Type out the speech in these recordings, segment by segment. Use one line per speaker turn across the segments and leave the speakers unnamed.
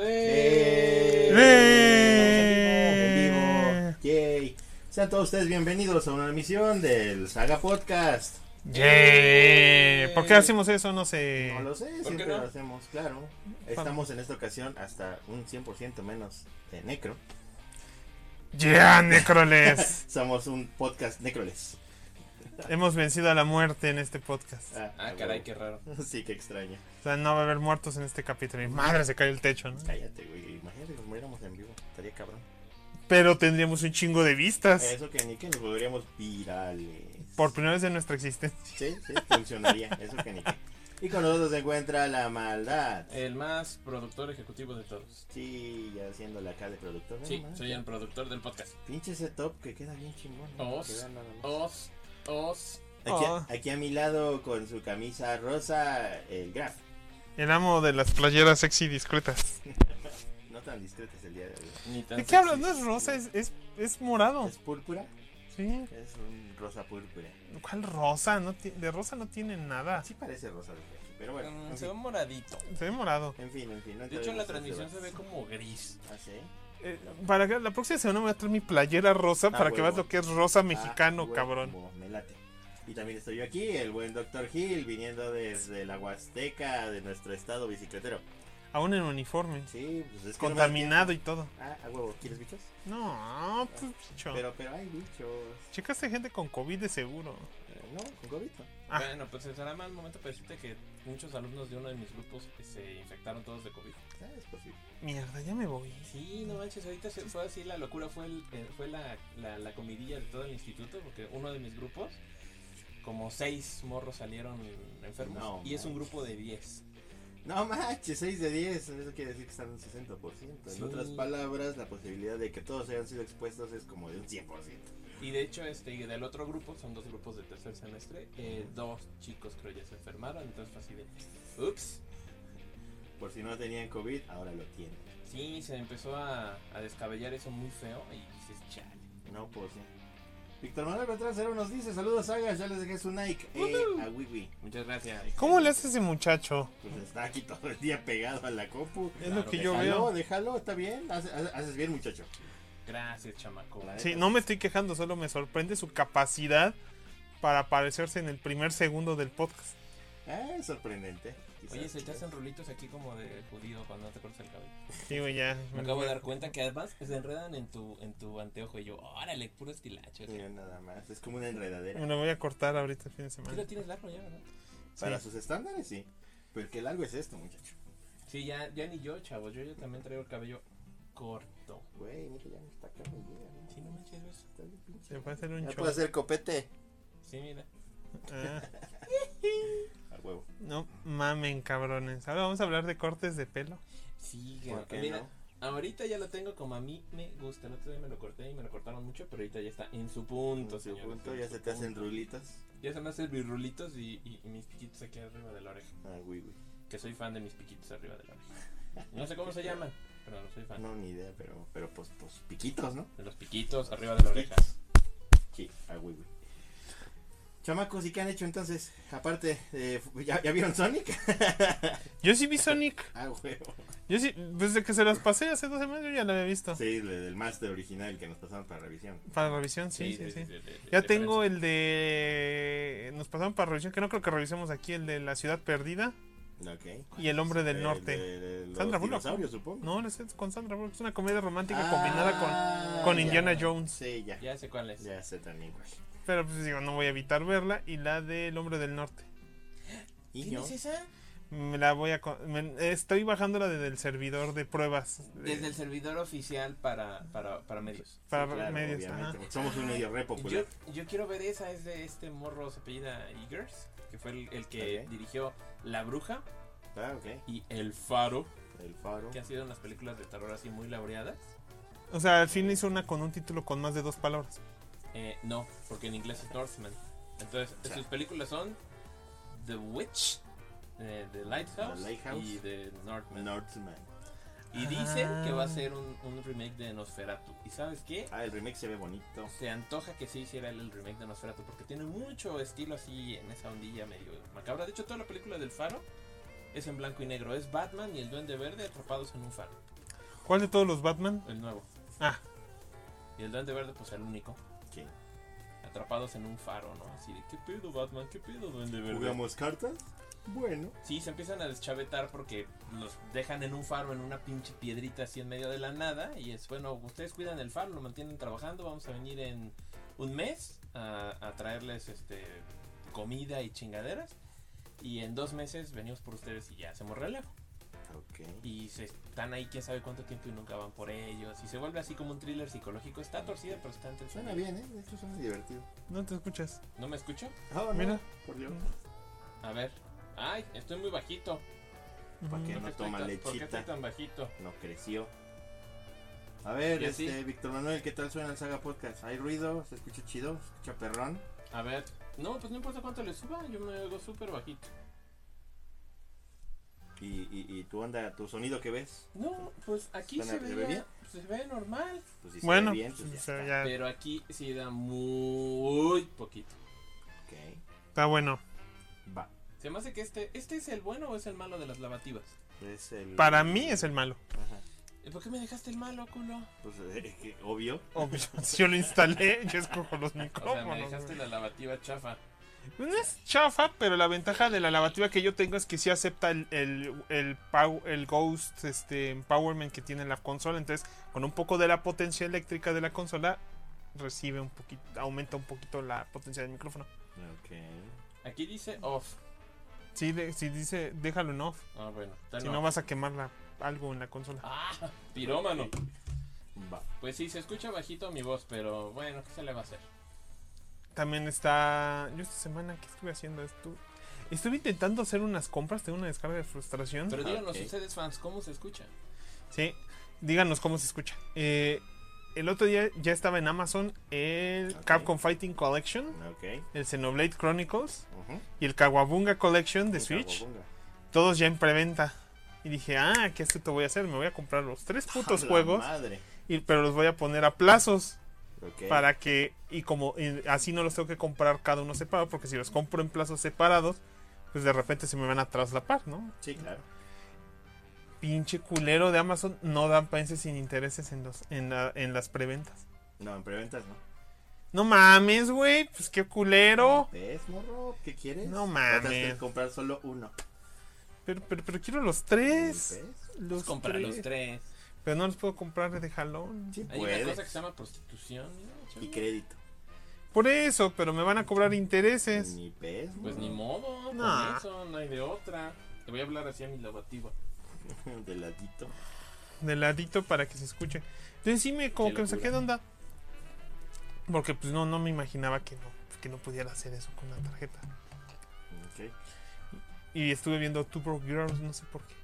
eh.
Eh, Sean todos ustedes bienvenidos a una emisión del Saga Podcast.
Yeah. ¿Por qué hacemos eso? No sé.
No lo sé,
¿Por qué
siempre
no?
lo hacemos, claro. Estamos en esta ocasión hasta un 100% menos de necro.
Yeah, Necroles.
Somos un podcast necroles.
Hemos vencido a la muerte en este podcast.
Ah, caray, qué raro.
Sí, qué extraño.
O sea, no va a haber muertos en este capítulo. Y madre, se cayó el techo, ¿no?
Cállate, güey. Imagínate que muriéramos en vivo. Estaría cabrón.
Pero tendríamos un chingo de vistas.
Eso que ni que nos volveríamos virales.
Por primera vez en nuestra existencia.
Sí, sí, funcionaría. Eso que ni que. Y con nosotros se encuentra la maldad.
El más productor ejecutivo de todos.
Sí, ya haciéndole acá de productor. ¿no,
Sí,
man?
soy el productor del podcast.
Pinche ese top que queda bien chingón. ¿no?
Os,
Que vean nada más.
Os, os.
Aquí,
Oh.
aquí a mi lado con su camisa rosa, el Graf.
El amo de las playeras sexy discretas.
No tan discretas el día de hoy.
Ni tan
¿De qué hablas?
sexy.
No es rosa, es, es, es morado.
¿Es púrpura?
Sí.
Es un rosa púrpura.
¿Cuál rosa? No ti- de rosa no tiene nada.
Sí parece rosa, de verdad, pero bueno.
Mm,
en,
Se ve
fin,
moradito.
Se ve morado.
en fin, en fin, no
De hecho, en la
entraremos ese
transmisión se
debate.
ve como gris.
¿Ah, sí?
Eh, para que- la próxima semana me voy a traer mi playera rosa para que
Ah, huevo.
veas lo que es rosa
Ah,
mexicano,
huevo,
cabrón.
Me late. Y también estoy yo aquí, el buen Dr. Hill, viniendo desde la Huasteca, de nuestro estado bicicletero.
Aún en uniforme.
Sí, pues es que no me da
Contaminado y todo.
tiempo. Ah, a huevo, ¿quieres bichos?
No, pues, bicho.
Pero, pero hay bichos.
Checaste gente con COVID de seguro.
Eh, No, con COVID. no.
Ah.
Bueno, pues será mal momento para decirte que muchos alumnos de uno de mis grupos se infectaron todos de COVID.
Ah, es posible.
Mierda, ya me voy.
Sí, no manches, ahorita se fue así la locura, fue, el- eh, fue la, la, la comidilla de todo el instituto, porque uno de mis grupos, como seis morros salieron enfermos,
No
y es un
manches.
grupo de diez.
No manches, 6 de 10. Eso quiere decir que están un 60%. En
Sí.
otras palabras, la posibilidad de que todos hayan sido expuestos es como de un 100%.
Y de hecho, este, y del otro grupo, son dos grupos de tercer semestre, eh, dos chicos creo ya se enfermaron, entonces fue así de, ups,
Por si no tenían COVID, ahora lo tienen.
sí, se empezó a, a descabellar eso muy feo, y dices, chale.
No, pues sí. Víctor Manuel Beltrán Cero nos dice, saludos sagas, ya les dejé su Nike eh, a Wiwi.
Muchas gracias.
¿Cómo le hace ese muchacho?
Pues está aquí todo el día pegado a la compu.
Es lo
Claro,
que yo
déjalo,
veo.
déjalo, está bien, hace- hace- haces bien muchacho.
Gracias, chamaco.
La-
Sí, no me estoy quejando, solo me sorprende su capacidad para aparecerse en el primer segundo del podcast.
Eh, sorprendente. Quizás-
Oye, se te hacen rulitos aquí como de judío cuando no te cortas el cabello.
Digo, ya.
Me acabo de dar cuenta que además se enredan en tu, en tu anteojo y yo, órale, puro estilacho.
Mira, nada más, es como una
Me
enredadera.
lo voy a cortar ahorita el fin de
Tú
semana.
lo tienes largo ya, ¿verdad?
Para
Sí.
sus estándares, sí. Pero qué largo es esto, muchacho.
Sí, ya, ya ni yo, chavos, yo, yo también traigo el cabello corto.
Güey, mira, ya me está acá, me llega, ¿no?
Sí, no manches, ¿ves?
Está bien pinche.
Se puede hacer un
Ya
show.
puedo hacer copete.
Sí, mira.
Ah,
A huevo.
no mamen, cabrones. Ahora vamos a hablar de cortes de pelo.
Sí,
¿Por
ya,
qué
mira.
no?
Ahorita ya lo tengo como a mí me gusta. El otro día me lo corté y me lo cortaron mucho, pero ahorita ya está en su punto,
En su
señores,
punto,
en
ya
su
se te hacen
punto.
rulitas.
Ya se me hacen mis rulitos y, y- y mis piquitos aquí arriba de la oreja.
Ah, güey, güey.
Que soy fan de mis piquitos arriba de la oreja. No sé cómo se llaman, pero no soy fan.
No, ni idea, pero, pero pues, pues piquitos, ¿no?
De los piquitos arriba de la oreja.
Sí, ah, güey, güey. Chamacos, ¿y qué han hecho entonces? Aparte, eh, ¿ya, ya vieron Sonic?
Yo sí vi Sonic.
Ah, huevo.
Yo sí, desde que se las pasé hace dos semanas, yo ya la había visto.
Sí, el del máster original que nos pasaron para revisión.
Para revisión, sí, sí. sí.
de- de- de
Ya tengo
referencia.
el de. Nos pasaron para revisión, que no creo que revisemos aquí, el de La Ciudad Perdida
Ok.
y El Hombre del
El
Norte.
de- de los
Sandra Bullock.
dinosaurios, supongo.
No, no es con Sandra Bullock, es una comedia romántica
Ah,
combinada con, con
ya.
Indiana Jones.
Sí, ya.
Ya sé cuál es.
Ya sé también, güey.
Pero pues digo, no voy a evitar verla. Y la del Hombre del Norte.
Y
¿Quién
yo.
es esa?
Me la voy a. co- me- estoy bajando la del servidor de pruebas. de-
Desde el servidor oficial para, para, para medios.
para
Sí, claro,
medios.
obviamente,
ajá.
porque Somos un medio re
Yo,
Pues, popular.
yo quiero ver esa, es de este morro, se apellida Eagers, que fue el, el que
Ok.
dirigió La Bruja
Ah, ok.
y El Faro,
El faro.
que han sido unas películas de terror así muy laureadas.
O sea, al fin hizo una con un título con más de dos palabras.
Eh, no, porque en inglés es Northman. Entonces,
Chale.
sus películas son The Witch, eh, The, Lighthouse
The Lighthouse.
y The Northman.
Northman.
Y dicen que va a
Ah.
ser un, un remake de Nosferatu. ¿Y sabes qué?
Ah, el remake se ve bonito.
Se antoja que sí hiciera el remake de Nosferatu porque tiene mucho estilo así en esa ondilla medio macabra. De hecho, toda la película del faro es en blanco y negro. Es Batman y el Duende Verde atrapados en un faro.
¿Cuál de todos los Batman?
El nuevo.
Ah,
Y el Duende Verde, pues el único.
Sí.
atrapados en un faro, ¿no? Así de, ¿qué pedo, Batman? ¿Qué pedo, Duende Verde?
¿Jugamos cartas? Bueno.
Sí, se empiezan a deschavetar porque los dejan en un faro, en una pinche piedrita así en medio de la nada. Y es bueno, ustedes cuidan el faro, lo mantienen trabajando. Vamos a venir en un mes a, a traerles este comida y chingaderas. Y en dos meses venimos por ustedes y ya hacemos relevo.
Ok.
Y se están ahí quién sabe cuánto tiempo y nunca van por ellos. Y se vuelve así como un thriller psicológico. Está torcida, pero está
Suena
entretenida.
bien, ¿eh? De hecho suena divertido.
No te escuchas.
¿No me escucho?
Ah, no,
Mira.
Por Dios.
A ver. Ay, estoy muy bajito.
¿Para qué
¿Por
no
qué estoy
toma
tan- ¿Por qué
lechita?
estoy tan bajito?
No creció. A ver,
¿Y así?
este, Víctor Manuel, ¿qué tal suena el Saga Podcast? ¿Hay ruido? ¿Se escucha chido? ¿Se escucha perrón?
A ver. No, pues no importa cuánto le suba, yo me oigo súper bajito.
¿Y, y, y tu onda, tu sonido que ves?
No, pues aquí
¿Suena-
se
se ve bien?
ve, se ve normal.
Pues si
Bueno,
se ve bien, pues ya
se ve
está.
ya-
Pero aquí sí da muy poquito.
Ok,
está bueno.
va.
Se me hace que este, este es el bueno o es el malo de las lavativas.
Es el-
Para mí es el malo.
Ajá.
¿Y ¿Por qué me dejaste el malo, culo?
Pues eh, que obvio.
Obvio. Si Oh, pues, yo lo instalé, yo escojo los
O sea,
micrófonos.
me dejaste la lavativa chafa.
No es chafa, pero la ventaja de la lavativa que yo tengo es que sí acepta el, el, el, pow- el Ghost este, Empowerment que tiene la consola. Entonces, con un poco de la potencia eléctrica de la consola, recibe un poquito, aumenta un poquito la potencia del micrófono.
Ok.
Aquí dice off.
Sí, de- sí dice, déjalo en off.
Ah, bueno. está
Si
en
no
off.
vas a quemar la- algo en la consola.
Ah, pirómano.
Va.
Pues sí, se escucha bajito mi voz, pero bueno, ¿qué se le va a hacer?
También está. Yo esta semana, ¿qué estuve haciendo esto? Estuve intentando hacer unas compras, tengo una descarga de frustración.
Pero díganos
ok.
ustedes, fans, ¿cómo se escucha?
Sí, díganos cómo se escucha. Eh, el otro día ya estaba en Amazon el
Ok.
Capcom Fighting Collection,
Ok.
el Xenoblade Chronicles
Ujú.
y el Kawabunga Collection de
Venga,
Switch.
venga.
Todos ya en preventa. Y dije, ah, ¿qué esto te voy a hacer? Me voy a comprar los tres putos
¡A la
juegos,
Madre. Eh.
y, pero los voy a poner a plazos.
Ok.
para que y como y así no los tengo que comprar cada uno separado porque si los compro en plazos separados pues de repente se me van a traslapar no
Sí, claro.
pinche culero de Amazon no dan países sin intereses en los en, la- en las preventas
No, en preventas no.
no mames güey pues qué culero
¿Ves, morro? ¿Qué quieres?
No mames.
Tratas de comprar solo uno.
pero pero, pero quiero los tres
¿Ves?
los
Comprar
tres.
Pues, los tres.
pero no los puedo comprar de jalón
Sí,
Hay
puedes.
una cosa que se llama prostitución. ¿no, chavo?
Y crédito.
por eso pero me van a cobrar intereses
Ni ves,
Pues ni modo,
morro.
Nah.
con eso, no hay de otra. Te voy a hablar así a mi lavativa.
De ladito.
de ladito para que se escuche. Entonces sí me como
Qué
que me
locura.
saqué de onda. Porque pues no, no me imaginaba que no, que no pudiera hacer eso con la tarjeta.
Ok.
Y estuve viendo Two Broke Girls, no sé por qué.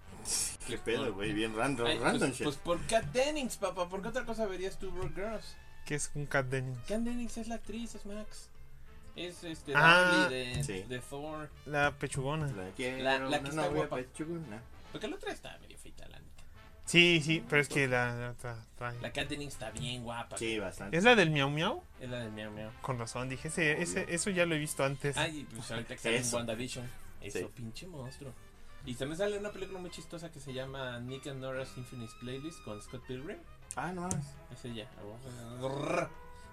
Qué pedo, güey. Bien random,
Ay,
random
pues,
shit.
pues por Kat Dennings, papá. ¿Por qué otra cosa verías tú, Broke Girls?
Que es un Cat Dennings.
Kat Dennings es la actriz, es Max. Es este
Ah,
Daphne de,
sí.
de Thor.
La pechugona.
la quiero,
la- la que
una
está
novia
guapa.
pechugona.
Porque la otra está medio feita, la neta.
Sí, sí, pero es que la, la otra trae-
La Kat Dennings está bien guapa.
Sí, bastante.
¿Es la del miau miau?
Es la de Miau Miau.
Con razón, dije, ese, ese- eso ya lo he visto antes.
Ay, pues ahorita que sale en
Eso.
WandaVision. Eso,
Sí.
pinche monstruo. Y también sale una película muy chistosa que se llama Nick and Nora's Infinite Playlist con Scott Pilgrim.
Ah, no mames.
Es ella.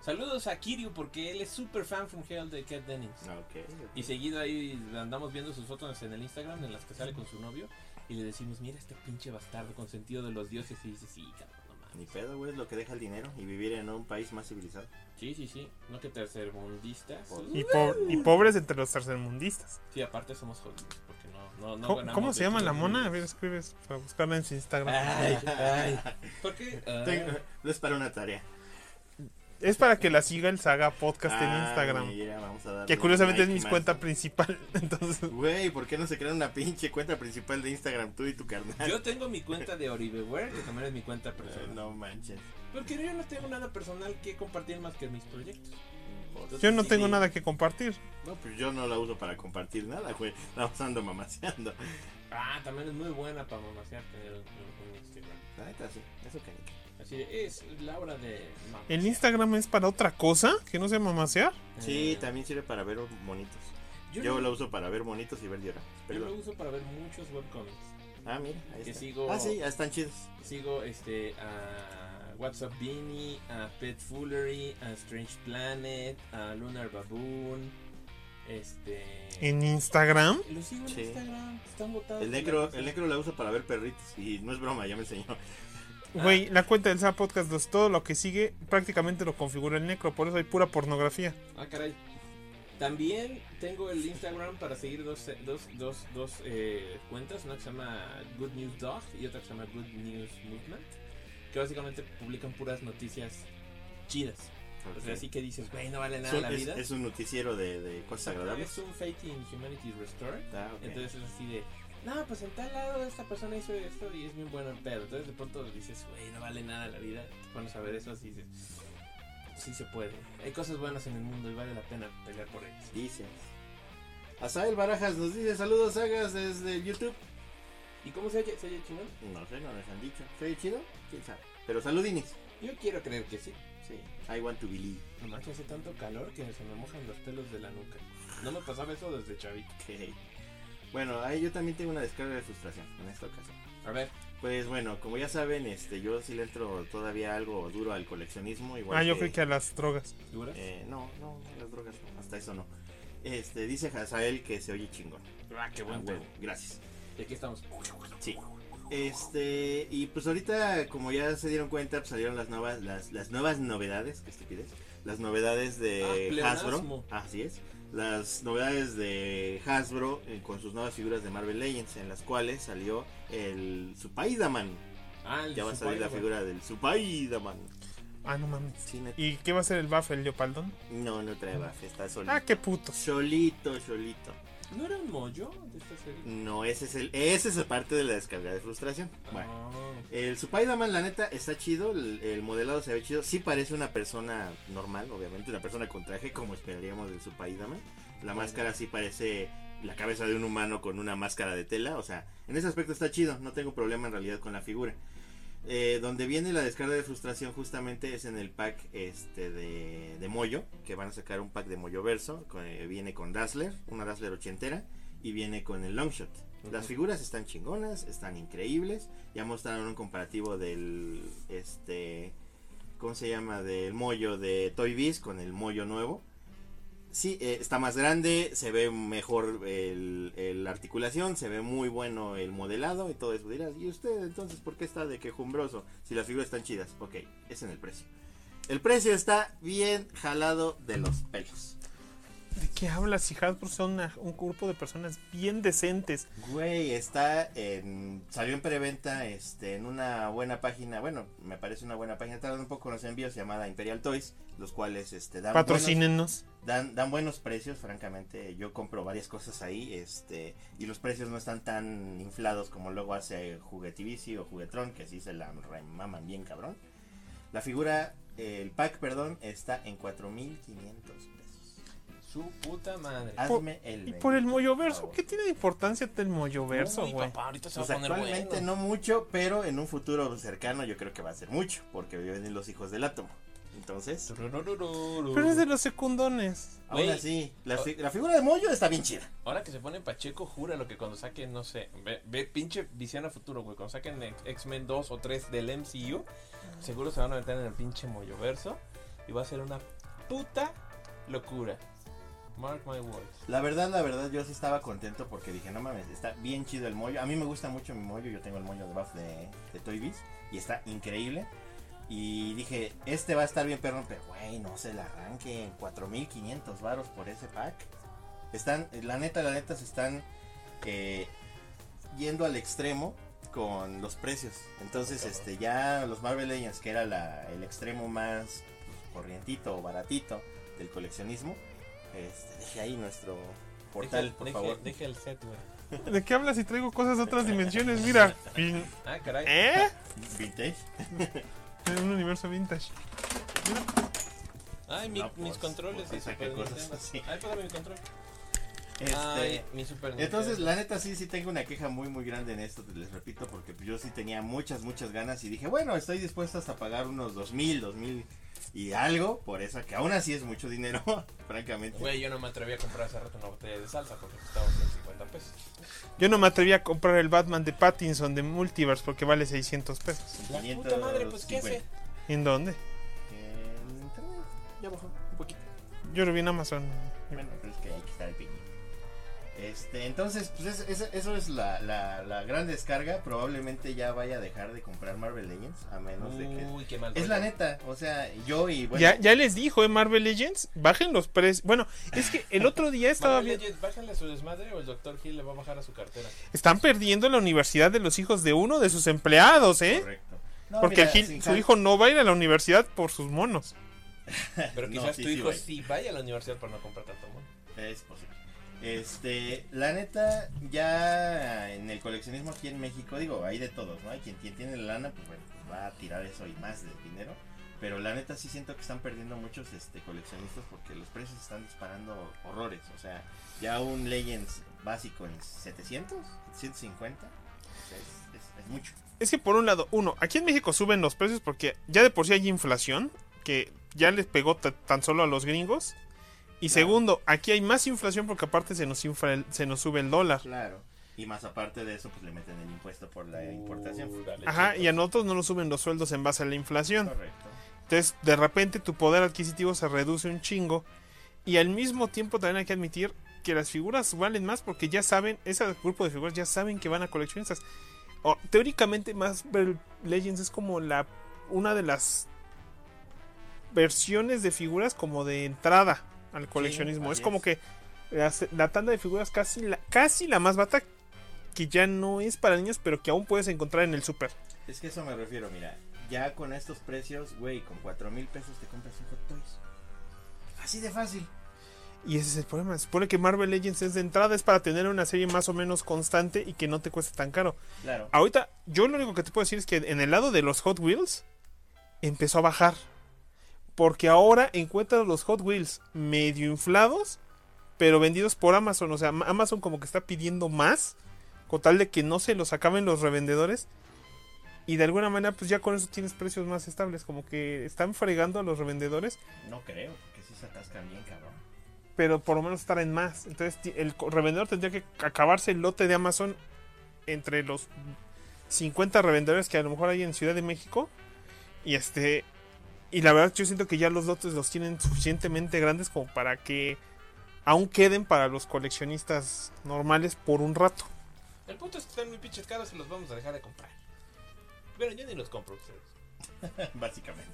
Saludos a Kiryu porque él es super fan from Hell de Cat Dennings.
Ah, Ok.
Y seguido ahí andamos viendo sus fotos en el Instagram en las que sale con su novio y le decimos, mira este pinche bastardo consentido de los dioses y dice, sí, cabrón, no
Ni
mames.
pedo, güey. Es lo que deja el dinero y vivir en un país más civilizado.
Sí, sí, sí, no que tercermundistas.
Por-
Y, po- y pobres entre los tercermundistas.
Sí, aparte somos jodidos porque no, no, no Ah.
¿Cómo,
ganamos
cómo
de
se llama
todo
la
el
mona? A
mundo.
ver, escribes para buscarla en su Instagram.
Ay, ay, ¿por qué?
Ah.
Ay.
Tengo- no es para una tarea.
Es para que la siga el Saga Podcast en
Ah,
Instagram.
mira, vamos a darle
Que curiosamente es
like
mi
más.
cuenta principal. Entonces,
Güey, ¿por qué no se crea una pinche cuenta principal de Instagram tú y tu carnal?
Ah, Yo tengo mi cuenta de Oribeware, que también es mi cuenta
Eh,
personal.
No manches.
Porque yo no tengo nada personal que compartir más que mis proyectos.
Joder.
yo no
Sí,
tengo
sí.
nada que compartir.
No, pues yo no la uso para compartir nada, güey. La usando mamaseando.
Ah, también es muy buena para mamasear tener un, un- un Instagram.
La neta, sí. Eso canica.
Así de, es la hora de mamasear.
¿El Instagram es para otra cosa que no sea mamasear?
Eh,
Sí, también sirve para ver monitos.
Yo,
Yo
lo,
la uso para ver monitos y ver llorar.
yo lo
Perdón.
uso para ver muchos webcomics.
Ah, mira, ahí
Que
está.
sigo-
Ah, sí, ya están chidos.
Sigo este a What's Up Beanie, a Pet Foolery, a Strange Planet, a Lunar Baboon, este
En Instagram.
lo sigo en
Sí.
Instagram, están botados.
El necro, el necro la usa para ver perritos. Y no es broma, ya me enseñó.
Ah.
Güey, la cuenta del Sa Podcast 2, todo lo que sigue prácticamente lo configura el necro, por eso hay pura pornografía.
Ah, caray. También tengo el Instagram para seguir dos, dos, dos, dos eh, cuentas, una que se llama Good News Dog y otra que se llama Good News Movement, que básicamente publican puras noticias chidas. O sea, Pues así que dices, güey, no vale
Es
nada
un-
la
es,
vida.
es un noticiero de, de cosas
Es
agradables.
un Fate in Humanity Restored.
Ah, ok.
Entonces es así de, no, pues en tal lado esta persona hizo esto y es bien bueno el pedo. Entonces de pronto dices, güey, no vale nada la vida. Te pones a ver eso así dices, sí se puede. Hay cosas buenas en el mundo y vale la pena pelear por ellas.
Dices. Asael Barajas nos dice saludos sagas desde YouTube.
¿Y cómo se oye? ¿Se oye chingón?
No sé, no les han dicho. ¿Soy chido? ¿Quién sabe? Pero saludines.
Yo quiero creer que sí.
Sí. I want to believe.
No manches, hace tanto calor que se me mojan los pelos de la nuca. No me pasaba eso desde chavito.
Ok. Bueno, ahí yo también tengo una descarga de frustración en esta ocasión.
A ver,
Pues bueno, como ya saben, este, yo sí le entro todavía algo duro al coleccionismo.
Pues
Igual
Ah, yo creo que a las drogas.
¿duras?
eh, no, no, las drogas, no, hasta eso no. Este, dice Hazael que se oye chingón.
ah, qué
Ah,
buen
huevo,
pedo.
gracias.
Y aquí estamos.
Sí. Este, y pues ahorita, como ya se dieron cuenta, pues salieron las nuevas, las, las nuevas novedades, que estupidez, las novedades
Ah,
de Hasbro,
pleonasmo.
así es, las novedades de Hasbro eh, con sus nuevas figuras de Marvel Legends, en las cuales salió el Supaidaman,
Ah, el
ya va a salir la
Supai-
figura del Supaidaman.
Ah, no mames.
Sí, neta.
¿Y qué va a ser el buff, el leopaldón?
No, no trae bafe, está solito.
Ah, qué putos.
Solito, solito.
¿No era un mollo de esta serie?
No, ese es el, esa es la parte de la descarga de frustración. Bueno.
Ah.
El Supaidaman, la neta, está chido. El, el modelado se ve chido. Sí parece una persona normal, obviamente. Una persona con traje, como esperaríamos del Supaidaman. La máscara sí parece la cabeza de un humano con una máscara de tela. O sea, en ese aspecto está chido. No tengo problema en realidad con la figura. Eh, donde viene la descarga de frustración justamente es en el pack este de, de Moyo, que van a sacar un pack de Moyo Verso, con- eh, viene con Dazzler, una Dazzler ochentera, y viene con el Longshot. Las
Ujú.
figuras están chingonas, están increíbles, ya mostraron un comparativo del, este, ¿cómo se llama? Del Moyo de Toy Biz con el Moyo nuevo. Sí, eh, está más grande, se ve mejor el, el- la articulación, se ve muy bueno el modelado y todo eso. Dirás, ¿y usted entonces por qué está de quejumbroso si las figuras están chidas? Ok, es en el precio. El precio está bien jalado de los pelos.
¿De qué hablas? Si Hasbro son una- un grupo de personas bien decentes.
Ah, Güey, está en. Salió en preventa este, en una buena página. Bueno, me parece una buena página. Tardan un poco en los envíos llamada Imperial Toys, los cuales este, dan. buenos-
Patrocínenos.
dan, dan buenos precios, francamente. Yo compro varias cosas ahí, este, y los precios no están tan inflados como luego hace Juguetivici o Juguetron, que sí se la remaman bien cabrón. La figura, eh, el pack, perdón, está en 4500 pesos.
Su puta madre.
por-
Hazme el
Y por el
bendito
Moyoverso,
favor.
¿qué tiene de importancia el Moyoverso,
Uy,
güey?
papá, ahorita se
Pues
va a poner
actualmente
bueno.
no mucho, pero en un futuro cercano yo creo que va a ser mucho, porque vienen los hijos del átomo. Entonces,
Tururururu.
Pero es de los secundones.
aún
Güey.
así, la, fi- la figura de Moyo está bien chida.
Ahora que se pone Pacheco, jura lo que cuando saquen, no sé, ve, ve pinche visión a futuro, güey. Cuando saquen X- X-Men 2 o 3 del MCU, seguro se van a meter en el pinche Moyoverso y va a ser una puta locura. Mark my words.
La verdad, la verdad, yo sí estaba contento porque dije, no mames, está bien chido el mollo. A mí me gusta mucho mi mollo, yo tengo el mollo de Buff de, de Toy Biz y está increíble. Y dije, este va a estar bien perro, pero güey, no se le arranquen. 4500 varos por ese pack. Están, eh, la neta, la neta, se están eh, yendo al extremo con los precios. Entonces, este, ya los Marvel Legends, que era la- el extremo más pues, corrientito o baratito del coleccionismo, este, deje ahí nuestro portal,
Deja-
por
deja-
favor.
deja el set, güey.
¿De qué hablas si traigo cosas de otras dimensiones? Mira. Fin.
Ah, caray.
¿Eh?
Vintage.
En un universo vintage.
Ay, mi-
No, pues,
mis controles y
pues, saca
Super
cosas
Nintendo.
así.
Ay, pásame mi control.
Este,
Ay, mi Super
Entonces,
Nintendo.
la neta sí, sí tengo una queja muy, muy grande en esto, les repito, porque yo sí tenía muchas, muchas ganas y dije, bueno, estoy dispuesto hasta pagar unos dos mil, dos mil y algo por esa, que aún así es mucho dinero, francamente.
Güey, yo no me atreví a comprar hace rato una botella de salsa porque costaba 150 pesos.
Yo no me atreví a comprar el Batman de Pattinson de Multiverse porque vale 600 pesos.
Son
La puta madre, pues, ¿qué
550.
¿En dónde?
En internet, ya bajó un poquito.
Yo lo vi en Amazon.
Bueno, pero es que hay que estar al pendiente. Este, entonces, pues es- es- eso es la, la- la gran descarga. Probablemente ya vaya a dejar de comprar Marvel Legends, a menos de que...
Uy, qué mal.
Es
rollo.
la neta, o sea, yo y bueno...
Ya, ya les dijo, ¿eh? Marvel Legends, bajen los precios. Bueno, es que el otro día estaba
Marvel
viendo...
Legends, bájale a su desmadre o el Dr. Hill le va a bajar a su cartera.
Están perdiendo la universidad de los hijos de uno de sus empleados, ¿eh?
Correcto. No,
Porque el
Ah, mira,
Gil-
sin
su
jal-
hijo no va a ir a la universidad por sus monos.
Pero
No,
quizás
sí,
tu
sí,
hijo
güey.
sí vaya a la universidad para no comprar tanto mono.
Es posible. Este, la neta, ya en el coleccionismo aquí en México, digo, hay de todos, ¿no? Hay quien, quien tiene la lana, pues bueno, pues va a tirar eso y más de dinero. Pero la neta sí siento que están perdiendo muchos este, coleccionistas porque los precios están disparando horrores. O sea, ya un Legends básico en 700, 750, pues es, es- es mucho.
Es que por un lado, uno, aquí en México suben los precios porque ya de por sí hay inflación, que ya les pegó ta- tan solo a los gringos. Y
Claro.
segundo, aquí hay más inflación porque aparte se nos, infla el- se nos sube el dólar.
Claro. Y más aparte de eso, pues le meten el impuesto por la importación.
Uh, dale,
Ajá,
chicos.
y a nosotros no nos suben los sueldos en base a la inflación.
Correcto.
Entonces, de repente tu poder adquisitivo se reduce un chingo. Y al mismo tiempo también hay que admitir que las figuras valen más porque ya saben, ese grupo de figuras ya saben que van a coleccionistas. O, teóricamente, Marvel Legends es como la una de las versiones de figuras como de entrada al coleccionismo. es
así
como
es.
que la, se- la tanda de figuras casi la, casi la más bata que ya no es para niños, pero que aún puedes encontrar en el super.
Es que eso me refiero, mira. Ya con estos precios, güey, con cuatro mil pesos te compras un Hot Toys. Así de fácil.
Y ese es el problema. Se supone que Marvel Legends es de entrada, es para tener una serie más o menos constante y que no te cueste tan caro.
Claro.
Ahorita, yo lo único que te puedo decir es que en el lado de los Hot Wheels empezó a bajar. Porque ahora encuentras los Hot Wheels medio inflados, pero vendidos por Amazon. O sea, Ma- Amazon como que está pidiendo más, con tal de que no se los acaben los revendedores. Y de alguna manera, pues ya con eso tienes precios más estables. Como que están fregando a los revendedores
No creo, porque si se atascan bien, cabrón.
pero por lo menos estará en más. Entonces ti- el co- revendedor tendría que acabarse el lote de Amazon entre los 50 revendedores que a lo mejor hay en Ciudad de México. Y este y la verdad yo siento que ya los lotes los tienen suficientemente grandes como para que aún queden para los coleccionistas normales por un rato.
El punto es que están muy pinches caros y los vamos a dejar de comprar. Bueno, yo ni los compro ustedes.
Básicamente.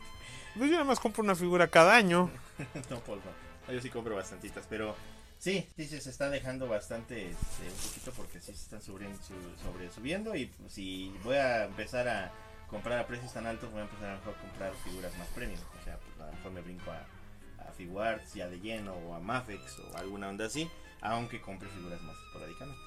Pues yo nada más compro una figura cada año.
no, Paul, no. No, Yo sí compro bastantitas, pero sí, sí, sí, se está dejando bastante este, un poquito porque sí se están subiendo, sobre, subiendo y pues, si voy a empezar a comprar a precios tan altos, voy a empezar a lo mejor a comprar figuras más premium. O sea, pues, a lo mejor me brinco a, a Figuarts ya de lleno o a Mafex o alguna onda así, aunque compre figuras más esporádicamente.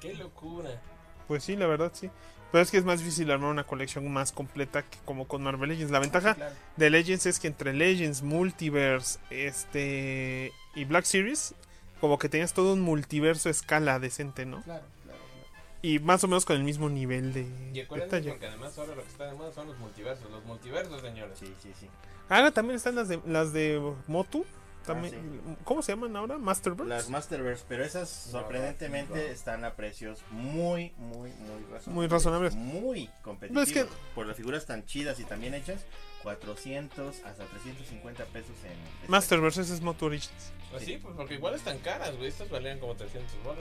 ¡Qué locura!
Pues sí, la verdad sí. Pero es que es más difícil armar una colección más completa que como con Marvel Legends. La ventaja
Claro.
de Legends es que entre Legends, Multiverse, este y Black Series, como que tenías todo un multiverso a escala decente, ¿no?
Claro, claro, claro.
Y más o menos con el mismo nivel de
Y acuérdense
detalle.
porque además ahora lo que está de moda son los multiversos. Los multiversos, señores.
Sí, sí, sí.
Ahora Ah, también están las de las de Motu, también
Ah,
¿cómo se llaman ahora? Masterverse.
Las Masterverse, pero esas sorprendentemente
no.
están a precios muy, muy, muy razonables.
Muy razonables.
Muy competitivos. Por las figuras tan chidas y tan bien hechas, 400 hasta 350 pesos en... este,
Masterverse ese es Motu Origins.
Pues sí, pues porque igual están caras, güey. Estas valían como 300 bolas.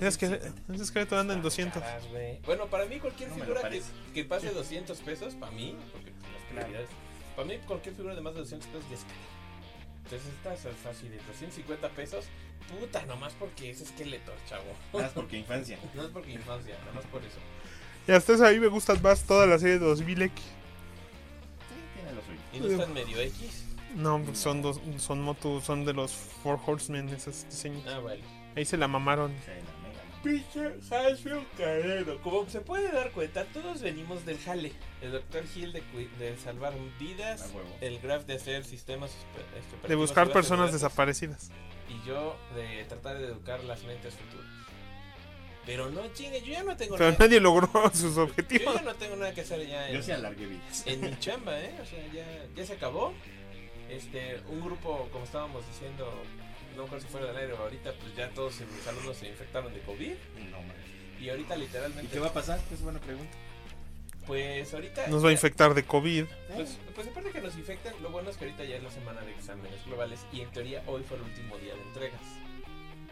Es que es que anda en
Están
200.
caras, Ah, güey. bueno, para mí cualquier
No me lo
figura que,
parece.
que pase 200 pesos, para mí, porque pues, las
Claro.
prioridades, para mí cualquier figura de más de 200 pesos ya es cara. Entonces esta es así de 250 pesos, puta, nomás porque es esqueleto, chavo.
Más porque infancia.
No es porque infancia, nomás por eso.
Y hasta eso a mí me gustan más toda la serie de 2000X.
Sí, tiene lo suyo.
Y no están medio X.
No, pues son dos son Motu, son de los Four Horsemen esos diseños.
Ah, vale.
Ahí se la mamaron.
O sea, la Mega Man.
pinche Hasbro Carero. Como se puede dar cuenta, todos venimos del jale. El Dr. Hill de, cu- de salvar vidas,
A huevo.
el Graf de hacer sistemas espe- este,
De
operativos
buscar personas
subasegurados,
desaparecidas.
Y yo de tratar de educar las mentes futuras. Pero no chingue, yo ya no tengo
Pero
nada.
nadie logró sus
Yo
objetivos.
ya no tengo nada que hacer ya
Yo
en,
Eh, sí alargué vidas.
en mi chamba, ¿eh? O sea, ya, ya se acabó. Este, un grupo, como estábamos diciendo, no creo si fuera del aire, ahorita pues ya todos mis alumnos se infectaron de COVID.
No, man.
Y ahorita
¿Y
literalmente...
qué va a pasar? Es buena pregunta.
Pues ahorita...
Nos va a
ya-
infectar de COVID.
Pues, pues aparte que nos infectan, lo bueno es que ahorita ya es la semana de exámenes globales y en teoría hoy fue el último día de entregas.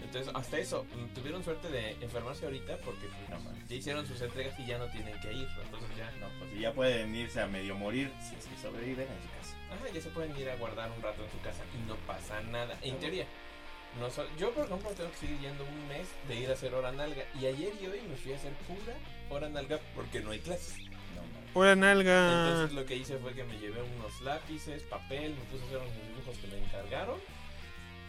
Entonces, hasta eso, mm, tuvieron suerte de enfermarse ahorita porque pues,
No mames.
ya hicieron sus entregas y ya no tienen que ir. ¿no? Entonces ya,
No, pues y ya pueden irse a medio morir si es que sobreviven en su casa.
ajá, ah, ya se pueden ir a guardar un rato en su casa y no pasa nada,
Ah,
en teoría. No so- yo, por ejemplo, tengo que seguir yendo un mes de ir a hacer hora nalga y ayer y hoy me fui a hacer pura hora nalga porque no hay clases.
No, man.
Hola, nalga.
Entonces lo que hice fue que me llevé unos lápices, papel, me puse a hacer unos dibujos que me encargaron.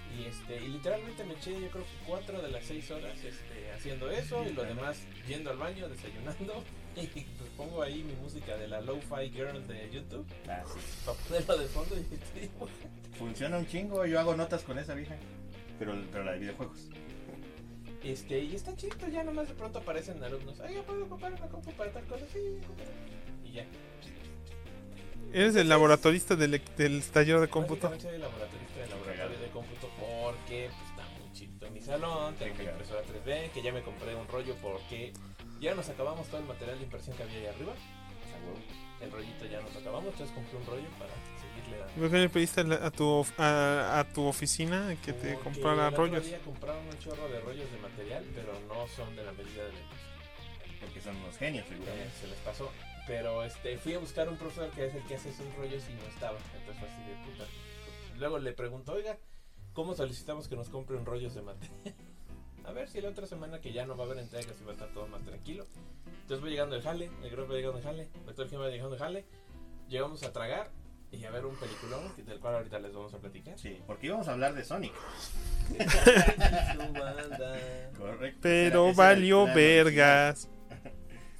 Y, este, y literalmente me eché yo creo que cuatro de las seis horas este, haciendo eso y lo demás yendo al baño, desayunando. Y pues pongo ahí mi música de la Lo-Fi Girl de YouTube
Ah, sí.
para ponerlo de fondo y estoy dibujando.
Funciona un chingo, yo hago notas con esa vieja. Pero, pero la de videojuegos.
Este, y está chido, ya nomás de pronto aparecen alumnos. Ay, ya puedo comprar una compu para tal cosa, sí, cómprala". Y ya.
Eres el laboratorista del, e-, del taller de cómputo.
Básicamente soy el laboratorista del laboratorio de cómputo porque pues, está muy chido mi salón, tengo mi
Cagado.
impresora 3D, que ya me compré un rollo porque ya nos acabamos todo el material de impresión que había ahí arriba,
A huevo.
el rollito ya nos acabamos, entonces compré un rollo para seguirle dando.
¿Por qué le Pues, pediste a, la- a tu, of- a, a tu oficina que te
Porque
comprara
el otro
rollos?
día compraron un chorro de rollos de material, pero no son de la medida de
Porque son unos genios, seguramente.
se les pasó. Pero este, fui a buscar un profesor que es el que hace esos rollos y no estaba. Entonces fue así de puta. Luego le pregunto, oiga, ¿cómo solicitamos que nos compren rollos de material? a ver si la otra semana que ya no va a haber entregas y va a estar todo más tranquilo. Entonces voy llegando el jale, el grupo va llegando el jale, el doctor Jim va llegando el jale. Llegamos a tragar y a ver un peliculón que- del cual ahorita les vamos a platicar.
Sí, porque íbamos a hablar de Sonic.
Su banda.
Correcto.
Pero
Ese era- ese era el
valió
plan original.
vergas.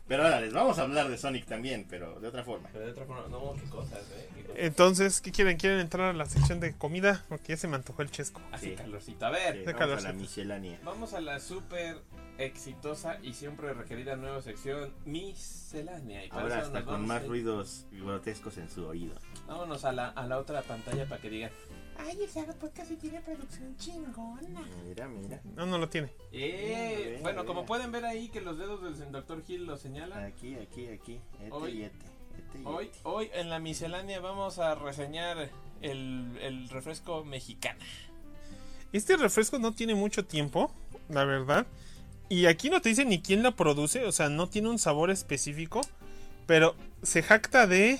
Pero ahora les vamos a hablar de Sonic también, pero de otra forma.
Pero de otra forma, no, qué cosas, ¿eh? Qué cosas.
Entonces, ¿qué quieren? ¿Quieren entrar a la sección de comida? Porque ya se me antojó el chesco.
Hace
sí.
calorcito. A ver,
Eh,
de
vamos a la
calorcito.
miscelánea.
Vamos a la súper exitosa y siempre requerida nueva sección miscelánea. Y para
Ahora
eso
hasta
nos
con
vamos
más
a-
ruidos grotescos en su oído.
Vámonos a la, a la otra pantalla para que digan: Ay, ese podcast sí tiene producción chingona.
Mira, mira.
No, no lo tiene.
Eh,
Venga,
bueno, como
venga.
pueden ver ahí que los dedos del Dr. Hill lo señalan.
Aquí, aquí, aquí. Este
Hoy-
y este. Este y
Hoy,
este.
hoy en la miscelánea vamos a reseñar el, el refresco mexicano.
Este refresco no tiene mucho tiempo, la verdad. Y aquí no te dice ni quién la produce, o sea, no tiene un sabor específico. Pero se jacta de.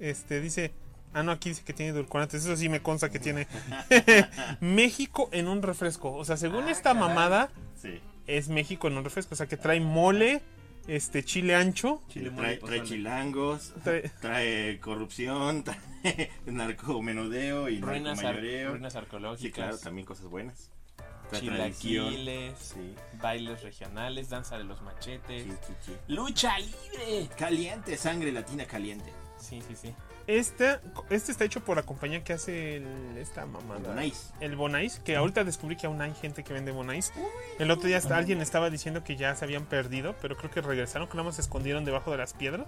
Este, dice. Ah, no, aquí dice que tiene edulcorantes. Eso sí me consta que tiene. México en un refresco. O sea, según
Ah,
esta
caray.
mamada,
este. Sí.
es México en un refresco. O sea, que trae mole, este, chile ancho.
Sí,
Chile mole y
trae,
pozole.
trae chilangos,
Trae-
trae corrupción, trae narcomenudeo y
Ruinas, ar-
narcomayoreo.
ruinas arqueológicas,
Sí, claro, también cosas buenas. Trae tradición.
chilaquiles,
Sí,
bailes regionales, danza de los machetes.
sí, sí, sí.
¡Lucha libre!
Caliente, sangre latina caliente.
Sí, sí, sí.
Este, este está hecho por la compañía que hace el- esta mamada.
Nice.
El Bonais, que ahorita descubrí que aún hay gente que vende Bonais. El otro día hasta alguien estaba diciendo que ya se habían perdido, pero creo que regresaron, que nada más se escondieron debajo de las piedras.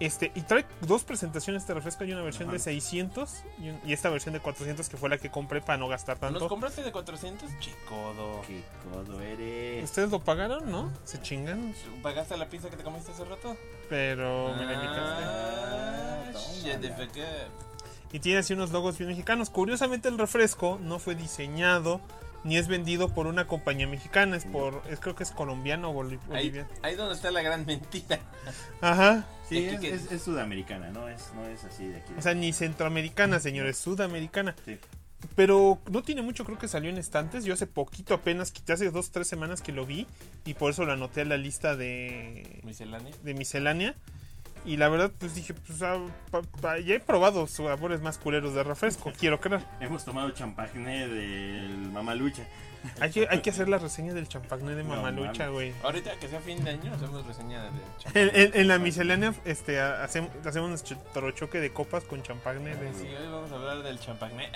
Este, y trae dos presentaciones de refresco. Hay una versión
Ajá.
de 600 y, un- y esta versión de 400 que fue la que compré para no gastar
¿Nos
tanto.
compraste de 400? Chicodo.
Qué codo eres.
Ustedes lo pagaron, ¿no? Se chingan,
¿Pagaste la pizza que te comiste hace rato?
pero me la invitaste.
Ah,
Tómala.
shit, the fuck up.
Y tiene así unos logos bien mexicanos. Curiosamente el refresco no fue diseñado ni es vendido por una compañía mexicana. Es por, es, creo que es colombiano o boli-
Ahí,
boliviano.
ahí donde está la gran mentira.
Ajá.
Sí,
de aquí
es,
que-
es- es sudamericana, no es, no es así de aquí. de-
O sea, ni centroamericana, señores, sudamericana.
Sí.
Pero no tiene mucho, creo que salió en estantes. Yo hace poquito apenas, quité hace dos, tres semanas que lo vi y por eso lo anoté a la lista de,
Miscelánea.
de miscelánea. Y la verdad, pues dije, pues ah, pa- pa- ya he probado sabores más culeros de refresco, quiero creer.
Hemos tomado champagne del Mamalucha.
Hay que, hay que hacer la reseña del champagne de
No
Mamalucha,
mames.
güey.
Ahorita que sea fin de año, hacemos reseña de champán.
En, en- en la miscelánea este, ha- hacemos, hacemos nuestro trochoque de copas con
Ah,
champagne. de-
Sí, hoy vamos a hablar del champán. Eh,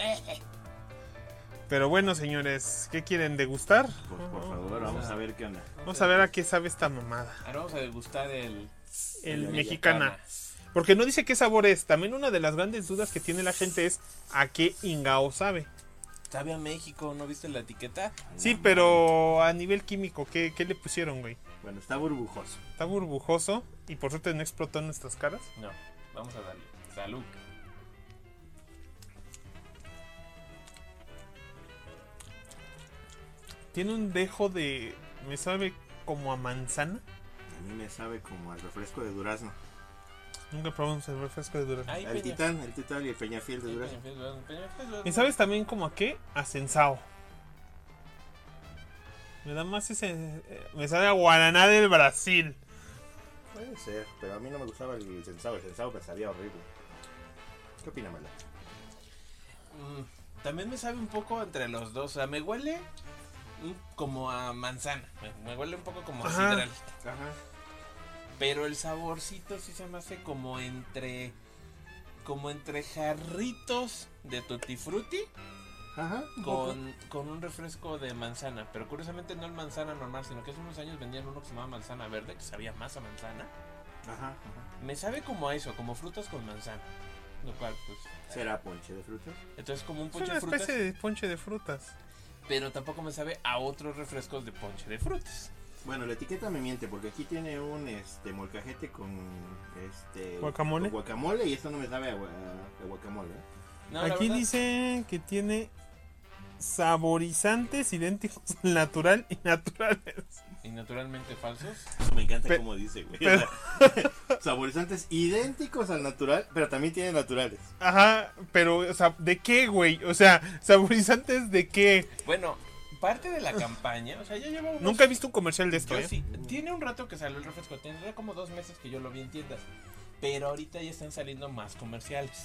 Pero bueno, señores, ¿qué quieren degustar?
Por, por favor, vamos a ver qué onda.
Vamos a ver a qué sabe esta mamada.
Ahora vamos a degustar el...
El
La
mexicana. Porque no dice qué sabor es. También una de las grandes dudas que tiene la gente es a qué ingao sabe.
¿Sabe a México? ¿No viste la etiqueta?
Sí, pero a nivel químico, ¿qué, qué le pusieron, güey?
Bueno, está burbujoso.
Está burbujoso y por suerte no explotó en nuestras caras.
No, vamos a darle. Salud.
Tiene un dejo de... Me sabe como a manzana.
A mí me sabe como al refresco de durazno.
Nunca probamos el refresco de durazno.
Ay,
El
Peña.
titán, el titán y el peñafiel de
Sí,
durazno.
Peñafiel, Durazno, Peñafiel, Durazno.
¿Y sabes también como a qué? A sensao. Me da más ese... eh, Me sabe a guaraná del Brasil.
Puede ser, pero a mí no me gustaba el sensado. El sensado me sabía horrible. ¿Qué opina, Mala?
Mm, También me sabe un poco entre los dos. O sea, me huele mm, como a manzana. Me, me huele un poco como a
Ajá.
sidral.
Ajá.
Pero el saborcito sí se me hace como entre. Como entre jarritos de tutti frutti
Ajá.
con, con un refresco de manzana. Pero curiosamente no el manzana normal, sino que hace unos años vendían uno que se llamaba manzana verde, que sabía más a manzana.
Ajá. ajá.
Me sabe como a eso, como frutas con manzana. Lo cual, pues.
¿Será ponche de frutas?
Entonces, como un
Es
ponche
una
de frutas.
especie de ponche de frutas.
pero tampoco me sabe a otros refrescos de ponche de frutas.
Bueno, la etiqueta me miente porque aquí tiene un este molcajete con este
Guacamole.
con guacamole y esto no me sabe a, gua- a guacamole. ¿eh?
No, la
Aquí
verdad,
dice que tiene saborizantes idénticos al natural y naturales.
Y naturalmente falsos.
Eso me encanta
Pe-
como dice, güey.
pero-
O sea, saborizantes idénticos al natural, pero también tiene naturales.
Ajá, pero, o sea, ¿de qué, güey? O sea, saborizantes de qué.
Bueno, parte de la campaña, o sea, ya lleva unos...
Nunca he visto un comercial de esto,
Pues, Yo
¿eh?
sí. Tiene un rato que salió el refresco, tendrá como dos meses que yo lo vi en tiendas. Pero ahorita ya están saliendo más comerciales.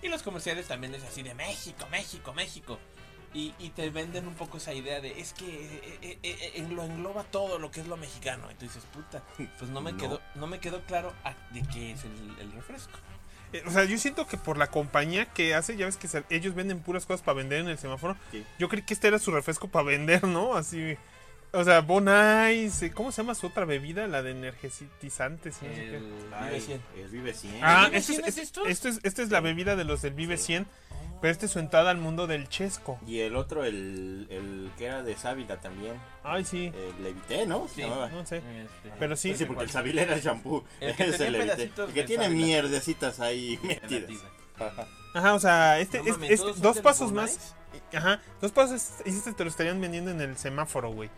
Y los comerciales también es así de México, México, México. Y, y te venden un poco esa idea de es que eh, eh, eh, eh, lo engloba todo lo que es lo mexicano. Y tú dices, puta, pues no me,
No.
Quedó, no me quedó claro a- de qué es el, el refresco.
Eh, O sea, yo siento que por la compañía que hace, ya ves que se- ellos venden puras cosas para vender en el semáforo.
Sí.
Yo creí que este era su refresco para vender, ¿no? Así. O sea, Bon Ice, ¿cómo se llama su otra bebida? La de energizantes. no sé qué.
El
Ay,
Vive 100.
Es vive 100.
Ah,
¿Vive
este es,
100 es
este-
esto?
esto es- esta es la bebida de los del Vive
Sí.
100, pero esta es su entrada al mundo del chesco.
Y el otro, el, el que era de Sábila también.
Ay, sí,
El Levité, ¿no? Se
Sí.
llamaba.
no sé.
Este,
Pero sí,
Sí, porque el Sábila era el shampoo.
El que
Ese
tenía
Levité.
pedacitos
El que
de
tiene
sábila.
mierdecitas ahí
la
metidas.
tiza.
Ajá.
ajá, o sea, este,
No
es-
mames,
es-
¿todos son
dos
del
pasos
Bon
más,
Ice?
ajá, dos pasos, y este te lo estarían vendiendo en el semáforo, güey.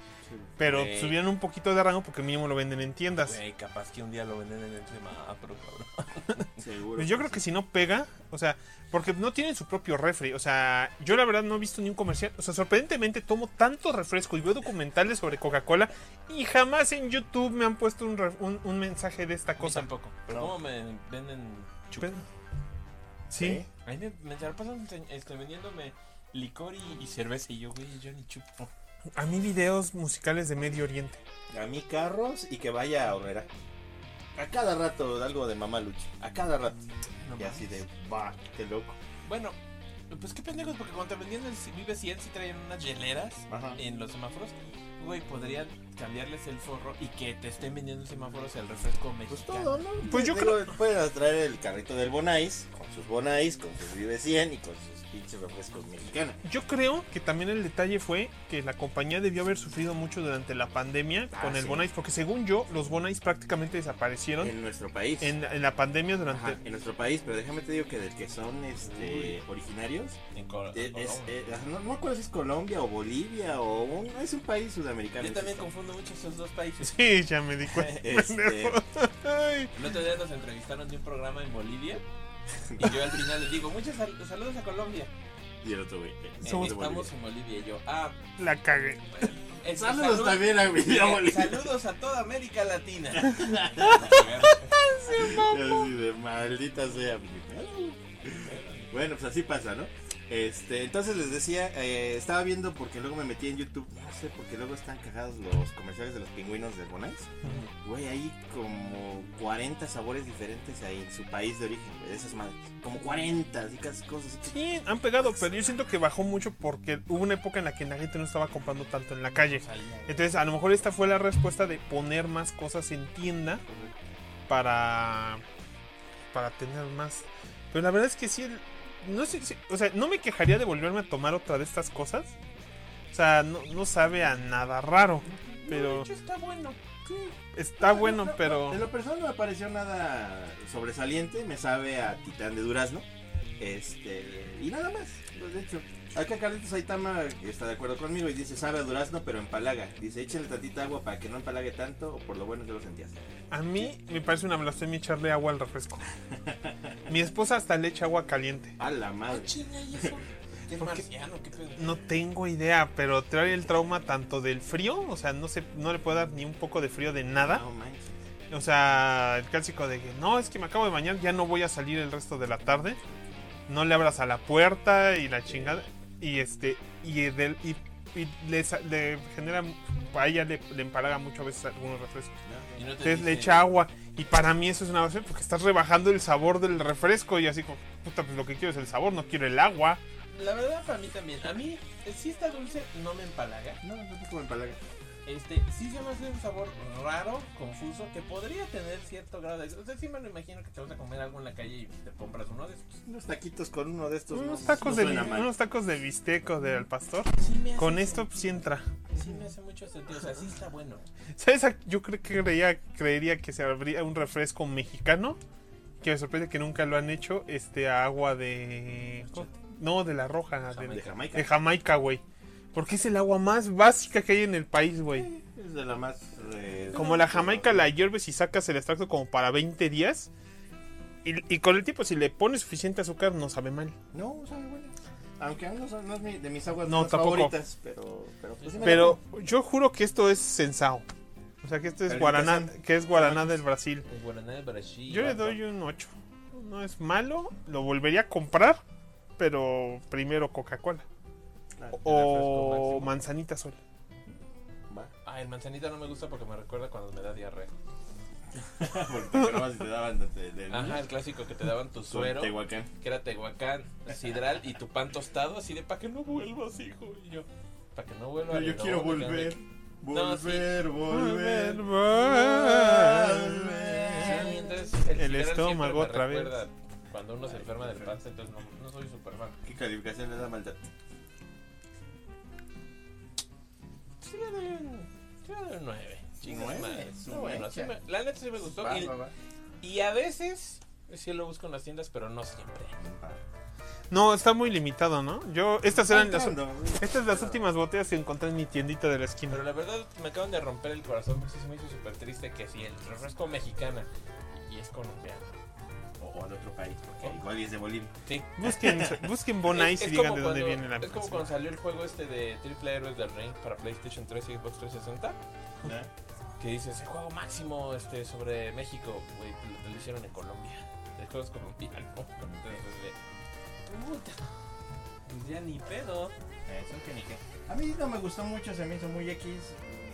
Pero
Güey.
subieron un poquito de rango porque mínimo lo venden en tiendas.
Güey, capaz que un día lo venden en el semáforo, cabrón.
Seguro.
Pues yo creo que si no pega, o sea, porque no tienen su propio refri. O sea, yo la verdad no he visto ni un comercial. O sea, sorprendentemente tomo tanto refresco y veo documentales sobre Coca-Cola y jamás en YouTube me han puesto un, ref- un- un mensaje de esta
A mí
cosa.
tampoco.
No.
¿Cómo me venden chup?
Pero- Sí.
Ahí me, me la pasan ense- este, vendiéndome licor y, y cerveza. Y yo, güey, yo ni chupo.
A mí videos musicales de Medio Oriente.
A mí carros y que vaya a horrera. A cada rato algo de mamá lucha. A cada rato.
No
Y
mames.
así de, va, qué loco.
Bueno, pues qué pendejos, porque cuando te vendían el C- Vive 100, si traían unas hieleras
Ajá.
en los semáforos. Güey, podrían cambiarles el forro y que te estén vendiendo en semáforos el refresco
Pues
mexicano.
todo, ¿no?
Pues yo
creo. Pueden traer el carrito del Bonais, con sus Bonais, con sus Vive 100 y con sus pinches refrescos mexicanos.
Yo creo que también el detalle fue que la compañía debió haber sufrido mucho durante la pandemia
Ah,
con el
sí.
Bonais, porque según yo, los Bonais prácticamente desaparecieron en,
En nuestro país.
en la pandemia durante...
Ajá, en nuestro país, pero déjame te digo que del que son este, originarios,
En Cor- Ah,
eh,
Colombia.
es, eh, no, no me acuerdo si es Colombia o Bolivia o un- es un país sudamericano.
Yo también
es esto.
confundo mucho esos dos países.
Sí, ya me di cuenta.
Este-
pendejo. Ay.
El otro día nos entrevistaron de un programa en Bolivia. Y yo al final les digo, muchos sal- saludos a Colombia.
Y el otro, güey. eh,
Eh,
Somos
de
estamos
Bolivia.
en Bolivia y yo, ah,
La cagué.
bueno, el-
Saludos
salud- eh,
también a mi abuelito.
Saludos a toda América Latina.
Yo así de maldita sea mi madre". Bueno, pues así pasa, ¿no? Este, entonces les decía, eh, estaba viendo porque luego me metí en YouTube, no sé, porque luego están cagados los comerciales de los pingüinos de Bonais. Güey, hay como 40 sabores diferentes ahí en su país de origen, güey, de esas madres. Como 40, así casi cosas así.
Sí, han pegado, pero yo siento que bajó mucho porque hubo una época en la que la gente no estaba comprando tanto en la calle. Entonces, a lo mejor esta fue la respuesta de poner más cosas en tienda para para tener más. Pero la verdad es que sí, el- no sé, si- o sea, no me quejaría de volverme a tomar otra de estas cosas. O sea, no, no sabe a nada raro. Pero-
No, de hecho está bueno.
Está bueno, pero
En lo personal no me pareció nada sobresaliente, me sabe a Titán de Durazno. Este, y nada más, pues de hecho. Acá Carlitos Saitama está de acuerdo conmigo y dice, sabe a Durazno, pero empalaga. Dice, échale tantita agua para que no empalague tanto, o por lo bueno que lo sentías.
a mí me parece una blasfemia echarle agua al refresco. Mi esposa hasta le echa agua caliente.
A la
Ah,
madre.
chinga, ¿y eso? ¿Qué
¿Por qué?
marciano? ¿Qué pedo?
No tengo idea, pero trae el trauma tanto del frío, o sea, no se, no le puedo dar ni un poco de frío de nada.
No manches.
O sea, el clásico de que no, es que me acabo de bañar, ya no voy a salir el resto de la tarde. No le abras a la puerta y la chingada. Y este, y, del- y, y le, sa- le genera, a ella le, le empalaga mucho a veces algunos refrescos.
Y no te
Entonces le
dice-
echa agua. Y para mí eso es una base porque estás rebajando el sabor del refresco. Y así como, puta, pues lo que quiero es el sabor, no quiero el agua.
La verdad, para mí también. A mí, eh, sí está dulce, no me empalaga.
No, no tampoco me empalaga.
Este, sí se me hace un sabor raro, confuso, que podría tener cierto grado de... O sea, sí me lo imagino que te vas a comer algo en la calle y te compras uno de estos.
Unos taquitos con uno de estos.
Unos
no-
tacos,
no
de,
suena mal.
unos tacos de bisteco del pastor.
Sí me hace
Con
sen-
esto pues, sí entra.
Sí me hace mucho sentido, o sea, sí está bueno.
¿Sabes? a- Yo creo que creía, creería que se abría un refresco mexicano. Que me sorprende que nunca lo han hecho. Este a agua de. No, de la roja. De,
De
Jamaica.
Jamaica.
de Jamaica, güey. Porque es el agua más básica que hay en el país, güey.
Es de la más... eh,
Como la Jamaica la hierves y sacas el extracto como para 20 días. Y, y con el tipo, si le pones suficiente azúcar, no sabe mal.
No, sabe bueno. Aunque no, son- no es mi- de mis aguas
No,
más
tampoco.
favoritas, pero... Pero, pues sí me la
Pero yo juro que esto es sensao. O sea, que esto es
Pero
guaraná,
entonces-
que es guaraná del Brasil.
El guaraná de Brasil.
Yo le doy un 8. No es malo, lo volvería a comprar, pero primero Coca-Cola
como.
o
Ah, máximo.
manzanita sola.
Va.
Ah, el manzanita no me gusta porque me recuerda cuando me da diarrea.
Porque te acuerdas y te daban de, de, de-
Ajá, el clásico que te daban tu
con
suero, que
Tehuacán.
era Tehuacán, Sidral y tu pan tostado, así de, pa' que no vuelvas, hijo? Y yo, pa' que no vuelva.
Yo
y no, que no-
quiero volver.
No, sí.
Volver, volver.
Sí, a mí entonces
El
sidral siempre
estómago
me
otra
recuerda Cuando uno se enferma del panza, entonces no, no soy super fan.
¿Qué calificación le da maldad?
Sí, le doy un, sí, le doy un 9. Chingas
Nueve,
madre.
es
Está
un
bueno,
buen
sí
chat.
me- la neta sí me gustó.
Va,
y,
va, va.
y a veces sí lo busco en las tiendas, pero no siempre.
Va.
No, está muy limitado, ¿no? Yo estas eran las
Entrando, güey.
estas las últimas botellas que encontré en mi tiendita de la esquina.
Pero la verdad me acaban de romper el corazón porque sí se me hizo súper triste que si el refresco mexicana y es colombiano.
O, o de otro país, porque igual y es de Bolivia.
Sí.
Busquen busquen Bon
Es-
Ice y
es
digan
como
de dónde
cuando-
viene la
Es como
persona.
cuando salió el juego este de Triple Heroes del Ring para PlayStation 3 y Xbox 360.
¿no?
que dice ese juego máximo este sobre México, güey, pues, lo, lo hicieron en Colombia. El juego es colombiano. Entonces, de- puta. Pues ya ni pedo.
Eso que ni qué. A mí no me gustó mucho, se me hizo muy X.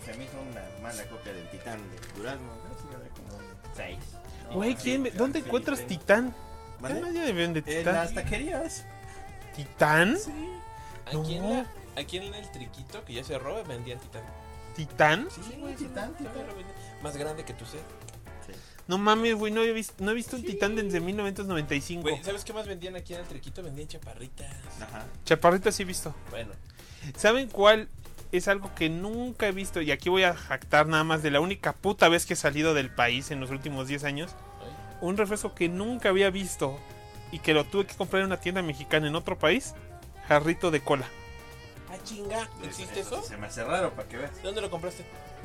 Se me hizo una mala copia del Titán de Durazno. ¿no? Sí, le doy como un seis. No,
Güey,
así,
¿quién ve-
sí,
¿dónde
sí,
encuentras
sí.
Titán? ¿Qué
¿Mande?
nadie vende
En las
Titán?
taquerías.
¿Titán?
Sí.
Aquí,
No.
en la- aquí en el triquito que ya cerró vendían titán.
¿Titán?
Sí, güey, Titán,
todavía
Titán.
lo vendían. Más grande que tu set.
No mames, güey, no he visto, no he visto un titán desde 1995.
Güey, ¿sabes qué más vendían aquí en el triquito? Vendían chaparritas.
Ajá.
Chaparrita sí he visto.
Bueno,
¿Saben cuál es algo que nunca he visto? Y aquí voy a jactar nada más de la única puta vez que he salido del país en los últimos 10 años.
¿eh?
Un refresco que nunca había visto y que lo tuve que comprar en una tienda mexicana en otro país. Jarrito de cola.
ah, chinga, ¿existe eso?
sí Se me hace raro para que veas.
¿Dónde lo compraste?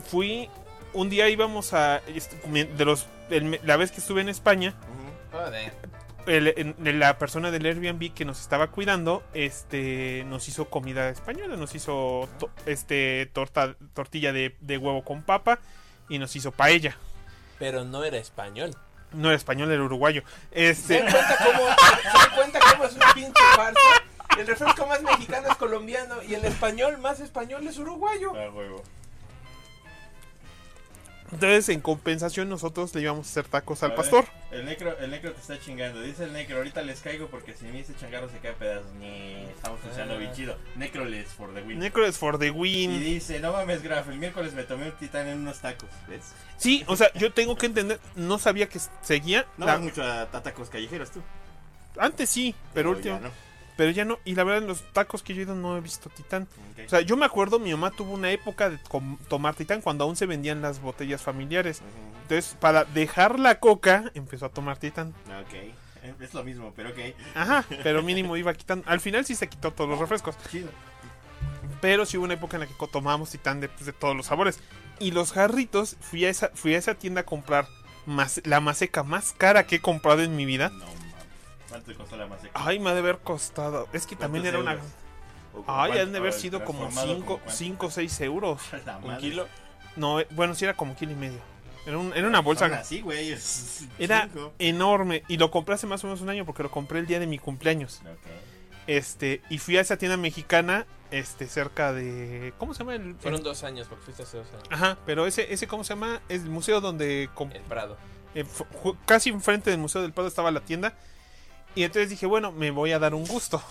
Fui un día íbamos a de los el- la vez que estuve en España
Ujú.
Joder.
el- en- la persona del Airbnb que nos estaba cuidando, este, nos hizo comida española, nos hizo to- este torta, tortilla de, de huevo con papa y nos hizo paella.
Pero no era español.
No era español, era uruguayo.
¿Se
Este,
dan cuenta cómo, se dan cuenta cómo es un pinche farsa? El refresco más mexicano es colombiano y el español más español es uruguayo.
Ah, huevo.
entonces, en compensación, nosotros le íbamos a hacer tacos
A
al
ver,
pastor.
El necro, el necro te está chingando. Dice el necro, ahorita les caigo porque si me hice changarro se cae a pedazos. Ni estamos
Ah.
funcionando bien chido. Necroles for the win.
Necro for the
y
win.
dice, no mames, Graf, el miércoles me tomé un titán en unos tacos. ¿Ves?
Sí, o sea, yo tengo que entender, no sabía que seguía.
No
la-
vas mucho a, a tacos callejeros tú.
antes sí, pero, último,
ya no.
pero ya no. Y la verdad, en los tacos que yo he ido no he visto titán.
Ok.
O sea, yo me acuerdo, mi mamá tuvo una época de com- tomar titán cuando aún se vendían las botellas familiares.
Ujú.
Entonces, para dejar la coca, empezó a tomar titán.
Ok. Eh, Es lo mismo, pero ok.
Ajá, pero mínimo iba quitando. Al final sí se quitó todos los refrescos.
Chido.
Pero sí hubo una época en la que co- tomábamos titán de, pues, de todos los sabores. Y los jarritos, fui a esa, fui a esa tienda a comprar mas- la maseca más cara que he comprado en mi vida.
No mames. ¿Cuánto te costó la maseca?
Ay, me ha de haber costado. Es que también era
¿Cuántos
una.
euros? ¿O con
Ay,
cuánto?
han de haber
O
sido como
transformado,
5
¿como
o 6 euros.
cuánto? Pues La
Un
madre.
kilo.
No, eh, bueno, sí era como kilo y medio. Era, un- era una bolsa.
Son así, güey. es un
Era
chingo.
enorme. Y lo compré hace más o menos un año porque lo compré el día de mi cumpleaños.
Ok.
Este, y fui a esa tienda mexicana, este, cerca de. ¿Cómo se llama el.? Este,
Fueron dos años, porque fuiste hace dos años.
Ajá, pero ese, ese, ¿cómo se llama? Es el museo donde. com-
El Prado.
eh, fu- ju- casi enfrente del Museo del Prado estaba la tienda. Y entonces dije, bueno, me voy a dar un gusto.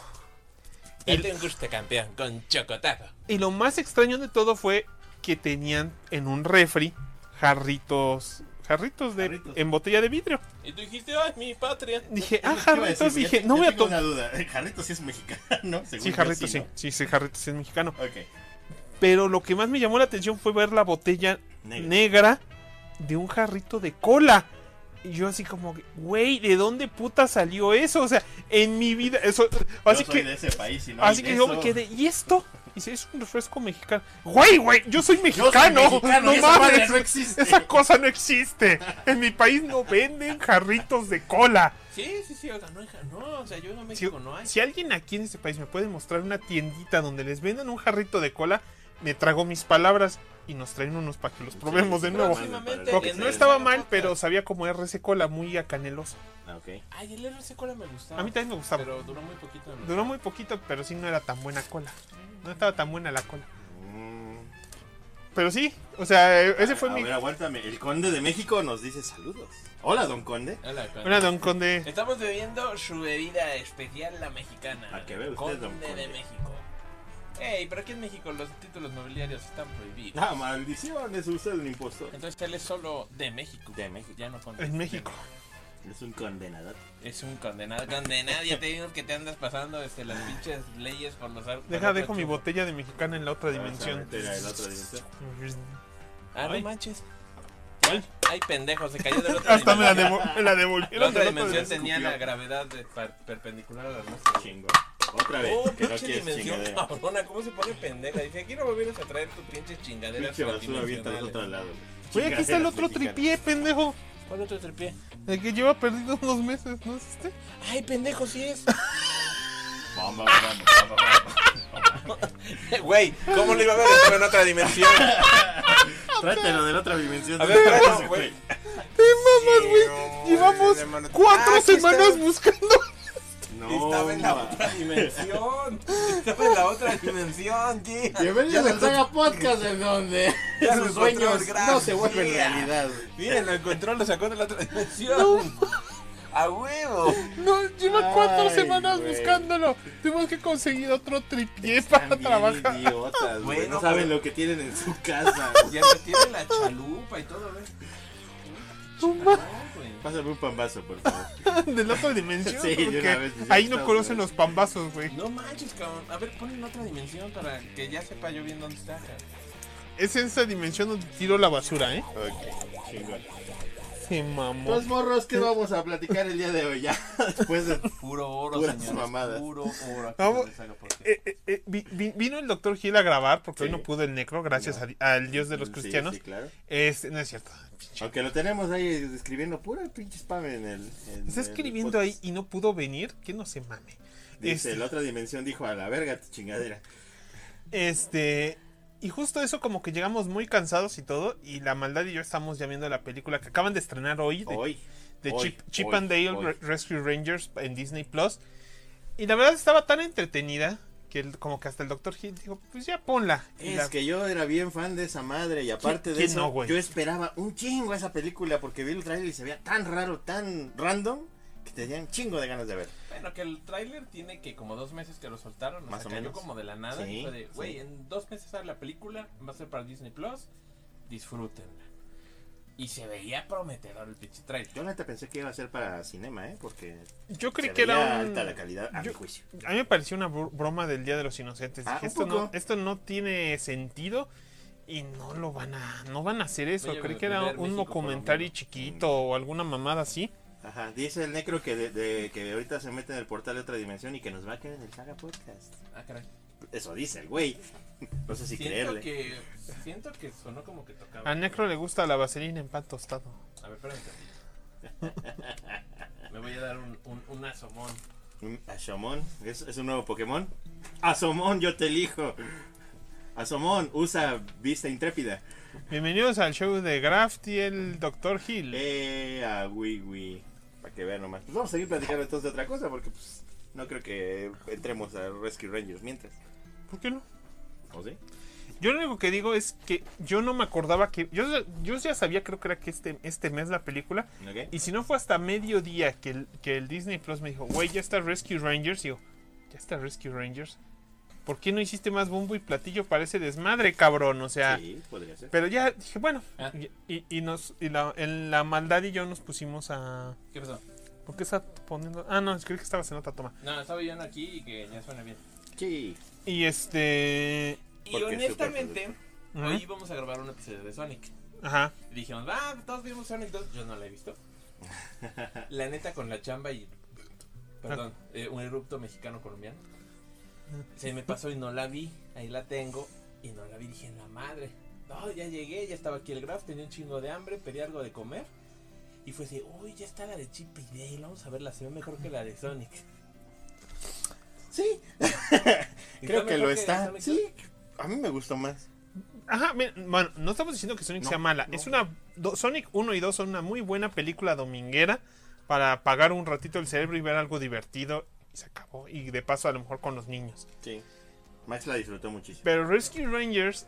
Y-
Date un gusto, campeón, con chocotazo.
Y lo más extraño de todo fue que tenían en un refri jarritos. Jarritos de.
Jarritos.
en botella de vidrio.
Y tú dijiste, ay, mi patria.
Dije,
Es
ah,
lo que iba a decir,
jarritos.
güey,
Dije,
yo-
no
yo
voy a
tengo
tomar.
una duda. El jarrito sí es mexicano, según
Sí,
yo,
jarrito, sí.
¿no?
Sí, sí, jarrito, sí es mexicano.
Ok.
Pero lo que más me llamó la atención fue ver la botella
Negro.
negra de un jarrito de cola. Y yo así como, que, güey, ¿de dónde puta salió eso? O sea, en mi vida, eso, así
yo soy
que,
de ese país y no
así
hay
que
de
yo
eso.
me quedé, ¿y esto? Y dice, es un refresco mexicano. Güey, güey, yo soy
Yo soy
mexicano.
mexicano,
no
y esa madre
mames,
no existe.
esa cosa no existe. En mi país no venden jarritos de cola.
Sí, sí, sí, oiga, no, hija, no, o sea, yo en
Si,
México no hay.
si alguien aquí en este país me puede mostrar una tiendita donde les vendan un jarrito de cola, me trago mis palabras y nos traen unos para que los probemos de
sí,
nuevo.
sí,
Próximamente,
Porque
en
no
el
estaba
nuevo
mal,
podcast.
pero sabía como RC Cola, muy acaneloso.
Ah, ok.
Ay, el RC Cola me gustaba.
A mí también me gustaba.
Pero duró muy poquito. ¿no?
Duró muy poquito, pero sí no era tan buena cola.
Mm.
No estaba tan buena la cola.
Mm.
Pero sí, o sea, eh, ese fue
a
mi...
ver, aguántame. El conde de México nos dice saludos. Hola, don conde.
Hola, Juan.
Hola, Don Conde.
Estamos bebiendo su bebida especial, la mexicana.
Ah,
A que vea usted,
Conde
don Conde.
de México. Ey, pero aquí en México los títulos nobiliarios están prohibidos.
Ah, maldición, es usted un impostor.
Entonces él es solo de México.
De México.
Ya no conde.
Ah. En México.
Es un condenador.
Es un condenado. Condenado, ya te digo que te andas pasando este, las pinches leyes por los ar- por
Deja,
los
dejo mi
archivos.
botella de mexicana en la otra dimensión.
Exactamente, era el otro dimensión.
Ah, no
Ay.
manches.
¿Cuál?
Ay, pendejo, se cayó de la otra
Hasta me la,
dimensión.
devo- me la devolvieron.
La otra
de la otra
dimensión
dimensión.
tenía
escupió.
la gravedad de par- perpendicular a la nuestra.
Chingo. Otra vez,
Oh,
que no
pinche
quieres
dimensión
chingadera.
cabrona, ¿cómo se pone pendeja? Dice, aquí no me vienes a traer tu pinche chingadera.
Pinche basura abierta del otro lado.
Oye, aquí está el otro tripié, pendejo.
¿Cuál otro tripié?
El que lleva perdido unos meses, ¿no es este?
Ay, pendejo, sí es.
Bomba, bomba, bomba, bomba.
Güey, ¿cómo lo iba a ver Estuvo en otra dimensión?
Trátelo de la otra dimensión.
A ver, tráelo,
Sí,
güey.
¡Te mamas, güey!
no,
Llevamos
hermano.
cuatro
Ah, aquí
semanas
estaba.
buscando.
No,
Estaba en la
ma.
otra dimensión. Estaba en la otra dimensión, tío.
Bienvenidos al Saga Podcast, en donde
Ya
sus
nos
sueños
encontramos,
no se vuelven
gracias.
realidad.
Miren, lo encontró, lo sacó de la otra dimensión. A huevo.
No, lleva cuatro
Ay,
semanas
güey.
buscándolo. Tuvimos que conseguir otro tripié para
También
trabajar.
idiotas, güey.
Bueno,
No saben
pero-
lo que tienen en su casa.
Y hasta tiene la chalupa y todo, ¿ves?
No
No,
mames,
güey.
Pásame un pambazo, por favor.
De la otra dimensión.
Sí, de una
porque
vez, sí,
ahí
está,
no conocen
güey.
los pambazos, güey.
No manches, cabrón. A ver, ponle en otra dimensión para que ya sepa yo bien dónde está. cabrón.
Es en esa dimensión donde tiro la basura, ¿eh?
Ok, chingón.
Se mamó.
Los morros, ¿qué vamos a platicar el día de hoy ya? Después de...
Puro oro,
Puras
señores.
mamadas.
Puro oro. Aquí
Vamos,
les haga por qué.
Eh, eh, eh, vi- vi- vino el doctor Gil a grabar porque
Sí.
hoy no pudo el necro, gracias a di- al dios de los
Sí,
cristianos.
sí, claro.
Este, no es cierto.
Aunque lo tenemos ahí escribiendo pura pinche spam en el... en
Está
el
escribiendo ahí
podcast.
y no pudo venir, que no se mame.
Dice,
Este-
la otra dimensión dijo, a la verga tu chingadera.
Este. Y justo eso, como que llegamos muy cansados y todo. Y la maldad y yo estamos ya viendo la película que acaban de estrenar hoy. De,
Hoy.
de
hoy,
Chip, Chip
hoy,
and Dale
hoy.
Re- Rescue Rangers en Disney Plus. Y la verdad estaba tan entretenida que el- como que hasta el Dr. Hill dijo: Pues ya ponla. Y
Es
la-
que yo era bien fan de esa madre y aparte de
quién
eso,
no, güey?
yo esperaba un chingo esa película porque vi el trailer y se veía tan raro, tan random, que te un chingo de ganas de ver.
Bueno, que el tráiler tiene que como dos meses que lo soltaron.
Más
o
o
sea, cayó
menos.
como de la nada.
Sí,
y fue de,
sí.
güey, en dos meses sale la película. Va a ser para Disney Plus. Disfrútenla. Y se veía prometedor el pinche tráiler.
Yo neta pensé que iba a ser para cinema, ¿eh? Porque
yo creí
se
que
veía
era un-
alta la calidad a
yo-
mi juicio.
A mí me pareció una br- broma del Día de los Inocentes.
Ah,
Dije,
un
esto no,
poco.
esto no tiene sentido y no lo van a, no van a hacer eso.
Oye,
Creí
güey,
que era
ver
un
México
documentario
colombiano.
chiquito o alguna mamada así.
Ajá, dice el necro que, de, de- que ahorita se mete en el portal de otra dimensión y que nos va a caer en el Saga Podcast.
Ah, caray.
Eso dice el güey. No sé si
siento
creerle.
que, siento que sonó como que tocaba.
A Ah, Necro le gusta la vaselina en pan tostado.
A ver, espérame. tantito. Me voy a dar un, un, un asomón.
Un Asomón, ¿es, es un nuevo Pokémon? Asomón, yo te elijo. Asomón, usa vista intrépida.
Bienvenidos al show de Graft y el Dr. Hill.
Eh, a Wii Wii. Para que vean nomás. Pues vamos a seguir platicando entonces de otra cosa porque pues no creo que entremos a Rescue Rangers mientras.
¿Por qué no?
¿O sí?
Yo lo único que digo es que yo no me acordaba que. Yo, yo ya sabía, creo que era que este, este mes la película.
¿Ok?
Y si no fue hasta mediodía que el, que el Disney Plus me dijo, güey, ya está Rescue Rangers. Y yo, ya está Rescue Rangers. ¿Por qué no hiciste más bombo y platillo para ese desmadre, cabrón? O sea,
Sí, podría ser.
pero ya dije, bueno.
Ah.
Y, y- y nos, y la, en la maldad y yo nos pusimos a.
¿Qué pasó?
¿Por qué está poniendo.? Ah, no, creí que estabas en otra toma.
No, estaba yo aquí y que ya suena bien.
Sí.
Y este.
Y
Porque es
honestamente,
Ujú.
hoy íbamos a grabar un episodio de Sonic.
Ajá.
Y dijimos, ah, todos vimos Sonic 2. Yo no la he visto. La neta con la chamba y. Perdón, eh, un erupto mexicano-colombiano. Se me pasó y no la vi. Ahí la tengo. Y no la vi. Dije, en la madre. No, ya llegué, ya estaba aquí el graf. Tenía un chingo de hambre. Pedí algo de comer. Y fue así, uy, ya está la de Chip y Dale. Vamos a verla. Se ve mejor que la de Sonic.
Sí,
¿Y
creo
está
que
mejor
lo
la de
está.
Sonic
Sí, a mí me gustó más.
Ajá, mira, bueno, no estamos diciendo que Sonic
No,
sea mala.
no.
Es una. do- Sonic 1 y 2 son una muy buena película dominguera para apagar un ratito el cerebro y ver algo divertido. Y se acabó. Y de paso, a lo mejor con los niños.
Sí. Max la disfrutó muchísimo.
Pero Rescue Rangers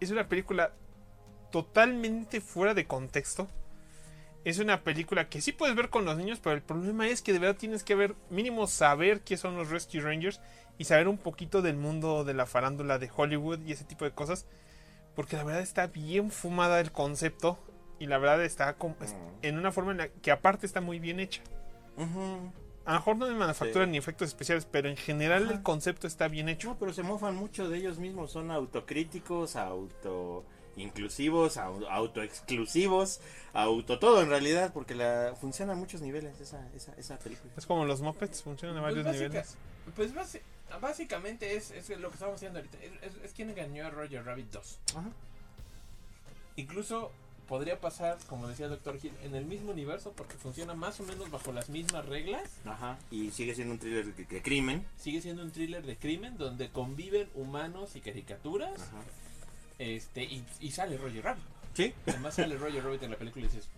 es una película totalmente fuera de contexto. Es una película que sí puedes ver con los niños, pero el problema es que de verdad tienes que ver, mínimo saber qué son los Rescue Rangers y saber un poquito del mundo de la farándula de Hollywood y ese tipo de cosas. Porque la verdad está bien fumada el concepto y la verdad está como- es-
Mm.
en una forma en la que aparte está muy bien hecha.
Ujú.
A lo mejor no de manufactura
Sí.
ni efectos especiales, pero en general
Ajá.
el concepto está bien hecho.
No, pero se mofan mucho de ellos mismos. Son autocríticos, auto inclusivos, au- autoexclusivos, auto todo en realidad, porque la funciona a muchos niveles esa, esa, esa película.
Es como los mopeds, funcionan a
Pues
varios
básica-
niveles.
Pues basi- básicamente es, es lo que estamos haciendo ahorita. Es, es- es quien engañó a Roger Rabbit 2.
Ajá.
Incluso podría pasar, como decía el Dr. Hill, en el mismo universo porque funciona más o menos bajo las mismas reglas.
Ajá. Y sigue siendo un thriller de, de crimen.
Sigue siendo un thriller de crimen donde conviven humanos y caricaturas.
Ajá.
Este, y, y sale Roger Rabbit.
Sí.
Además sale Roger Rabbit en la película y dices,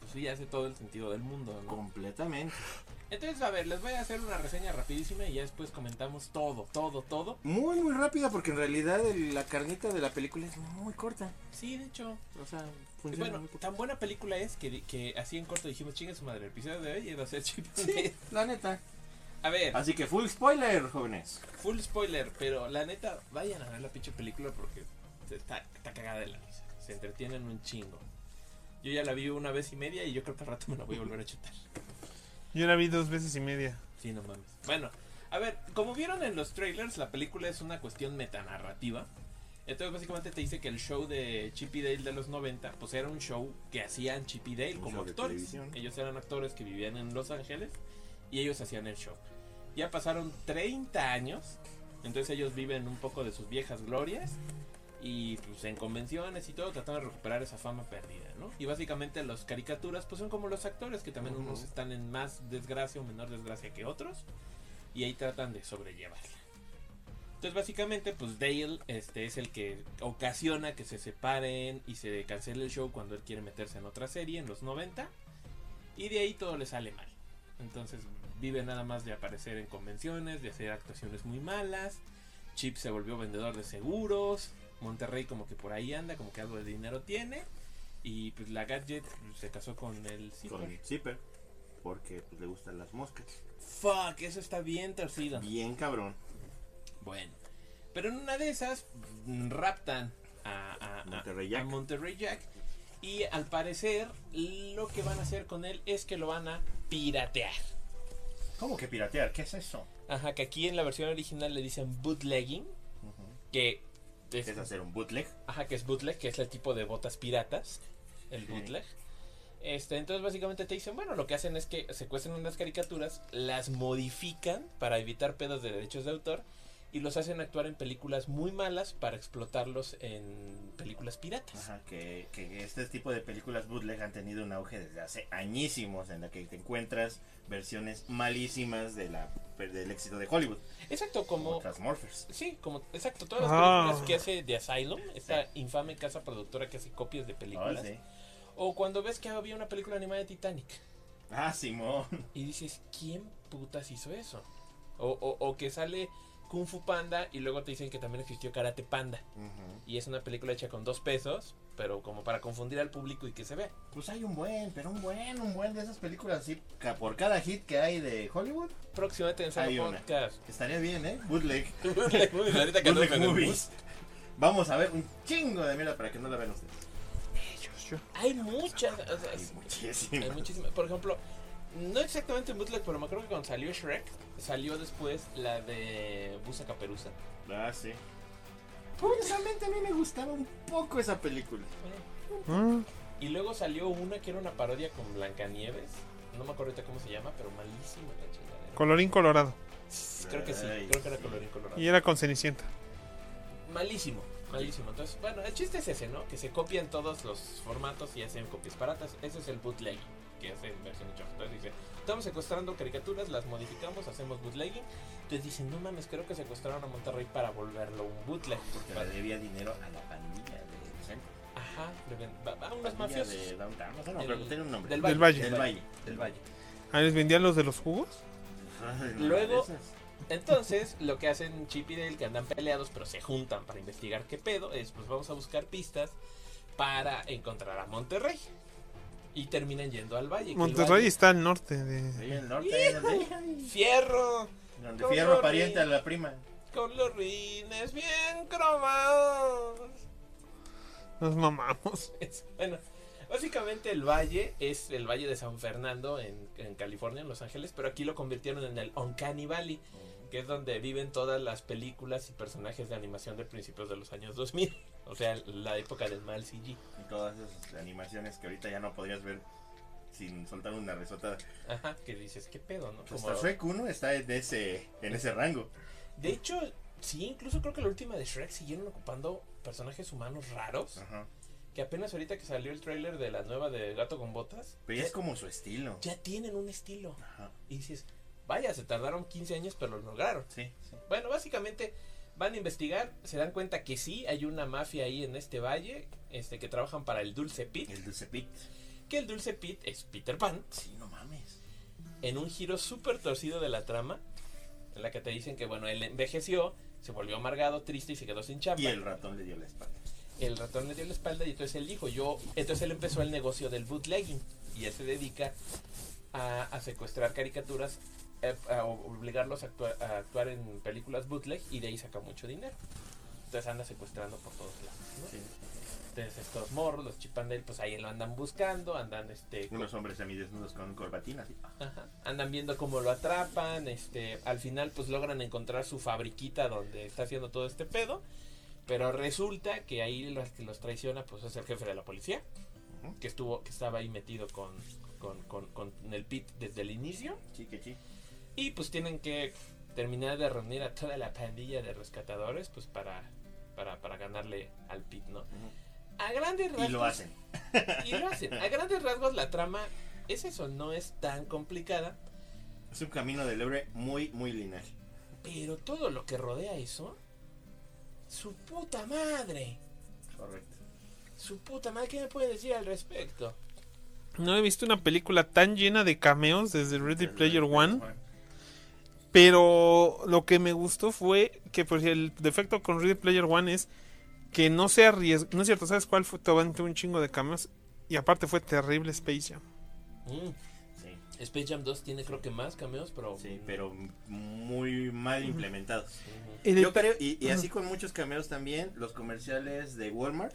pues sí, hace todo el sentido del mundo, ¿no?
Completamente.
Entonces, a ver, les voy a hacer una reseña rapidísima y ya después comentamos todo, todo, todo.
Muy, muy rápida, porque en realidad el- la carnita de la película es muy corta.
Sí, de hecho,
O sea,
Y
funciona
bueno,
pues, muy poco.
tan buena película es que, que así en corto dijimos, chinga su madre, el episodio de hoy es hacer chip.
Sí, Ah. la neta.
A ver,
Así que full spoiler, jóvenes.
full spoiler, pero la neta, vayan a ver la pinche película porque se está, está cagada de la risa. Se entretienen un chingo. Yo ya la vi una vez y media y yo creo que al rato me la voy a volver a chutar.
Yo la vi dos veces y media.
Sí, no mames. Bueno, a ver, como vieron en los trailers, la película es una cuestión metanarrativa Entonces básicamente te dice que el show de Chip y Dale de los 90, pues era un show que hacían Chip y Dale
Un
como
show de
actores.
televisión.
Ellos eran actores que vivían en Los Ángeles y ellos hacían el show. Ya pasaron 30 años, entonces ellos viven un poco de sus viejas glorias y pues en convenciones y todo tratan de recuperar esa fama perdida, ¿no? Y básicamente las caricaturas pues son como los actores que también
Ujú.
unos están en más desgracia o menor desgracia que otros y ahí tratan de sobrellevarla. Entonces básicamente pues Dale este, es el que ocasiona que se separen y se cancele el show cuando él quiere meterse en otra serie en los 90 y de ahí todo le sale mal. Entonces vive nada más de aparecer en convenciones, de hacer actuaciones muy malas. Chip se volvió vendedor de seguros. Monterrey como que por ahí anda, como que algo de dinero tiene. Y pues la Gadget se casó con el Zipper.
Con zipper. Porque pues, le gustan las moscas.
Fuck, eso está bien torcido.
Bien cabrón.
Bueno. Pero en una de esas mm, raptan a, a- a-
Monterrey Jack.
a Monterrey Jack. Y al parecer lo que van a hacer con él es que lo van a piratear.
¿Cómo que piratear? ¿Qué es eso?
Ajá, que aquí en la versión original le dicen bootlegging,
Ujú.
que es,
Es hacer un bootleg.
ajá, que es bootleg, que es el tipo de botas piratas, el
Sí.
bootleg. Este, entonces básicamente te dicen, bueno, lo que hacen es que secuestran unas caricaturas, las modifican para evitar pedos de derechos de autor y los hacen actuar en películas muy malas para explotarlos en películas piratas.
Ajá, que, que este tipo de películas bootleg han tenido un auge desde hace añísimos en la que te encuentras versiones malísimas de la, del éxito de Hollywood,
Exacto,
como
como
Transmorphers.
Sí, como exacto, todas las
Ah.
películas que hace de Asylum, esta infame casa productora que hace copias de
Ah,
películas.
sí.
O cuando ves que había una película animada de Titanic
Ah, Simón.
y dices, ¿quién putas hizo eso? O, o- o que sale Kung Fu Panda y luego te dicen que también existió Karate Panda. Y es una película hecha con dos pesos, pero como para confundir al público y que se vea.
Pues hay un buen, pero un buen, un buen de esas películas así. ca- Por cada hit que hay de Hollywood,
Próximamente en
Hay
Sano
una.
Podcast.
estaría bien, ¿eh? Bootleg.
Ahorita que
Bootleg
andamos en el
movies. Vamos a ver un chingo de mierda para que no la vean ustedes.
bus. Hay muchas. o sea,
Hay
es- Hay
muchísimas.
muchísimas. Por ejemplo, no exactamente en bootleg, pero me acuerdo que cuando salió Shrek, salió después la de Busa Caperuza.
Ah, sí. Curiosamente a mí me gustaba un poco esa película.
Ah,
Y luego salió una que era una parodia con Blancanieves. No me acuerdo ahorita cómo se llama, pero malísima la chingadera.
Colorín colorado.
Creo que sí,
Ay,
creo que era
sí.
colorín colorado.
Y era con Cenicienta.
Malísimo, malísimo. Entonces, bueno, el chiste es ese, ¿no? Que se copian todos los formatos y hacen copias baratas. Ese es el bootlegging que hacen versión hecha. Entonces dice, estamos secuestrando caricaturas, las modificamos, hacemos bootlegging. Entonces dicen, no mames, creo que secuestraron a Monterrey para volverlo un bootleg.
Porque le debía dinero a la pandilla de Centro.
Ajá, le ven- va- va a unos
Pandilla
mafiosos.
de Downtown. No sé, no,
del-
pero tiene un nombre.
Del
Del
valle.
Del Valle.
Del Valle.
Ah, ¿les vendían los de los jugos?
Ajá, de
Luego-
esas.
Entonces, lo que hacen Chip y Dale, que andan peleados, pero se juntan para investigar qué pedo, es pues vamos a buscar pistas para encontrar a Monterrey. Y terminan yendo al valle. que el
Monterrey
valle-
está al norte de...
Ahí en el norte, ahí donde,
Fierro,
donde
Con
fierro
Rory.
pariente a la prima.
con los rines bien cromados.
Nos mamamos.
Es- bueno, básicamente el valle es el valle de San Fernando en, en California, en Los Ángeles, pero aquí lo convirtieron en el Uncanny Valley,
Mm,
que es donde viven todas las películas y personajes de animación de principios de los años 2000. O sea, la época del mal CG.
Y todas esas animaciones que ahorita ya no podrías ver sin soltar una risotada.
Ajá, que dices, ¿qué pedo, no?
Pues
Como-
hasta Shrek 1 está en ese, en ese rango.
de hecho, sí, incluso creo que la última de Shrek siguieron ocupando personajes humanos raros,
Ajá.
que apenas ahorita que salió el tráiler de la nueva de Gato con Botas,
Pero Pues ya es como su estilo.
ya tienen un estilo.
Ajá.
Y dices, vaya, se tardaron 15 años, pero lo lograron.
Sí, sí.
Bueno, básicamente van a investigar, se dan cuenta que sí, hay una mafia ahí en este valle, este que trabajan para el Dulce Pit,
El Dulce Pit.
que el Dulce Pit es Peter Pan,
Sí, no mames.
en un giro súper torcido de la trama, en la que te dicen que, bueno, él envejeció, se volvió amargado, triste y se quedó sin chamba.
Y el ratón le dio la espalda.
El ratón le dio la espalda y entonces él dijo, yo, entonces él empezó el negocio del bootlegging y él se dedica a, a secuestrar caricaturas, eh, a obligarlos a actuar, a actuar en películas bootleg y de ahí saca mucho dinero. Entonces anda secuestrando por todos lados. ¿no?
Sí.
Entonces estos morros, los chipandel, pues ahí lo andan buscando, andan este...
Unos hombres semidesnudos con corbatinas. y-
Ajá. Andan viendo cómo lo atrapan, este, al final pues logran encontrar su fabriquita donde está haciendo todo este pedo Pero resulta que ahí los que los traiciona pues es el jefe de la policía, que estuvo que estaba ahí metido con, con, con- con el pit desde el inicio.
Sí, que sí.
Y pues tienen que terminar de reunir a toda la pandilla de rescatadores pues para, para, para ganarle al pit, ¿no? A grandes rasgos.
Y lo hacen.
Y lo hacen. A grandes rasgos la trama es eso, no es tan complicada,
Es un camino del héroe muy, muy lineal.
pero todo lo que rodea eso, su puta madre.
Correcto.
Su puta madre, ¿qué me puede decir al respecto?
No he visto una película tan llena de cameos desde Ready Player One. Pero lo que me gustó fue que pues, el defecto con Ready Player One es que no se arriesgó. No es cierto, ¿sabes cuál fue? Tuvo un chingo de cameos. Y aparte fue terrible Space Jam.
Mm,
Sí,
Space Jam 2 tiene creo que más cameos, pero...
sí, pero muy mal implementados.
Ujú.
El
Yo creo, y, y así con muchos cameos también, los comerciales de Walmart,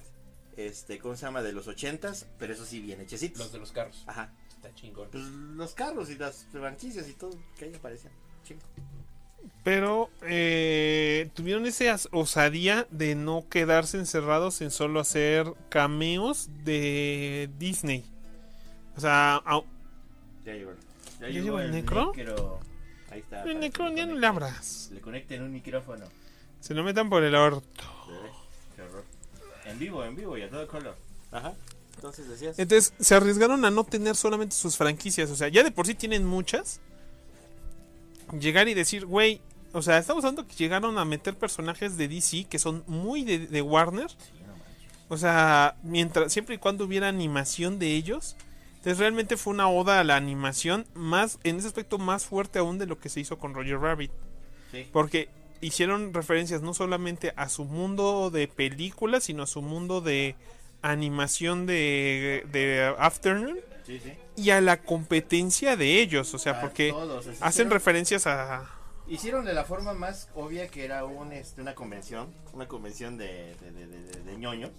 este, ¿cómo se llama? De los ochentas, pero eso sí, bien
Los
hechecitos.
de los carros.
Ajá.
Está chingón.
Pues los carros y las franquicias y todo que ahí aparecen. Chingo.
Pero eh, tuvieron esa as- osadía de no quedarse encerrados en solo hacer cameos de Disney. O sea, au-
Ya llegó.
¿Ya
¿Ya
llegó el necro?
necro. Ahí está.
el
para que
Necron
le
ya no
conecten-
le abras.
Le conecten un micrófono.
Se lo metan por el orto.
Ay, Qué horror. En vivo, en vivo y a todo color. Ajá. Entonces decías.
Entonces, se arriesgaron a no tener solamente sus franquicias. O sea, ya de por sí tienen muchas. Llegar y decir, güey, o sea, estamos hablando que llegaron a meter personajes de DC que son muy de, de Warner.
Sí, no manches.
O sea, mientras, siempre y cuando hubiera animación de ellos. Entonces realmente fue una oda a la animación más, en ese aspecto más fuerte aún de lo que se hizo con Roger Rabbit.
Sí.
Porque hicieron referencias no solamente a su mundo de películas, sino a su mundo de animación de, de Afternoon
Sí, sí.
y a la competencia de ellos. O sea,
A
porque
todos, o sea,
hacen
hicieron-
referencias a...
Hicieron de la forma más obvia que era un, este, una convención, una convención de, de, de, de- de- de ñoños,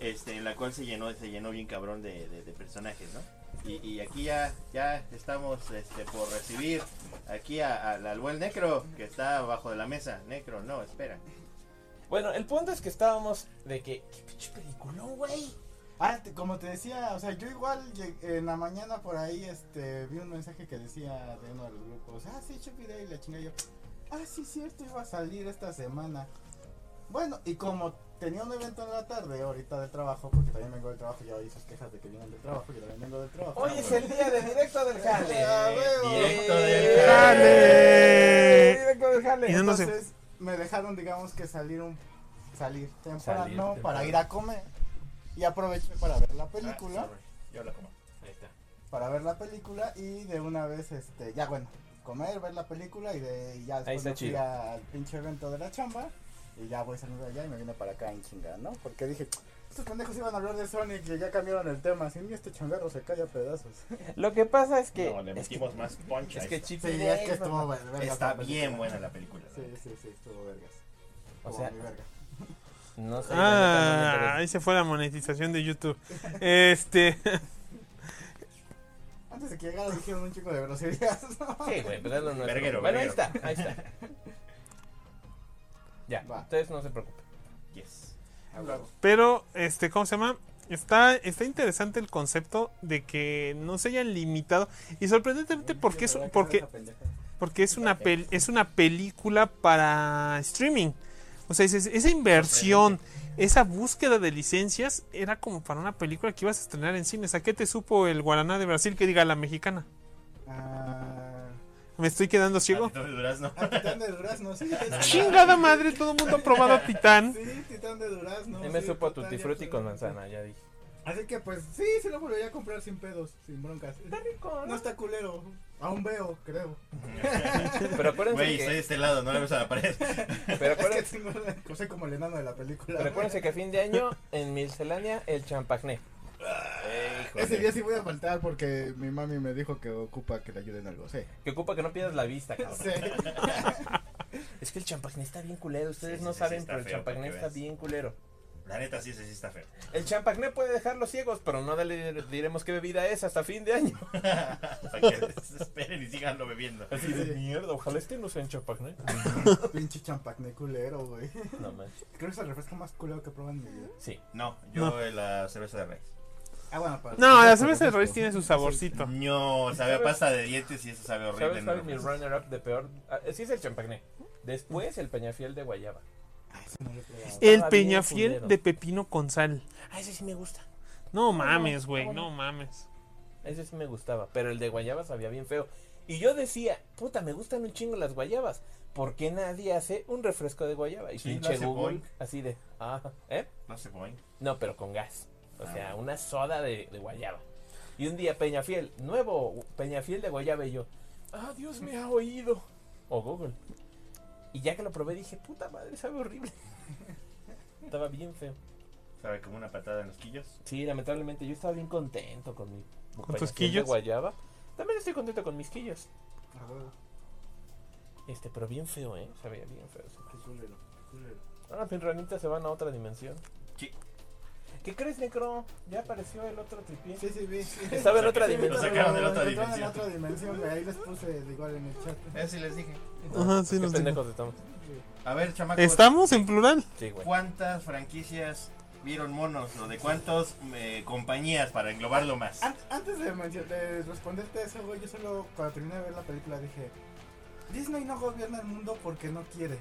este, en la cual se llenó, se llenó bien cabrón de, de- de personajes, ¿no? Y, y aquí ya, ya estamos este, por recibir aquí a, al- al buen Necro, que está abajo de la mesa. Necro, no, espera.
Bueno, el punto es que estábamos de que... ¡Qué pinche peliculón, güey!
Ah, te- como te decía, o sea, yo igual lleg- en la mañana por ahí este, vi un mensaje que decía de uno de los grupos, ah, sí, Chucky Day, y la chinga yo, ah, sí, cierto, iba a salir esta semana. Bueno, y como tenía un evento en la tarde ahorita del trabajo, porque también vengo del trabajo, ya oí sus quejas de que vienen del trabajo, yo también vengo del trabajo.
Hoy es el día de directo del jale.
Ah, huevo.
Directo del
jale.
Directo del jale.
Y no nos-
Entonces me dejaron, digamos que salir un salir temprano
Salir temprano. Ah,
para ir a comer y aproveché para ver la película,
Ah, Yo la como.
Ahí está.
para ver la película y de una vez este ya bueno comer ver la película y de y ya
Ahí
después
está
me fui
chido.
al pinche evento de la chamba y ya voy saliendo de allá y me vine para acá en chinga, ¿no? Porque dije estos pendejos iban a hablar de Sonic y ya cambiaron el tema, sin mí este changarro se cae a pedazos.
Lo que pasa es que.
No, le
es que-
metimos más punch. a
es que
esto.
Chip
Sí, es que estuvo bueno, verga
Está
la película.
bien buena la película.
Sí, sí, sí, estuvo vergas.
O
O
sea-
sea, mi verga.
No sé. la neta,
Ah,
no me
ahí se fue la monetización de YouTube. Este...
Antes de que llegara dijeron un chico de groserías. ¿no? Ah,
interesa. Sí, güey, pero es lo nuestro.
Verguero,
Bueno,
verguero.
ahí está, ahí está. Ya,
Va.
ustedes no se preocupen.
Yes.
Pero, este, ¿cómo se llama? Está, está interesante el concepto de que no se hayan limitado. Y sorprendentemente porque es, porque, porque es, una, pel- es una película para streaming. O sea, dices, esa inversión, esa búsqueda de licencias era como para una película que ibas a estrenar en cines. ¿A qué te supo el Guaraná de Brasil que diga la mexicana?
Ah,
¿Me estoy quedando ciego?
Entonces, Durazno.
ah, Titán de Durazno, sí. es-
Chingada madre, todo el mundo ha probado a Titán.
Sí, Titán de Durazno.
Ahí me
sí,
supo a
total,
Tutti
ya
Frutti
sé.
con manzana, ya dije.
Así que pues sí, se lo volvería a comprar sin pedos, sin broncas. No está culero. Aún veo, creo.
Pero acuérdense
Güey,
que.
estoy de este lado, no le ves a la pared.
Pero
Es que
acuérdense,
tengo la cosa como el enano de la película.
pero acuérdense que a fin de año en Miscelánea el champagné.
Ese día sí voy a faltar porque mi mami me dijo que ocupa que le ayuden algo. Sí.
Que ocupa que no pierdas la vista, cabrón.
Sí.
Es que el champagné está bien culero. Ustedes
Sí, sí,
no
sí, sí,
saben,
está
pero el
feo para
champagné
que
está
veas.
bien culero.
La neta, sí, ese sí está feo.
El champagné puede dejarlos ciegos, pero no le diremos qué bebida es hasta fin de año.
Para que desesperen y siganlo bebiendo.
Así de mierda, ojalá este no sea en champagné.
Pinche champagné culero, güey.
No manches.
Creo que es el refresco más culero que proban en mi vida.
Sí.
No, yo eh, la cerveza de raíz.
Ah, bueno, para.
No, la cerveza de raíz tiene su saborcito.
No, sabe a pasta de dientes y eso sabe horrible.
¿Sabes cuál es
no
mi
lo puedes-
runner-up de peor? Ah, sí es el champagné. Después el peñafiel de guayaba.
No lo he probado.
El
bien
peñafiel
culero.
de pepino con sal.
Ah, ese sí me gusta.
No mames,
está
güey,
bueno.
no mames.
Ese sí me gustaba, pero el de guayaba sabía bien feo. Y yo decía, puta, me gustan un chingo las guayabas. ¿Por qué nadie hace un refresco de guayaba? Y
Sí, lo
pinche
hace
Google,
Boing.
así de, ah, ¿eh?
No se pueden.
No, pero con gas. O
Ah,
sea,
bueno.
una soda de, de guayaba. Y un día Peñafiel, nuevo Peñafiel de guayaba y yo, ah, Dios me ha oído. O Google. Y ya que lo probé dije, puta madre, sabe horrible. estaba bien feo.
Sabe como una patada en los quillos.
Sí, lamentablemente yo estaba bien contento con mi
¿Con tus
Peñafiel de
quillos?
guayaba. También estoy contento con mis quillos.
Ah, huevo,
Este, pero bien feo, ¿eh? Sabía bien feo. eso.
qué culero, qué culero.
Ahora mis ranitas se van a otra dimensión.
Sí.
¿Qué crees, Necro? Ya apareció el otro tripié.
Sí, sí, vi.
Estaba en otra
Sí,
Lo
dimensión.
sacaron de la otra
lo sacaron de
dimensión.
la otra dimensión, güey. Ahí les puse de igual en el chat.
Eso sí les dije.
Ajá, sí,
Qué
nos dijo.
pendejos estamos.
A ver, chamacos.
¿Estamos en plural?
Sí, güey.
¿Cuántas franquicias vieron monos? ¿O de cuántas eh, compañías para englobarlo más?
Ah.
An- Antes de, mencio- de responderte eso, güey, yo solo cuando terminé de ver la película dije: Disney no gobierna el mundo porque no quiere.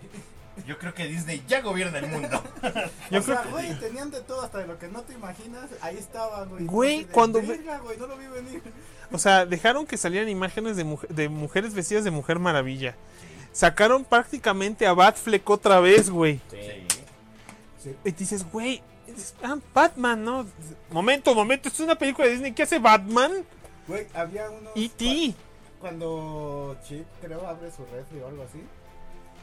Yo creo que Disney ya gobierna el mundo.
Yo
o
creo
sea, güey, tenían de todo hasta de lo que no te imaginas. Ahí estaba, güey.
Güey,
Así de,
cuando ve-
Verga, güey, no lo vi venir.
O sea, dejaron que salieran imágenes de, muj- de mujeres vestidas de Mujer Maravilla. Sacaron prácticamente a Batfleck otra vez, güey.
Sí.
Sí.
Y dices, güey, es- ah, Batman, ¿no? Momento, momento, esto es una película de Disney. ¿Qué hace Batman?
Güey, había unos.
Y ti.
cua- Cuando Chip, creo, abre su refri o algo así.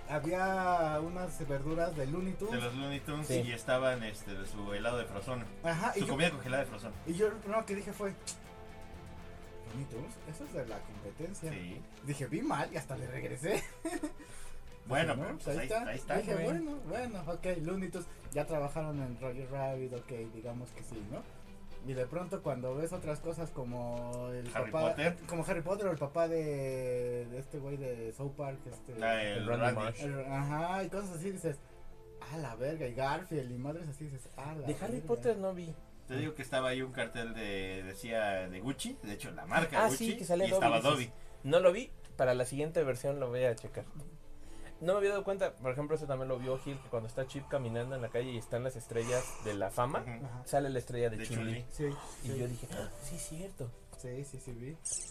Había unas verduras de Looney
De
Tunes.
los Looney Tunes
Sí. Ah,
y estaban este, de su helado de frozona.
Ajá, y
Su
yo,
comida congelada de frozona.
y yo lo primero que dije fue: Looney Tunes, eso es de la competencia.
Sí.
Dije, vi mal y hasta le regresé.
Bueno,
Dije,
pero
no,
pues ahí, ahí está.
Dije,
güey.
bueno, bueno, ok, Looney Tunes, ya trabajaron en Roger Rabbit, ok, digamos que sí, ¿no? Y de pronto cuando ves otras cosas como el
Harry
papá,
Potter.
como Harry Potter o el papá de, de este güey de South Park, este,
La- el
El Randy
Randy.
Marsh.
el- ajá, y cosas así dices, a la verga, y Garfield y madres así dices, a la
De Harry
verga".
Potter no vi.
Te digo que estaba ahí un cartel de, decía, de Gucci, de hecho la marca
Ah,
Gucci,
sí, que sale
y
Dobby,
estaba
dices.
Dobby.
No lo vi. Para la siguiente versión lo voy a checar. No me había dado cuenta, por ejemplo, eso también lo vio Gil, que cuando está Chip caminando en la calle y están las estrellas de la fama,
Ujú.
Ajá.
sale la estrella Ah, de,
De Chun-Li.
Chun-Li.
Sí,
Y
sí,
yo dije, "Ah, sí, es cierto.
sí, sí, sí, vi. Sí.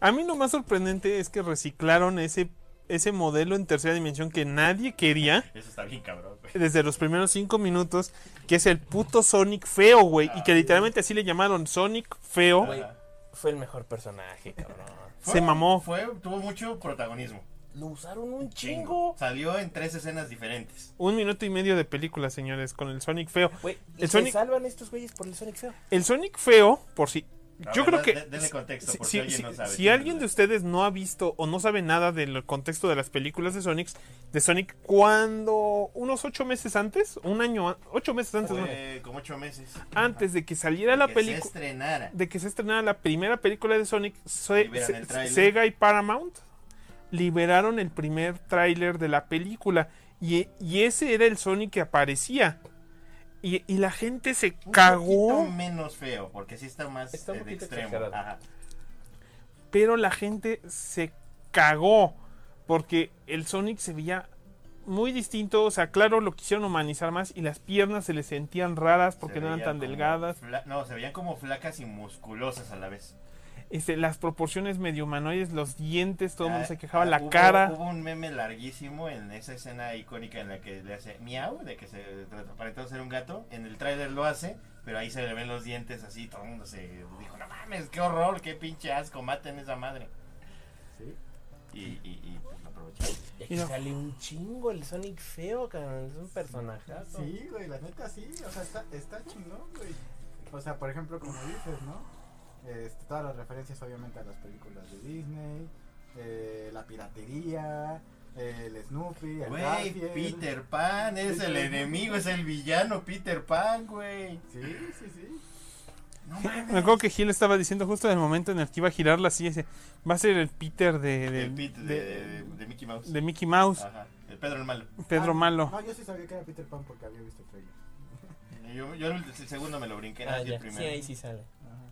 A mí lo más sorprendente es que reciclaron ese, ese modelo en tercera dimensión que nadie quería.
Eso está bien cabrón, güey.
Desde los primeros cinco minutos, que es el puto Sonic feo, güey. Y que literalmente así le llamaron Sonic feo.
Güey,
Ajá.
Fue el mejor personaje, cabrón.
Se mamó.
Fue, tuvo mucho protagonismo.
lo usaron un
Chingo.
chingo.
Salió en tres escenas diferentes.
Un minuto y medio de película, señores, con el Sonic feo.
Güey,
El
y se
Sonic-
salvan estos güeyes por el Sonic feo.
El Sonic feo, por si.
A
Yo
ver,
creo
da-
que.
de- denle contexto,
si-
por si
si-
alguien
si-
no sabe.
si alguien de ustedes no ha visto o no sabe nada del contexto de las películas de Sonic, de Sonic, cuando unos ocho meses antes, un año, a- ocho meses antes, no,
Fue como ocho meses.
antes de que saliera la
que se
película,
estrenara.
de que se estrenara la primera película de Sonic, se-
Liberan
se-
el tráiler.
Sega y Paramount liberaron el primer tráiler de la película y, y ese era el Sonic que aparecía. Y, y la gente se
Un
cagó.
poquito menos feo, porque sí está más
Está un
eh, de
poquito
extremo.
exagerado.
Ajá.
pero la gente se cagó porque el Sonic se veía muy distinto, o sea, claro, lo quisieron humanizar más y las piernas se le sentían raras porque
Se
no eran
veían
tan
como
delgadas,
fla- no, se veían como flacas y musculosas a la vez.
este, las proporciones medio humanoides, los dientes, todo el mundo
Ah,
se quejaba,
ah,
la
hubo-
cara,
Hubo un meme larguísimo en esa escena icónica en la que le hace miau, de que se aparenta ser un gato. En el tráiler lo hace, pero ahí se le ven los dientes así, todo el mundo se dijo, no mames, qué horror, qué pinche asco, maten esa madre.
Sí.
Y, y, y pues lo aprovecharon.
Y aquí
Y no.
sale un chingo el Sonic feo, cabrón. Es un personajazo.
Sí, güey, la neta sí, o sea, está, está chingón, güey. O sea, por ejemplo, como dices, ¿no? Este, todas las referencias obviamente a las películas de Disney, eh, la piratería, El Snoopy, el
Güey,
Garfield.
Peter Pan es el enemigo, es el villano Peter Pan, güey.
Sí, sí, sí.
No
Me
mames.
acuerdo que Gil estaba diciendo justo en el momento en el que iba a girar la silla. dice, Va a ser el Peter de, de,
El Pete de,
de-
de- de Ah. Mickey Mouse.
de Mickey Mouse,
Ajá, el Pedro el Malo.
Pedro
Ah,
Malo.
No, yo sí sabía que era Peter Pan porque había visto el trailer.
Yo, yo el, el segundo me lo brinqué, nada
Ah,
más vi
ya.
el
Sí, ahí
primero.
sí sale.
Ajá.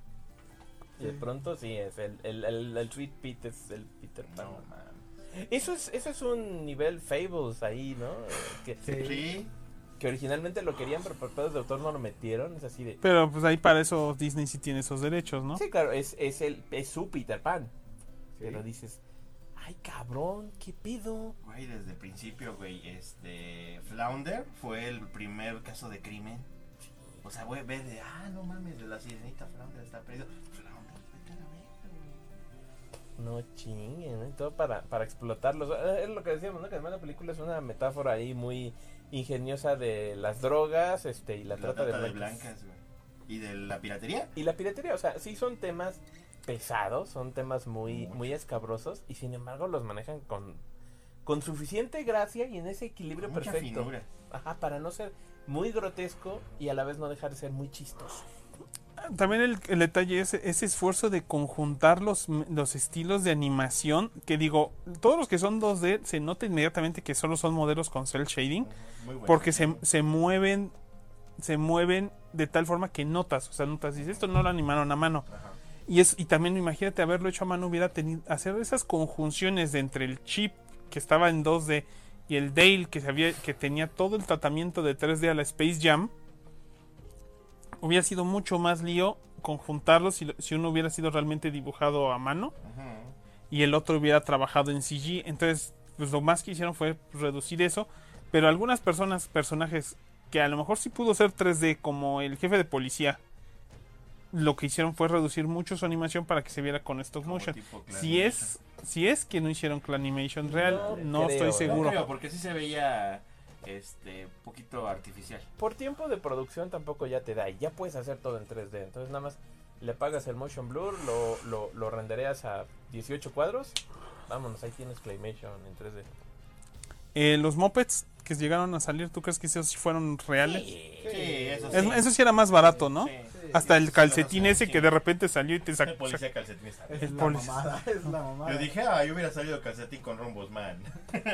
Y de pronto sí es el, el, el, el Sweet Pete es el Peter Pan.
No mames.
Eso es, eso es un nivel Fables ahí, ¿no? Eh, Que,
Sí,
que originalmente lo querían, pero por pedos de autor no lo metieron. Es así de.
Pero pues ahí para eso Disney sí tiene esos derechos, ¿no?
Sí, claro, es, es, el, es su Peter Pan.
Sí.
Pero dices, ay cabrón, ¿qué pido?
güey, desde el principio, güey, este Flounder fue el primer caso de crimen. O sea, güey, ver de, ah, no mames, de la sirenita Flounder está perdido. Flounder, vete a la verga, güey.
No chinguen, ¿no? Y todo para, para explotarlos. Ah, Es lo que decíamos, ¿no? Que además la película es una metáfora ahí muy ingeniosa de las drogas este y la, trata, de, blancas.
güey. Y de la piratería.
Y la piratería, o sea, sí son temas pesados, son temas muy,
Mucho.
muy escabrosos y sin embargo los manejan con, con suficiente gracia y en ese equilibrio
Mucha
perfecto.
finura.
Ajá, para no ser muy grotesco y a la vez no dejar de ser muy chistoso.
También el, el detalle es ese esfuerzo de conjuntar los, los estilos de animación, que digo, todos los que son 2D se nota inmediatamente que solo son modelos con cel shading,
Muy bueno.
porque se, se mueven se mueven de tal forma que notas, o sea, notas, dices, esto no lo animaron a mano.
Ajá.
Y, es, y también imagínate haberlo hecho a mano, hubiera tenido, hacer esas conjunciones de entre el chip que estaba en 2D y el Dale que, sabía, que tenía todo el tratamiento de 3D a la Space Jam, hubiera sido mucho más lío conjuntarlos si, lo- si uno hubiera sido realmente dibujado a mano
Ajá.
y el otro hubiera trabajado en CG. Entonces, pues lo más que hicieron fue reducir eso. Pero algunas personas, personajes que a lo mejor sí pudo ser 3D, como el jefe de policía, lo que hicieron fue reducir mucho su animación para que se viera con stop
Como
motion.
tipo
Si
Clash.
es, si es que no hicieron Clannimation real,
le
no, estoy
creo,
No
¿no?
seguro.
creo, porque sí se veía este poquito artificial.
Por tiempo de producción tampoco ya te da y ya puedes hacer todo en 3D. Entonces nada más le pagas el motion blur, lo, lo, lo rendereas a 18 cuadros. Vámonos, ahí tienes Claymation en 3D.
Eh, los mopeds que llegaron a salir, ¿tú crees que esos fueron reales?
Sí, eso sí.
Es- Eso sí era más barato, ¿no?
Sí.
Hasta
Sí,
el
sí,
calcetín
sí,
ese
sí.
que de repente salió y te
El
sacó.
policía calcetín está bien.
Es
El
la
polis-
mamada, es la mamada.
Yo dije, ah, yo hubiera salido calcetín con rumbos, man.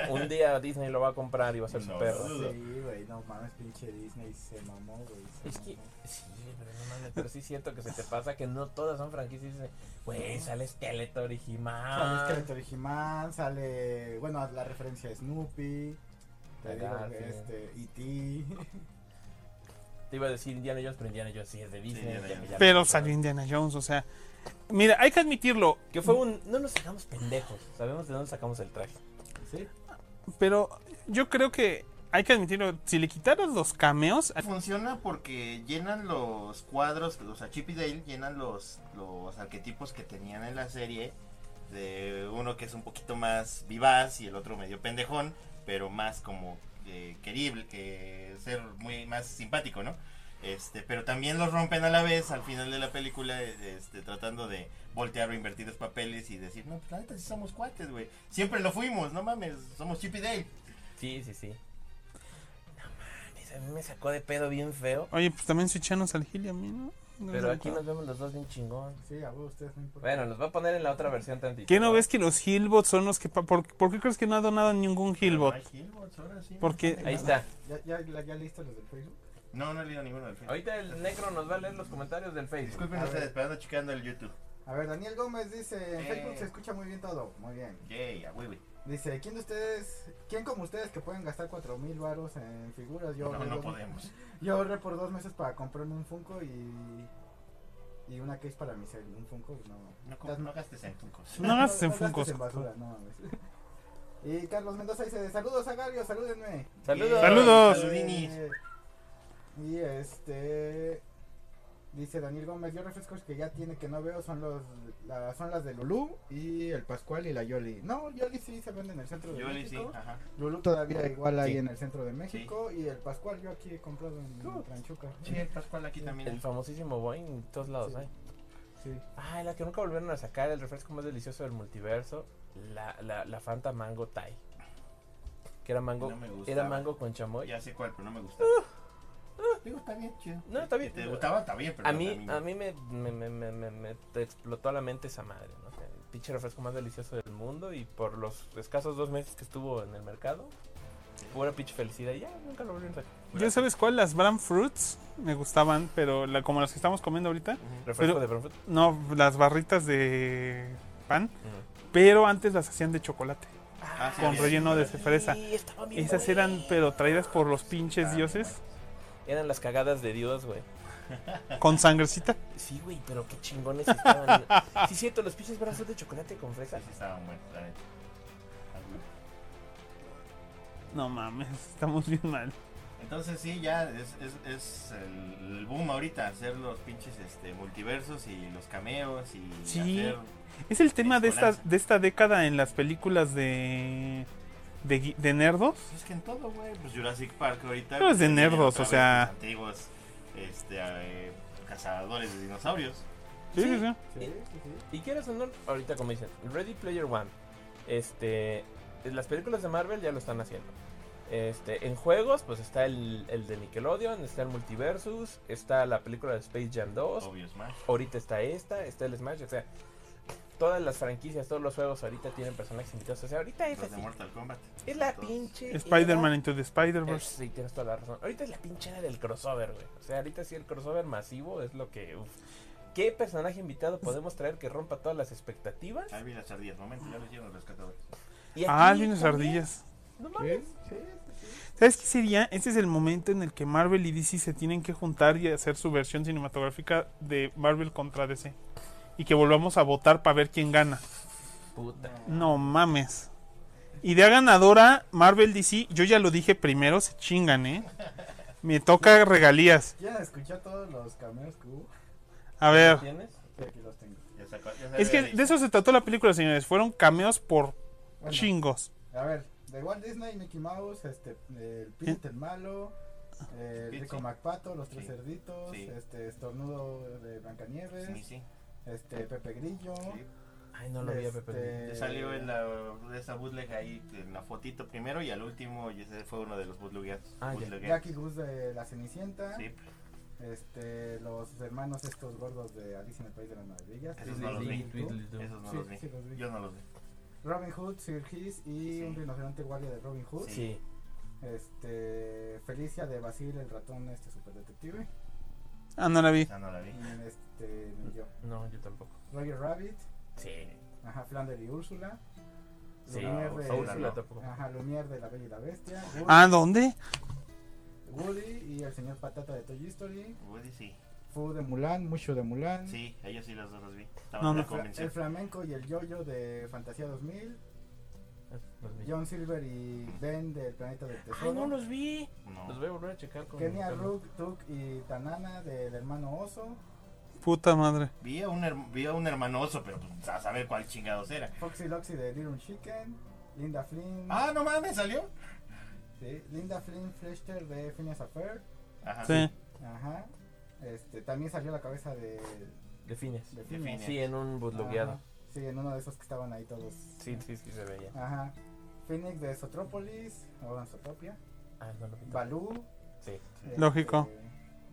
Un día Disney lo va a comprar y va a ser su
No,
perro.
no, no.
Sí, güey, no mames, pinche Disney se mamó, güey. se
Es que,
mamó.
sí, pero no mames, pero sí siento que se te pasa que no todas son franquicias. Dices, Güey, sale esqueleto
Sale
original.
Skeletor He-Man, sale, bueno, la referencia a Snoopy. Te
A
digo
Garfield.
que este, E.T.
Te iba a decir Indiana Jones, pero Indiana Jones sí es de Disney.
Indiana
ya-
Jones.
ya lo
Pero
compraron.
salió Indiana Jones, o sea. Mira, hay que admitirlo,
Que fue un. No nos sacamos pendejos. Sabemos de dónde sacamos el traje.
Sí,
pero yo creo que hay que admitirlo. Si le quitaras los cameos,
Funciona porque llenan los cuadros, o sea, Chip y Dale llenan los, los arquetipos que tenían en la serie. De uno que es un poquito más vivaz y el otro medio pendejón, pero más como eh, querible, que ser muy más simpático, ¿no? Este, pero también los rompen a la vez al final de la película, este, tratando de voltear o invertir los papeles y decir, no, pues la neta sí somos cuates, güey. Siempre lo fuimos, no mames, somos Chip y Dale.
Sí, sí, sí. No mames, a mí me sacó de pedo bien feo.
oye, pues también switchanos al Gil y a mí, ¿no? No
Pero
me
aquí
acuerdo.
nos vemos los dos bien chingón.
sí, a vos, ustedes no importa.
Bueno, los voy a poner en la otra versión tantito.
¿Qué no ves que los Hillbots son los que... pa- ¿Por, por qué crees que no ha donado ningún Hillbot?
Ay, Hillbots, ahora sí.
Porque-
bastante
Ahí
mal.
está.
¿Ya, ya, ya, ya listo los del Facebook?
No, no he leído ninguno del Facebook.
Ahorita el negro nos va a leer los comentarios del Facebook.
Disculpen
A
ustedes,
ver.
pero ando checando el YouTube.
A ver, Daniel Gómez dice, en
Eh.
Facebook se escucha muy bien todo, muy bien.
Yay, a Wiwi.
Dice, ¿quién de ustedes, quién como ustedes que pueden gastar cuatro mil varos en figuras? Yo,
No,
ahorré
no
dos-
podemos.
yo ahorré por dos meses para comprarme un Funko y, y una case para mi cel, un Funko, no.
No,
Estás-
com- no gastes en tucos.
No gastes en
no gastes
Funkos.
en basura, no mames. Y Carlos Mendoza dice, saludos a Gario, salúdenme.
Saludos.
Saludos.
Saludinis.
Eh, y este dice Daniel Gómez, yo refrescos que ya tiene que no veo son los la- son las de Lulú y el Pascual y la Yoli. No, Yoli sí se vende en el centro de
Yo le sí,
México.
ajá.
Lulú todavía igual ahí
Sí.
en el centro de México y el Pascual yo aquí he comprado en
Cool.
Tranchuca.
Uh. Sí, el Pascual aquí
El
también.
famosísimo Boeing en todos lados ¿eh?
Sí.
hay.
Sí.
Ay, la que nunca volvieron a sacar, el refresco más delicioso del multiverso, la, la, la Fanta Mango Thai. que era mango,
No me gusta.
era mango con chamoy.
Ya sé cuál, pero no me gusta. Digo, está bien, chido.
Uh, No, está
Que
bien.
¿Te gustaba? Está bien, pero
A
no,
mí,
no.
a mí me, me, me, me, me- me te explotó a la mente esa madre, ¿no? O sea, el pinche refresco más delicioso del mundo y por los escasos dos meses que estuvo en el mercado, pura pinche felicidad y ya, nunca lo volvieron a sacar.
¿Ya sabes cuál? Las Bran Fruits me gustaban, pero la- como las que estamos comiendo ahorita.
Refresco
Pero-
de Bronfurt.
No, las barritas de pan, pero antes las hacían de chocolate,
Ah, sí,
con
había
relleno de
chocolate.
fresa. Esas eran, pero traídas por los pinches
Ah,
dioses,
Eran las cagadas de Dios, güey.
con sangrecita.
Sí, güey, pero qué chingones estaban. sí, cierto, los pinches brazos de chocolate con
Sí,
fresa.
sí, estaban buenos, la neta. Ah, bueno.
No mames, estamos bien mal.
Entonces sí, ya es, es- es el, el boom ahorita, hacer los pinches este, multiversos y los cameos y
Sí.
hacer...
Es el tema de esta,
Mezcolanza.
de esta década en las películas de, de, gui- de nerdos.
Pues es que en todo, güey, pues Jurassic Park ahorita...
Pero es de
pues, tienen
nerdos,
otra
o
vez
sea.
los antiguos este, eh, cazadores de dinosaurios.
Sí,
Sí.
sí, sí.
Sí,
¿Eh?
sí, sí.
Y quieras o no, ahorita como dicen, Ready Player One. Este, las películas de Marvel ya lo están haciendo. Este, en juegos, pues está el, el de Nickelodeon, está el Multiversus, está la película de Space Jam 2,
Obvio Smash.
ahorita está esta, está el Smash, o sea, todas las franquicias, todos los juegos ahorita tienen personajes invitados. O sea, ahorita es
Los de
así.
Mortal Kombat.
Es la
Todos.
pinche.
Spider-Man
era-
Into the
Eh,
Spider-Verse.
Sí, tienes toda la razón. Ahorita es la pinche era del crossover, güey. O sea, ahorita sí el crossover masivo es lo que. uf. ¿Qué personaje invitado podemos traer que rompa todas las expectativas?
Alvin las ardillas, momento, ya los llevan los rescatadores.
Y
Ah,
aquí
tienes
también,
ardillas.
No mames.
¿Sabes qué sería? Este es el momento en el que Marvel y DC se tienen que juntar y hacer su versión cinematográfica de Marvel contra DC. Y que volvamos a votar para ver quién gana.
Puta.
No mames. Idea ganadora, Marvel DC. Yo ya lo dije primero, se chingan, ¿eh? Me toca regalías.
¿Quieren escuchar todos los cameos que hubo?
A ver.
¿Tienes?
Sí, aquí los tengo.
Ya sacó- ya
Es que
había
de eso se trató la película, señores. Fueron cameos por
Bueno,
chingos.
A ver, de Walt Disney, Mickey Mouse, este, el Pit, el malo, eh,
Pete,
Rico
sí.
MacPato, los tres
Sí.
cerditos,
Sí.
este, Estornudo de
dicho.
Blancanieves,
Sí, sí,
este, Pepe Grillo.
sí.
Ay, no lo vi a Pepe. Grillo.
Te salió en la, de esa bootleg ahí, en la fotito primero y al último, y ese fue uno de los bootlegueados.
Ah, ya.
Bootlegueados.
Jackie Goose de La Cenicienta,
Sí,
este, los hermanos estos gordos de Alice en el País de las Maravillas.
Esos
Twiddly
no los vi.
Dee, Doo.
esos no
Sí,
los vi.
sí los vi.
Yo no los vi.
Robin Hood, Sir His y
Sí.
un rinoceronte guardia de Robin Hood.
Sí.
Este, Felicia de Basil, el ratón, este superdetective.
Ah, no la vi.
Esa no la vi.
Y este, ni yo.
No, yo tampoco.
Roger Rabbit,
Sí.
ajá, Flander y Úrsula.
Sí.
Lumière
Úrsula,
de,
Úrsula no.
tampoco.
Ajá, Lumière de La Bella y la Bestia. Woody,
¿Ah, dónde?
Woody y el señor Patata de Toy Story.
Woody sí.
Fu de Mulan, Mushu de Mulan.
Sí, ellos sí los dos los vi. Estaban
No,
en
no.
la
Fra- El
convención.
flamenco y el yoyo de Fantasía 2000.
Ah, Los vi.
John Silver y Ben del Planeta del Tesoro.
Ay, no los vi. Los
No.
voy a volver a checar con.
Kenia,
con-
Rook, Tuk y Tanana del hermano Oso.
Puta madre.
Vi a un, her- vi a un hermanoso, pero pues, a saber cuál chingados era.
Foxy Loxy de Little Chicken. Linda Flynn.
Ah, no mames, salió.
sí, Linda Flynn Fletcher de Phineas Affair.
Ajá.
Sí.
Ajá. Este, también salió la cabeza de,
De fines. Ah.
de
De
Phineas.
Phineas.
Sí, en un
Ajá.
bootlogueado.
Sí, en uno de esos que estaban ahí todos.
Sí, sí, sí, se veía.
Ajá. Phoenix de Zotrópolis, ahora en Zotopia.
Ah, no lo vi.
Balú.
Sí.
Lógico.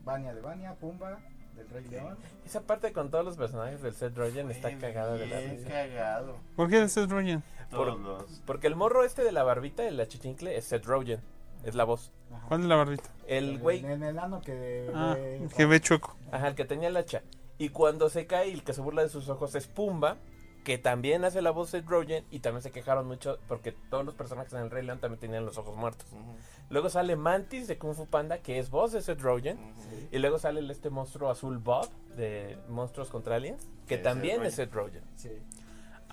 Bania de Bania, Pumba, del Rey León.
Esa parte con todos los personajes del Seth Rogen está
Güey,
cagada de la
bien
risa.
cagado.
¿Por qué ese es Rogen?
Todos los.
Porque el morro este de la barbita, el achichincle, es Seth Rogen. Es la voz.
Ajá.
¿Cuál es la barbita?
El güey,
En el ano que.
Ah,
ve-
que ve chueco.
ajá, el que tenía el hacha. Y cuando se cae, el que se burla de sus ojos es Pumba, que también hace la voz Seth Rogen. Y también se quejaron mucho porque todos los personajes en el Rey León también tenían los ojos muertos.
Ujú,
Luego sale Mantis de Kung Fu Panda, que es voz de Seth Rogen.
ujú.
Y luego sale el- este monstruo azul Bob de Monstruos contra Aliens, que
Sí,
también
Seth
es Seth Rogen.
Sí.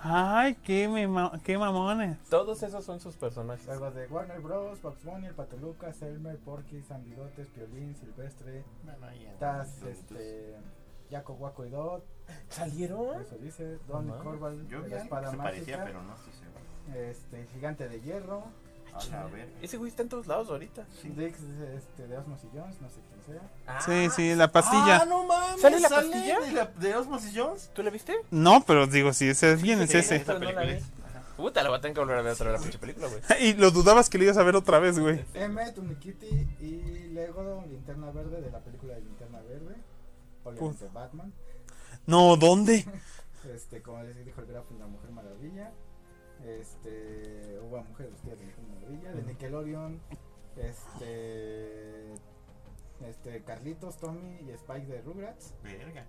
Ay, qué, me ma- qué mamones.
Todos esos son sus personajes.
Luego de Warner Bros, Box Bunny, el Pato Lucas, Elmer, Porky, San Bigotes, Piolín, Silvestre,
Bueno, ahí en-
Taz,
en-
este. Jaco, Guaco y Dot,
¿Salieron?
eso dice, Don
Ajá.
Corval,
Yo
de
vi
la
algo que
espada
se parecía,
mágica,
pero no estoy seguro.
este, el Gigante de Hierro,
A la verga.
Ese güey está en todos lados ahorita.
Dix este, de Osmos y Jones, no sé quién sea.
Sí, sí, la pastilla.
Ah, no mames.
¿Sale la pastilla?
De, la- de Osmosis Jones.
¿Tú le viste?
No, pero digo, si ese es bien, es
Sí,
ese.
esa no la vi.
es- ajá.
Puta, la voy a tener que volver a ver otra vez la pinche película, güey.
y lo dudabas que lo ibas a ver otra vez, güey.
Emmet, Unikitty y Lego Linterna Verde de la película de Linterna Verde. Obviamente Batman.
No, ¿dónde?
Este, como les dijo el gráfico, la Mujer Maravilla. Este, hubo a Mujer Vestida de Mujer Maravilla. De Nickelodeon. Este. Este, Carlitos, Tommy y Spike de Rugrats.
Verga.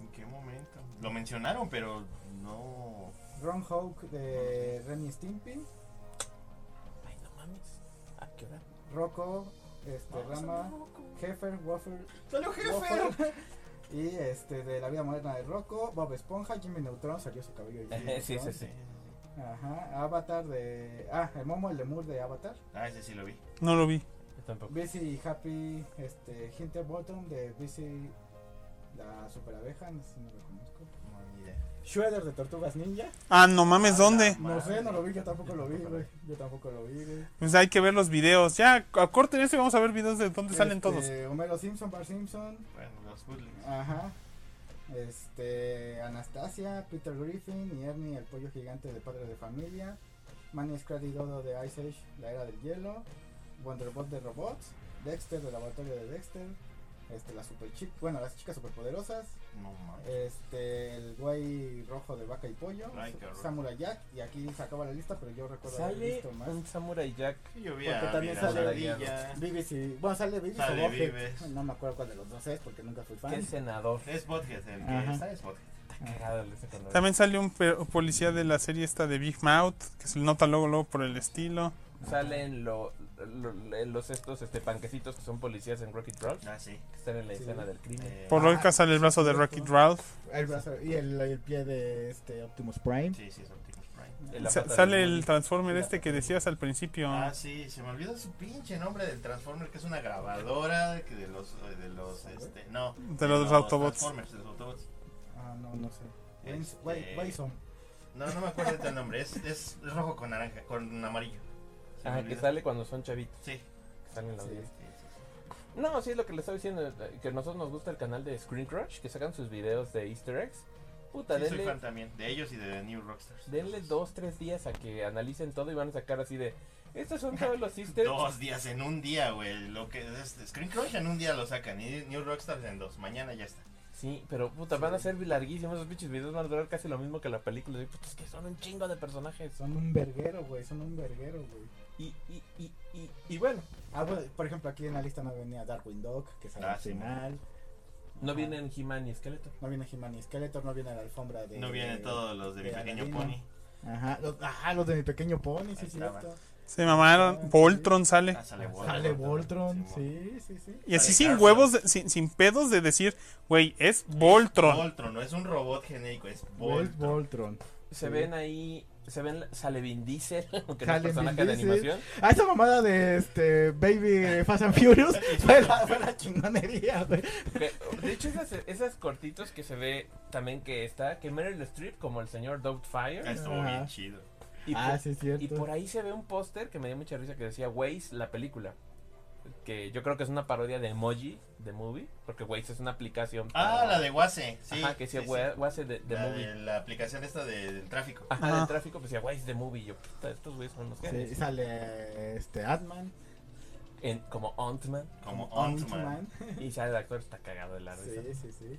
¿En qué momento? Lo mencionaron, pero no.
Ron Hawk de Renny Stimpy.
Ay, no mames. ¿A Ah, qué hora?
Rocco, este,
Ah, pues
Rama, Heifer, Waffle,
¡Salió
Waffle, y este de la vida moderna de Rocco, Bob Esponja, Jimmy Neutron salió su cabello de Jimmy
Sí, sí,
Neutron.
sí.
Ajá, Avatar de ah, el Momo el Lemur de Avatar,
Ah, ese sí lo vi.
No lo vi.
Yo tampoco.
Busy Happy, este Hinterbottom de Busy la super abeja, no sé si no lo conozco.
No, ni idea.
Shredder de Tortugas Ninja,
Ah, no mames, ¿dónde?
no sé, no lo vi, yo tampoco
Yo
lo vi,
tampoco lo
güey. Yo tampoco lo vi, güey.
Pues hay que ver los videos. Ya, a- corten eso y vamos a ver videos de dónde salen
Este,
todos.
Homero Simpson, Bart Simpson,
Bueno, los bootlegs.
Ajá. Este, Anastasia, Peter Griffin y Ernie, el pollo gigante de padre de familia. Manny Scratch y Dodo de Ice Age, la era del hielo. Wonderbot de robots. Dexter, del laboratorio de Dexter. Este, la super chica, bueno, las chicas superpoderosas.
No mames.
Este, el güey rojo de vaca y pollo.
Ay, cabrón.
Samurai Jack. Y aquí se acaba la lista, pero yo recuerdo haber
Sale
visto más.
un Samurai Jack.
Yo vi a
porque también
Mira
sale
la
ahí,
Ardilla.
Vives y. Bueno, sale Vives
Sale
o Buffett.
Vives.
No me acuerdo cuál de los dos es porque nunca fui fan.
Qué senador.
Es Bothead, el que
Ajá.
está es Bothead.
Cagado el ese color.
También sale un pe- policía de la serie esta de Big Mouth, que se le nota luego, luego por el estilo.
Salen lo- lo- los estos este, panquecitos que son policías en Rocket Ralph.
Ah, sí.
Que están en la
Sí.
escena del crimen.
Eh,
Por
Ah,
Lolka sale el brazo de
cierto.
Rocket Ralph.
El brazo y el, el pie de este Optimus Prime.
Sí, sí, es Optimus Prime.
Eh, la
Sa-
pata de
sale
Molly.
el Transformer este que decías al principio.
Ah, sí, se me olvidó su pinche nombre del Transformer, que es una grabadora que de los, de los, este, no.
De los Autobots.
Transformers, de los Autobots.
Ah, no, no sé.
Este-
Wai- Waison.
No, no me acuerdo del nombre, es, es rojo con naranja, con amarillo. Se me
Ajá, que
olvidó.
sale cuando son chavitos.
Sí.
que están en la
Sí.
audiencia.
sí, sí, sí.
No, sí, es lo que les estaba diciendo. eh, Que a nosotros nos gusta el canal de Screen Crush. Que sacan sus videos de Easter eggs. Puta,
Sí, soy
denle,
fan también, de ellos y de New Rockstars.
denle
Entonces,
dos, tres días a que analicen todo y van a sacar así de. Estos son todos los Easter eggs.
Dos días en un día, güey. Lo que es Screen Crush en un día lo sacan y New Rockstars en dos. Mañana ya está.
Sí, pero puta, van a ser larguísimos. Esos pinches videos van a durar casi lo mismo que la película. Y, puta, es que son un chingo de personajes.
Son un verguero, güey. Son un verguero, güey.
Y, y, y, y, y bueno,
Ah, bueno, por ejemplo, aquí en la lista no venía Darkwing Dog, que sale
Ah,
al
sí.
final.
no
Ajá.
vienen He-Man y Esqueleto.
No viene He-Man y Skeletor, no viene la alfombra de.
No vienen todos los de mi
de
pequeño
Aladino.
pony.
Ajá, los, ajá, los de mi pequeño pony, sí,
Ahí
sí.
estaba.
Se mamaron. Voltron sale.
Ah, sale
Sale
Voltron.
Voltron,
Simón.
sí, sí, sí.
Y así
Sale
sin
Garfield.
huevos, de- sin, sin pedos de decir, güey, es Voltron.
Voltron, no es un robot genérico, es
Volt-
Voltron.
Voltron.
Se
Sí.
ven ahí, se ven, sale Vin Diesel, aunque no es
Sale Vin
personaje de
Diesel.
animación.
Ah, esa mamada de este Baby Fast and Furious fue la, fue la chingonería, güey.
Que, de hecho, esas, esas cortitos que se ve también que está, que Meryl Streep como el señor
Ah,
Doubtfire.
Estuvo
Ajá.
bien chido.
Y, pues,
Ah,
por,
sí, es cierto.
y por ahí se ve un póster que me dio mucha risa que decía Waze, la película. Que yo creo que es una parodia de emoji, de movie, porque Waze es una aplicación.
Ah,
para-
la de Wase, sí.
Ajá, que decía
sí, sí.
Wa- Waze de, de
la, de
movie.
la aplicación esta de- del tráfico.
Ajá,
Ajá.
de tráfico, pues decía Waze de movie. Y Yo, puta, estos güeyes son los
Sí,
que.
sale este Atman.
En, como Ant-Man.
Como Ant-Man.
Ant-Man.
Y sale el actor, está cagado de la risa.
Sí, sí, sí.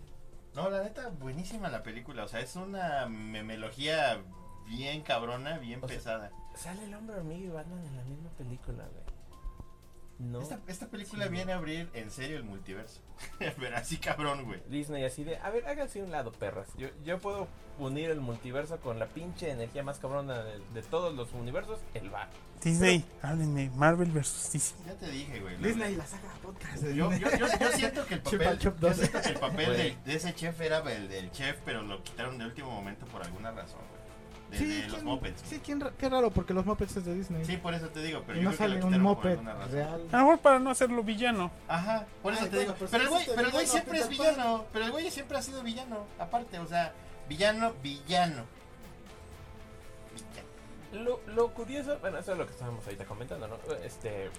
No, la neta, buenísima la película. O sea, es una memelogía bien cabrona, bien
O sea,
pesada.
Sale el hombre hormiga y Batman en la misma película, güey. No.
Esta, esta película
Sí.
viene a abrir en serio el multiverso. Pero así cabrón, güey.
Disney así de, a ver, háganse un lado, perras. Yo, yo puedo unir el multiverso con la pinche energía más cabrona de, de todos los universos, el bar.
Disney, háblenme. Marvel versus Disney.
Ya te dije, güey. lo-
Disney, la saga podcast. de
Yo,
Disney.
yo, yo, yo siento que el
Chupa
papel,
chup
yo
dos.
siento que el papel
Güey.
de, de ese chef era el del chef, pero lo quitaron de último momento por alguna razón, güey. De, de
¿quién-
los mopeds.
Sí, ¿quién, ra- qué raro, porque los Muppets es de Disney.
Sí, por eso te digo, pero
y
yo
no
creo que
sale
lo
un
quitaron por
Muppet
alguna razón. Ah,
real.
A lo mejor para no hacerlo villano.
Ajá, por eso
Ay,
te digo.
bueno, pero
Pero el
si
güey,
hiciste
pero el güey
este villano
siempre
a
es
Peter Pan.
villano. Pero el güey siempre ha sido villano. Aparte, o sea, villano, villano. Villano.
Lo, lo curioso, bueno, eso es lo que estábamos ahorita comentando, ¿no? Este.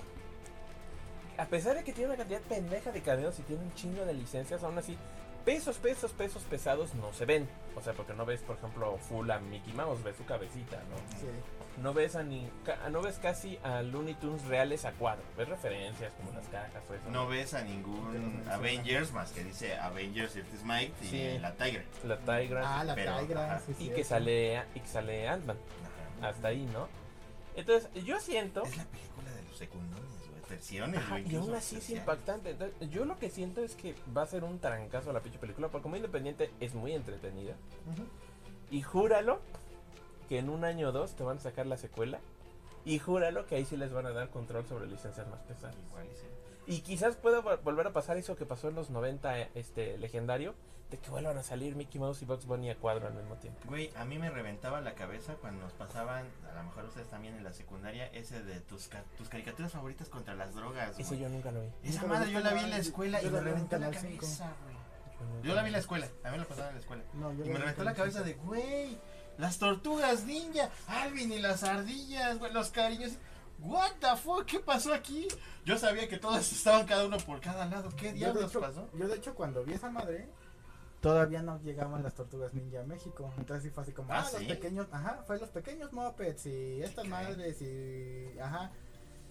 A pesar de que tiene una cantidad pendeja de cadeos y tiene un chingo de licencias, aún así pesos, pesos, pesos pesados no se ven. O sea, porque no ves, por ejemplo, full a Mickey Mouse, ves su cabecita, ¿no?
Sí.
No ves, a ni- ca- no ves casi a Looney Tunes reales a cuadro. Ves referencias como las cajas o eso.
No ves a ningún Avengers más que dice Avengers It is Mike y
Sí.
la Tigra.
La Tigra.
Ah, la
Pero,
Tigra.
ajá.
sí, sí,
y,
sí.
que sale, y que sale Ant-Man.
¿Ah,
Hasta ahí, ¿no? Entonces, yo siento...
Es la película de los secundarios, güey. Terciones,
Ajá,
güey.
y aún así es impactante. Entonces, yo lo que siento es que va a ser un trancazo la pinche película, porque como independiente es muy entretenida. Y júralo que en un año o dos te van a sacar la secuela. Y júralo que ahí sí les van a dar control sobre licencias más pesadas.
Igual y sí.
Y quizás pueda vol- volver a pasar eso que pasó en los 90, eh, este legendario, de que vuelvan a salir Mickey Mouse y Bugs Bunny a cuadro al mismo tiempo.
Güey, a mí me reventaba la cabeza cuando nos pasaban, a lo mejor ustedes también en la secundaria, ese de tus, ca- tus caricaturas favoritas contra las drogas,
Eso
güey.
yo nunca lo vi.
Esa
Nunca
madre
lo
yo
vi,
la vi
no,
en la
yo-
escuela y
yo
me
la vi en
reventó la
Canal cinco.
cabeza, güey.
nunca
Yo la vi en la escuela, a mí me la pasaban en la escuela.
No, yo
Y me reventó la cabeza de, güey, las tortugas ninja, Alvin y las ardillas, güey, los cariños. What the fuck, ¿qué pasó aquí? Yo sabía que todas estaban cada uno por cada lado. ¿Qué
Yo de,
diablos
hecho,
pasó?
yo de hecho cuando vi esa madre todavía no llegaban las tortugas ninja a México, entonces sí fue así como
Ah,
ah, los
¿sí?
pequeños, ajá, fue los pequeños mopeds y estas
creen?
madres y ajá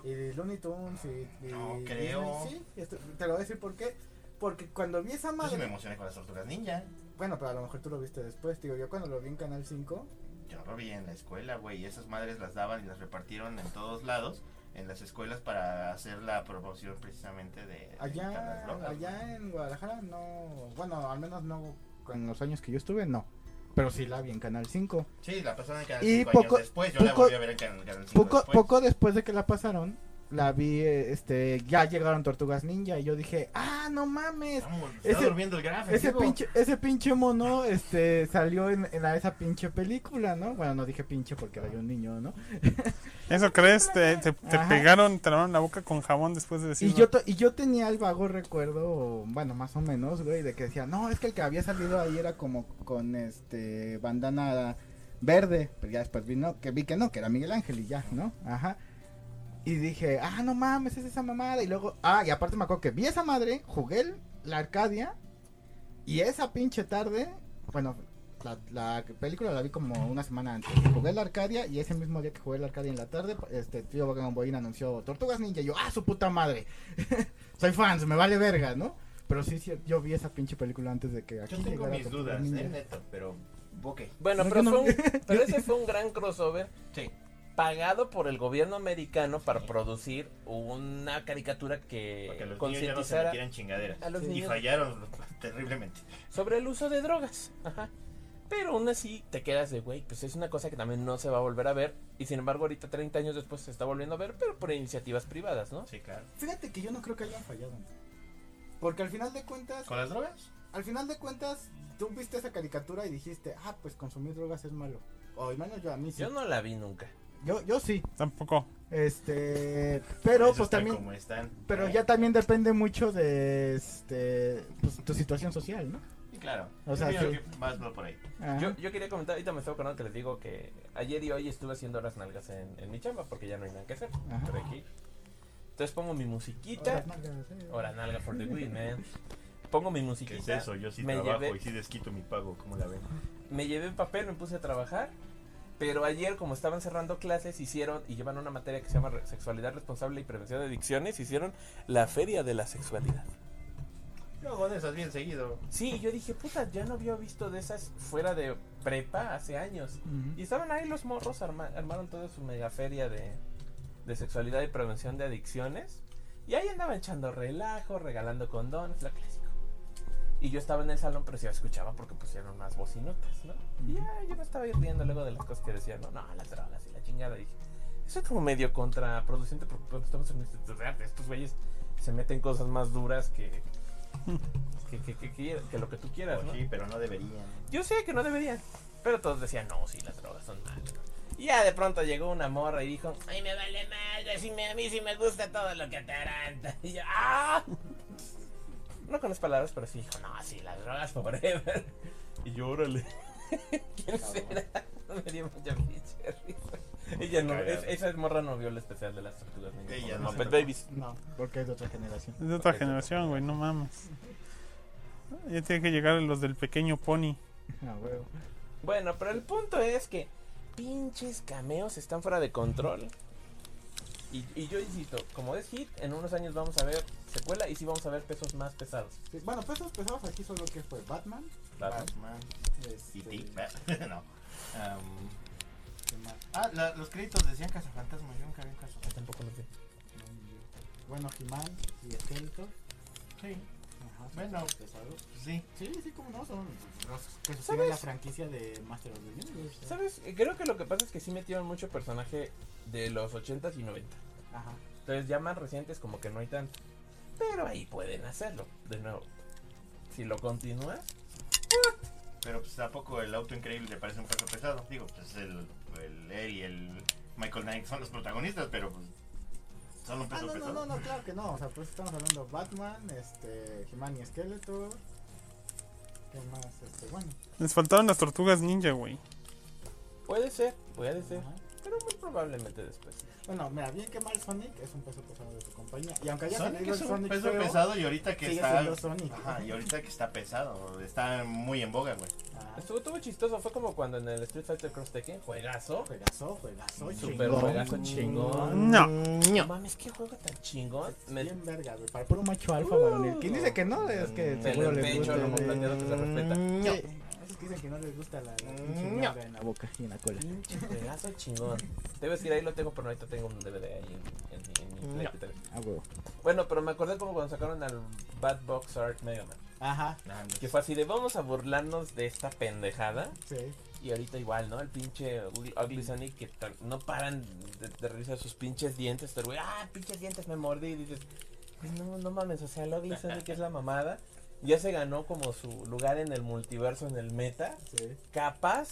y Looney Tunes y, y
No creo.
Disney, sí, esto- te lo voy a decir por qué. Porque cuando vi esa
Yo sí
madre,
me emocioné con las tortugas ninja.
bueno, pero a lo mejor tú lo viste después, digo, yo cuando lo vi en Canal 5,
Yo lo vi en la escuela, güey, y esas madres las daban y las repartieron en todos lados, en las escuelas para hacer la promoción precisamente de... de las
allá
drogas, güey.
allá en Guadalajara no, bueno, al menos no con los años que yo estuve, no. Pero sí la vi en Canal 5.
Sí, la pasaron en Canal
Y
5
poco-
años después, yo la
poco-
volví a ver en Canal, Canal 5
poco,
después.
poco después de que la pasaron, la vi, eh, este, ya llegaron Tortugas Ninja y yo dije, ah, no mames.
Estamos,
ese-
durmiendo el gráfico.
Ese pinche, ese pinche mono, este, salió en, en la- esa pinche película, ¿no? Bueno, no dije pinche porque era yo un niño, ¿no?
¿Eso crees? Te, te, te
Ajá.
pegaron, te lavaron la boca con jabón después de decir.
Y yo, to- y yo tenía el vago recuerdo, bueno, más o menos, güey, de que decía, no, es que el que había salido ahí era como con, este, bandana verde, pero ya después vi, no, que vi que no, que era Miguel Ángel y ya, ¿no? Ajá. Y dije, ah, no mames, es esa mamada. Y luego, ah, y aparte me acuerdo que vi esa madre, jugué el- la Arcadia. Y esa pinche tarde, bueno, la, la película la vi como una semana antes. Jugué la Arcadia y ese mismo día que jugué la Arcadia en la tarde, este tío Bogan Boyín anunció Tortugas Ninja. Y yo, ah, su puta madre. Soy fan, se me vale verga, ¿no? Pero sí, sí, yo vi esa pinche película antes de que aquí
Yo tengo
llegara
mis
Tortugas
dudas, eh,
Ninja.
neto, pero... Ok.
Bueno,
No,
pero,
yo no-
fue un- pero ese fue un gran crossover
Sí.
pagado por el gobierno americano para
Sí.
producir una caricatura
Porque
que
los niños ya no se
concientizara
metieran chingaderas.
a los
Y
niños
fallaron terriblemente.
sobre el uso de drogas. Ajá. Pero aún así te quedas de, güey, pues es una cosa que también no se va a volver a ver. Y sin embargo, ahorita 30 años después se está volviendo a ver, pero por iniciativas privadas, ¿no?
Sí, claro.
Fíjate que yo no creo que hayan fallado. Porque al final de cuentas,
¿Con las drogas?
al final de cuentas, tú viste esa caricatura y dijiste, ah, pues consumir drogas es malo. O al menos yo a mí sí.
Yo no la vi nunca.
Yo, yo sí.
Tampoco.
Este, pero
Esos
pues
están
también,
como están.
pero
Eh,
ya también depende mucho de este, pues, tu situación social, ¿no?
sí, claro.
O
Yo
sea,
creo
sí.
que más va por ahí.
Ajá.
Yo, yo quería comentar, ahorita me estaba acordando que les digo que ayer y hoy estuve haciendo horas nalgas en, en mi chamba porque ya no hay nada que hacer.
Ajá.
Pero aquí. Entonces pongo mi musiquita.
Horas largas, eh.
Ahora nalga for the win, man. Pongo mi musiquita.
¿Qué es eso? Yo sí
me
trabajo
llevé-
y sí desquito mi pago, ¿cómo la ven?
Me llevé papel, me puse a trabajar. Pero ayer, como estaban cerrando clases, hicieron y llevan una materia que se llama re- Sexualidad Responsable y Prevención de Adicciones. Hicieron la Feria de la Sexualidad.
Yo con esas bien seguido.
Sí, yo dije, puta, ya no había visto de esas fuera de prepa hace años.
Ujú.
Y estaban ahí los morros, arma- armaron toda su mega feria de, de sexualidad y prevención de adicciones. Y ahí andaban echando relajo, regalando condones, lo clásico. Y yo estaba en el salón, pero sí escuchaba porque pusieron más bocinotas, ¿no? Y ya, yo me estaba ahí riendo luego de las cosas que decían, no, no, las drogas y la chingada. Y dije, eso es como medio contraproducente porque cuando estamos en un instituto de arte, estos güeyes se meten cosas más duras que, que, que, que- que- que lo que tú quieras, ¿no?
sí, pero no deberían.
Yo sé que no deberían. Pero todos decían, no, sí, las drogas son malas. Y ya de pronto llegó una morra y dijo, ay, me vale madre, si me- a mí sí me gusta todo lo que ataranta. Y yo, ¡ah! No con las palabras, pero sí dijo, no, sí, las drogas forever. Y yo, órale. ¿Quién será? Me dio mucha pinche risa. Ella no, es- esa morra no vio el especial de las tortugas ninja.
Ella no
con los
se
Muppet
tocó.
Babies.
No, porque es de otra generación.
Es de otra generación, güey, no mames. Ya tienen que llegar los del pequeño pony.
Ah, huevo.
Bueno, pero el punto es que pinches cameos están fuera de control. Y, y yo insisto, como es hit, en unos años vamos a ver secuela y sí vamos a ver pesos más pesados.
Sí, bueno, pesos pesados aquí solo que fue Batman.
Batman.
Ah.
este,
Y ti, no. Um,
¿qué más?
ah, la- los créditos decían Cazafantasmas. Yo nunca vi un Cazafantasmas.
Tampoco lo sé.
Bueno, He-Man y Skeletor.
Sí,
Ajá,
Bueno.
pesos pesados.
sí.
Sí, sí, como no, son los que sostienen la franquicia de Master of the Universe. ¿eh?
¿Sabes? Eh, Creo que lo que pasa es que sí metieron mucho personaje de los 80s y 90.
Ajá.
Ah,
Entonces ya más recientes como que no hay tanto. Pero ahí pueden hacerlo, de nuevo. Si lo continúas,
Pero pues ¿a poco el auto increíble te parece un peso pesado? Digo, pues el, el él y el Michael Knight son los protagonistas, pero pues son un
Ah,
peso
no, no,
pesado.
no, no, claro que no. O sea, pues estamos hablando de Batman, este, He-Man y Skeletor. ¿Qué más? Este, bueno.
Les faltaron las tortugas ninja, güey.
puede ser, puede ser.
Ajá.
Pero muy probablemente después.
Bueno, mira, bien que mal Sonic es un peso pesado de tu compañía. Y aunque haya
Sonic
salido el
es un
Sonic
peso
feo,
pesado y ahorita que
sigue
está...
siendo Sonic.
Ajá, y ahorita que está pesado, está muy en boga, güey.
Ah,
Estuvo, estuvo chistoso, fue como cuando en el Street Fighter Cross Tekken, juegazo.
juegazo, juegazo,
Super
chingón.
juegazo chingón.
No.
No mames, qué juego tan chingón. Me,
Bien verga, güey. Para puro macho alfa,
Uh,
varonil.
¿Quién dice que no? Es que
Mm,
seguro
el
les
pecho,
gusta.
lo más
güey.
plateado que se respeta.
Sí.
Esos que dicen que no les gusta la, la pinche
No.
mierda en la
La
boca.
boca y en la cola.
pinche juegazo chingón. Debes ir ahí lo tengo, pero ahorita tengo un DVD ahí en, en- en mi Play
No.
que tengo.
Ah, huevo.
Bueno, pero me acordé como cuando sacaron al Bad Box Art Mega Man.
Ajá,
Que fue así de vamos a burlarnos de esta pendejada.
sí.
Y ahorita igual, ¿no? El pinche Ugly Ugly Sonic que tra- no paran de, de revisar sus pinches dientes. Pero, güey, ah, pinches dientes me mordí. Y dices, "Ay, no, no mames, o sea, el Ugly Sonic es la mamada. Ya se ganó como su lugar en el multiverso, en el meta.
Sí.
Capaz,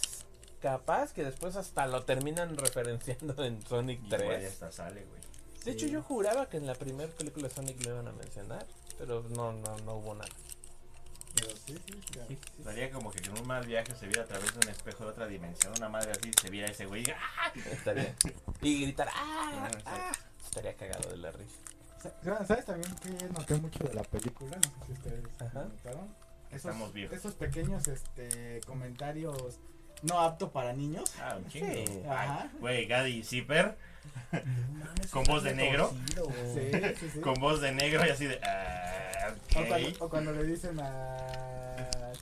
capaz que después hasta lo terminan referenciando en Sonic
Y
3.
igual ya hasta sale, güey.
De hecho, yo juraba que en la primera película de Sonic lo iban a mencionar. Pero no, no, no hubo nada.
Pero sí, sí, claro.
Daría como que en un mal viaje se viera a través de un espejo de otra dimensión, una madre así, se viera ese güey. ¡ah!
Estaría. Y gritar, ¡ah!
Sí.
ah", Estaría cagado de la risa.
Sa- ¿Sabes también que noté mucho de la película? No sé si ustedes
Ajá.
lo notaron. Esos,
Estamos viejos.
Esos pequeños este, comentarios no apto para niños.
Ah, un chingo.
Sí.
Ay,
Ajá.
Güey, Gaddy Zipper. con voz de negro.
Sí, sí, sí.
Con voz de negro y así de. ah,
O,
ok.
cuando, o cuando le dicen a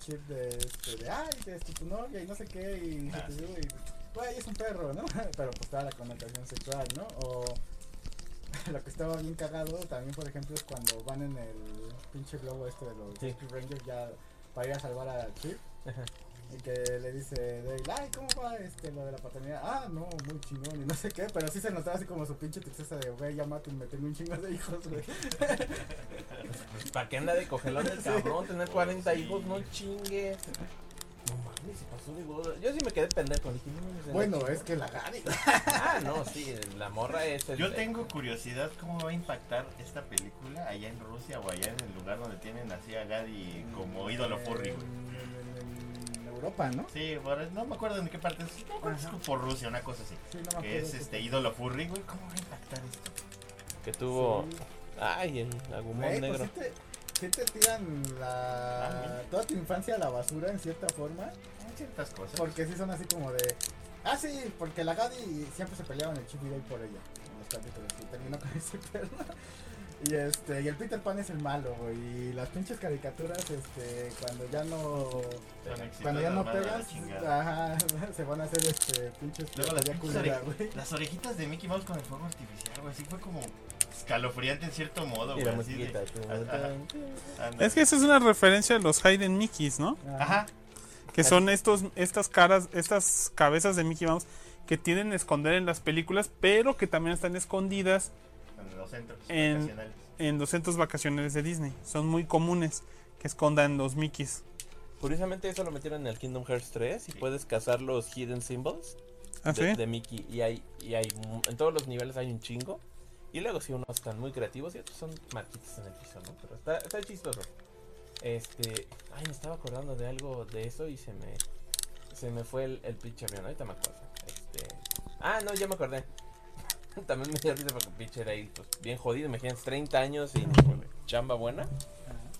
Chip de, este, de ay, de este, tu novia y no sé qué, y,
Ah,
y- y- güey, es un perro, ¿no? Pero pues toda la connotación sexual, ¿no? O lo que estaba bien cagado también, por ejemplo, es cuando van en el pinche globo este de los
Sí.
Rescue Rangers ya para ir a salvar a Chip.
Ajá.
Y que le dice Dale, ay, ¿cómo va este, lo de la paternidad? Ah, no, muy chingón y no sé qué, pero sí se notaba así como su pinche tristeza de, güey, ya mátenme, tengo un chingo de hijos, güey.
¿Para Pues, qué anda de cogelón el cabrón? Tener 40 hijos, no chingues. No mames, se pasó de boda. Yo sí me quedé pendejo. Dije, no mames, en
Bueno,
la
es que la gane.
chi- Ah, no, sí, la morra es el.
Yo tengo curiosidad cómo va a impactar esta película allá en Rusia o allá en el lugar donde tienen así a Gaddy
Mm,
como ídolo furry, güey.
En- en Europa.
Europa, ¿no?
Sí, por- no me acuerdo en qué parte es. No, creo que es por Rusia, una cosa así.
Sí, no me
Que es
acuerdo.
este ídolo furry, güey. ¿Cómo va a impactar esto?
Que tuvo.
Sí.
Ay, el agumón
Güey, pues
negro.
sí te, sí te tiran la,
Ah,
toda tu infancia a la basura en cierta forma.
Hay ciertas cosas.
Porque sí son así como de. Ah, sí, porque la Gadi siempre se peleaban el Chip y Dale por ella. En los capítulos. Y terminó con ese perro. Y este, y el Peter Pan es el malo, güey. Y las pinches caricaturas, este, cuando ya no.
Son exitosas,
cuando ya no
van a la
pegas,
chingada.
ajá, se van a hacer este pinches
Luego las
ya
pinches
culera,
ore-
güey.
Las orejitas de Mickey Mouse con el fuego artificial, güey. Así fue como escalofriante en cierto modo,
Y
güey.
la
así de-
musiquita.
Ah, ah, ándale.
Es que esa es una referencia a los Hayden Mickeys, ¿no?
Ajá.
Que son estos, estas caras, estas cabezas de Mickey Mouse que tienden a esconder en las películas, pero que también están escondidas
En los centros
En-
vacacionales.
en los centros vacacionales de Disney. Son muy comunes que escondan los Mickeys.
Curiosamente, eso lo metieron en el Kingdom Hearts 3. Y
Sí.
puedes cazar los Hidden Symbols
¿Ah,
de,
sí?
de Mickey. Y hay, y hay. mu- En todos los niveles hay un chingo. Y luego, sí, unos están muy creativos y otros son marquitas en el piso, ¿no? Pero está, está chistoso. Este. Ay, me estaba acordando de algo de eso y se me. Se me fue el, el pinche avión. Ahorita me acuerdo. Este. Ah, no, ya me acordé. También me dio risa porque pinche era ahí, pues, bien jodido. Imagínense, 30 años sin chamba buena.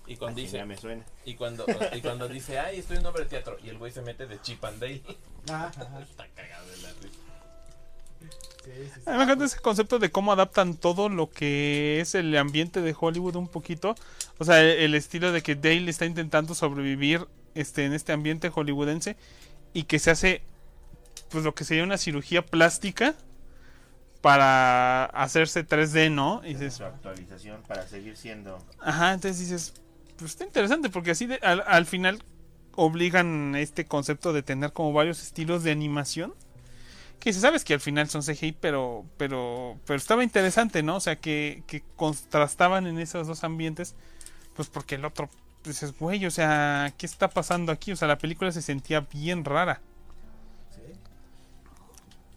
Y cuando
Así
dice,
ya me suena.
y cuando, y cuando dice, ay, estoy en obra de teatro. Y el güey se mete de Chip and Dale.
Ah, ajá,
Está cagado de la risa.
sí, sí, sí.
A mí me encanta ese concepto de cómo adaptan todo lo que es el ambiente de Hollywood un poquito. O sea, el, el estilo de que Dale está intentando sobrevivir este, en este ambiente hollywoodense y que se hace pues lo que sería una cirugía plástica para hacerse 3D, ¿no? Y dices,
Su actualización para seguir siendo.
Ajá, entonces dices, pues está interesante porque así de- al, al final obligan este concepto de tener como varios estilos de animación. Que se sabes que al final son CGI, pero, pero, pero estaba interesante, ¿no? O sea, que, que contrastaban en esos dos ambientes, pues porque el otro, dices, güey, o sea, ¿qué está pasando aquí? O sea, la película se sentía bien rara.
Sí.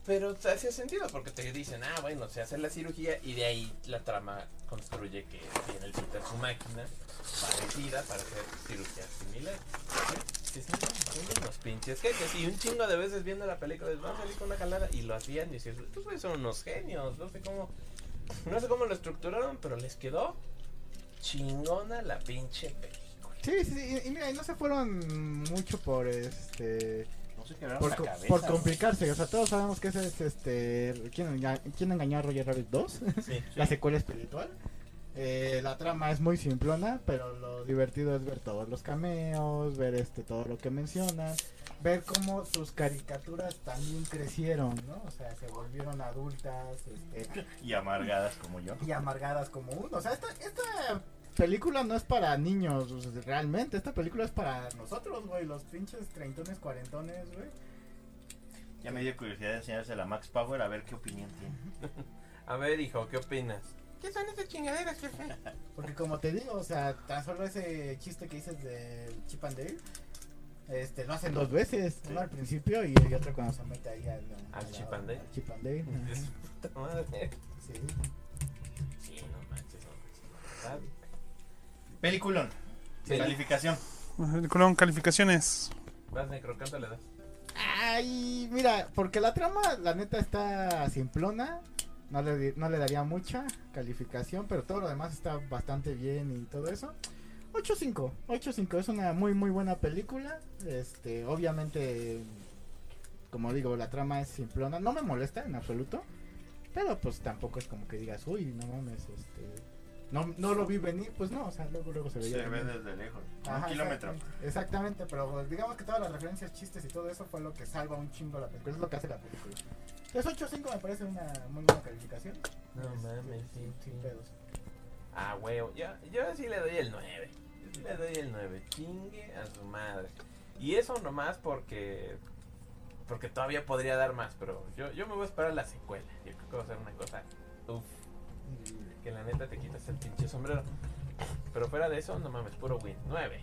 Pero o sea, hacía sentido porque te dicen, ah, bueno, se hace la cirugía y de ahí la trama construye que viene el Peter su máquina parecida para hacer cirugía similar. Sí, sí, sí, son unos pinches jeques y un chingo de veces viendo la película, les van a salir con una jalada y lo hacían y dices, estos güeyes son unos genios, no sé cómo, no sé cómo lo estructuraron, pero les quedó chingona la pinche película.
Sí, sí, sí, y, y mira, y no se fueron mucho por este
No sé qué raro
por,
la
co-
cabeza.
por
¿no?
complicarse, o sea, todos sabemos que ese es este quién enga- quién engañó a Roger Rabbit 2,
Sí,
la secuela espiritual. Eh, la trama es muy simplona, pero lo divertido es ver todos los cameos, ver este todo lo que mencionan, ver cómo sus caricaturas también crecieron, ¿no? O sea, se volvieron adultas, este,
Y amargadas como yo.
y amargadas como uno. O sea, esta, esta película no es para niños, o sea, realmente. Esta película es para nosotros, güey. Los pinches treintones, cuarentones, güey.
Ya me dio curiosidad de enseñársela a Max Power a ver qué opinión tiene.
A ver, hijo, ¿qué opinas? ¿Qué son esas chingaderas, jefe?
Porque como te digo, o sea, tan solo ese chiste que dices de Chip and Dale, este, lo hacen dos veces. Uno al principio y el otro cuando se mete ahí al,
Al
al-
Chip and Dale.
al Chip and Dale, ajá,
Es puta madre.
sí.
Sí, no manches, no manches. no, ¿verdad?
Peliculón.
Sí.
Calificación.
Con calificaciones.
Vas necrocanta le das.
Ay, mira, porque la trama, la neta, está simplona. No le, di- no le daría mucha calificación, pero todo lo demás está bastante bien y todo eso. 8.5, 8.5 es una muy muy buena película. Este, obviamente, como digo, la trama es simplona, no me molesta en absoluto, pero pues tampoco es como que digas, uy, no mames, este, no, no lo vi venir, pues no, o sea, luego luego se
Se
veía.
ve
venir.
desde lejos.
Ajá,
un kilómetro.
Exactamente, exactamente, pero pues, digamos que todas las referencias, chistes y todo eso fue lo que salva un chingo la película. Es lo que hace la película. Entonces 8.5 me parece una muy buena calificación.
No
Este,
mames, sí,
sin,
sí.
sin pedos.
Ah, huevo. Yo, yo sí le doy el 9. Yo sí le doy el 9. Chingue a su madre. Y eso nomás porque. Porque todavía podría dar más, pero yo, yo me voy a esperar la secuela. Yo creo que va a ser una cosa. Uf, que la neta te quitas el pinche sombrero. Pero fuera de eso, no mames, puro win. 9.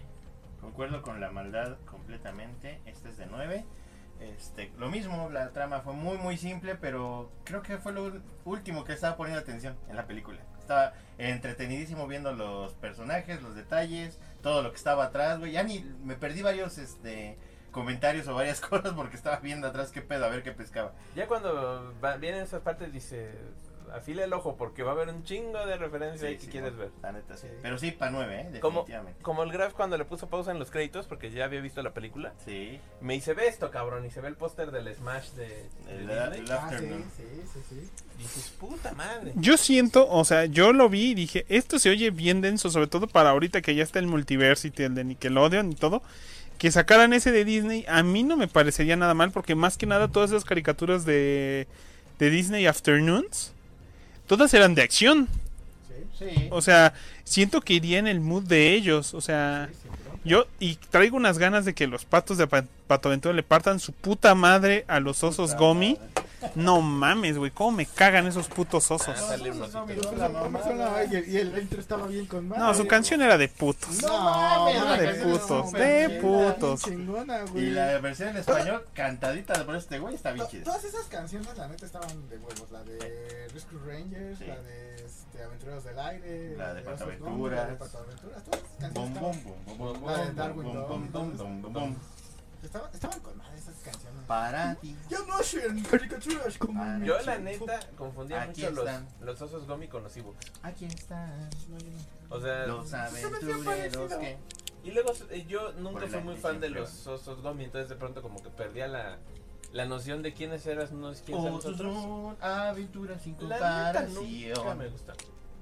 Concuerdo con la maldad completamente. Este es de 9. Este, lo mismo, la trama fue muy muy simple, pero creo que fue lo último que estaba poniendo atención en la película. Estaba entretenidísimo viendo los personajes, los detalles, todo lo que estaba atrás, güey. Ya ni me perdí varios este comentarios o varias cosas porque estaba viendo atrás qué pedo, a ver qué pescaba.
Ya cuando va- vienen esas partes, dice. Afila el ojo porque va a haber un chingo de referencias ahí que quieres ver.
La neta sí.
Sí.
Pero sí, para 9, ¿eh?
Como-
definitivamente.
Como el Graf cuando le puso pausa en los créditos porque ya había visto la película.
Sí,
Me dice, ve esto, cabrón, y se ve el póster del Smash de, de
el, el
Disney.
Ah, sí,
afternoon.
sí, sí, sí.
Dices, puta madre.
Yo siento, o sea, yo lo vi y dije, esto se oye bien denso, sobre todo para ahorita que ya está el Multiversity, el de Nickelodeon y todo. Que sacaran ese de Disney, a mí no me parecería nada mal, porque más que nada todas esas caricaturas de, de Disney Afternoons, todas eran de acción.
Sí,
Sí.
O sea, siento que iría en el mood de ellos. O sea,
sí, sin bronca.
yo y traigo unas ganas de que los patos de Pa- Patoventura le partan su puta madre a los osos Gomi. No mames, güey, cómo me cagan esos putos osos.
Ah, sale un osito.
Pero la mamá sonaba y, el- y el intro estaba bien con madre.
No, su canción era de putos.
No,
mames, la
de
canción
putos,
putos,
de putos.
Chingona,
Y
güey.
la versión en español cantadita por este güey está bien
To-
chida.
Todas esas canciones, la neta, estaban de huevos. La de Rescue Rangers,
Sí.
la de este, Aventureros del Aire,
La de
Osos Gomi,
Pataventuras.
la de Pataventuras, todas esas canciones
Bom,
estaban-
bom, bom, bom, bom,
La de
bom,
Darwin
bom, bom,
Dog.
bom, bom, bom, bom.
Estaban, estaban con madre esas canciones.
Para ti.
Yo no soy en caricaturas como.
Ah,
Yo, la neta, confundía
Aquí
mucho los,
están.
los osos gomi con los ewoks.
Aquí están
O sea,
los
parecido.
aventureros que.
y luego eh, yo nunca
Por
fui
el
muy
anime
fan de
siempre,
los osos gomi, entonces de pronto como que perdía la, la noción de quiénes eran unos, quiénes eran los
Otros
otros.
son aventuras sin
La neta nunca me
comparación.
gustan.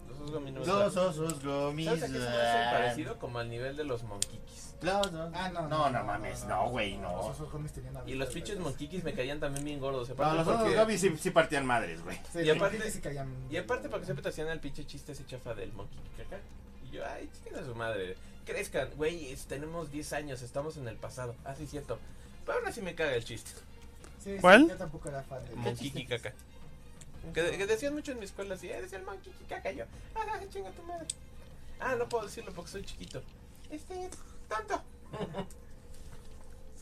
Los osos gomi no me
Los
gustan.
osos gomis.
¿Sabes a qué se me hace
van.
parecido? Como al nivel de los monkikis.
Los osos-
Ah, no.
No, no mames, no, güey,
Los
no.
osos gomis tenían
Y los pinches monkikis me caían también bien gordos. y
No,
aparte
los osos
porque-
gomis sí, sí partían madres, güey.
Sí,
Y
los
aparte-
monkikis sí caían-
Y aparte, porque siempre te hacían el pinche chiste ese chafa del monkey caca. Y yo, ay, chiquen a su madre. Crezcan, güey, es- tenemos 10 años, estamos en el pasado. Ah, sí, cierto. Pero aún así me caga el chiste.
Sí, sí,
¿Cuál?
yo tampoco era fan de
Monkey caca. Que, de- que decían mucho en mi escuela así, eres el monkey caca. Yo, ah, chinga tu madre. Ah, no puedo decirlo porque soy chiquito. Este, tonto,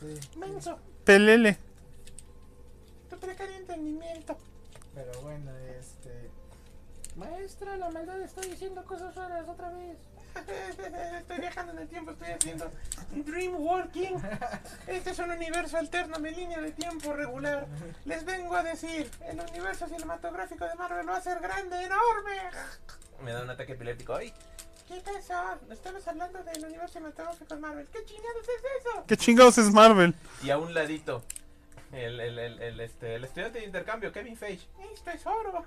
Sí,
menso,
Pelele.
tu precario entendimiento.
pero bueno, este.
Maestra, la maldad está diciendo cosas raras otra vez. Estoy viajando en el tiempo, estoy haciendo dream walking. Este es un universo alterno, mi línea de tiempo regular. Les vengo a decir, el universo cinematográfico de Marvel va a ser grande, enorme. Me da un ataque epiléptico hoy. ¿Qué pasa? Estamos hablando del universo cinematográfico de Marvel. ¿Qué chingados es eso?
¿Qué chingados es Marvel?
Y a un ladito, el, el, el, el, este, el estudiante de intercambio, Kevin Feige. Esto Este es oro.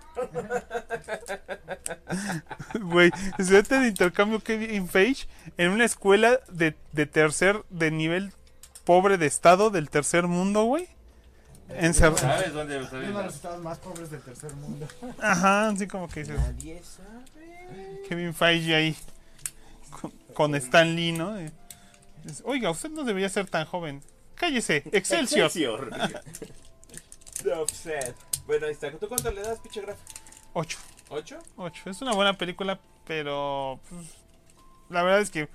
Güey, estudiante de intercambio Kevin Feige en una escuela de, de tercer, de nivel pobre de estado del tercer mundo, güey. Encer-
¿Sabes dónde los
Uno de los estados más pobres del tercer mundo.
Ajá, así como que dices,
Nadie sabe.
Kevin Feige ahí con, con Stan Lee, ¿no? Y dices, Oiga, usted no debería ser tan joven. Cállese, Excelsior.
The Upset. Bueno, ahí está. ¿Tú cuánto le das, pinche graf?
8,
¿Ocho?
8. Es una buena película, pero pues, la verdad es que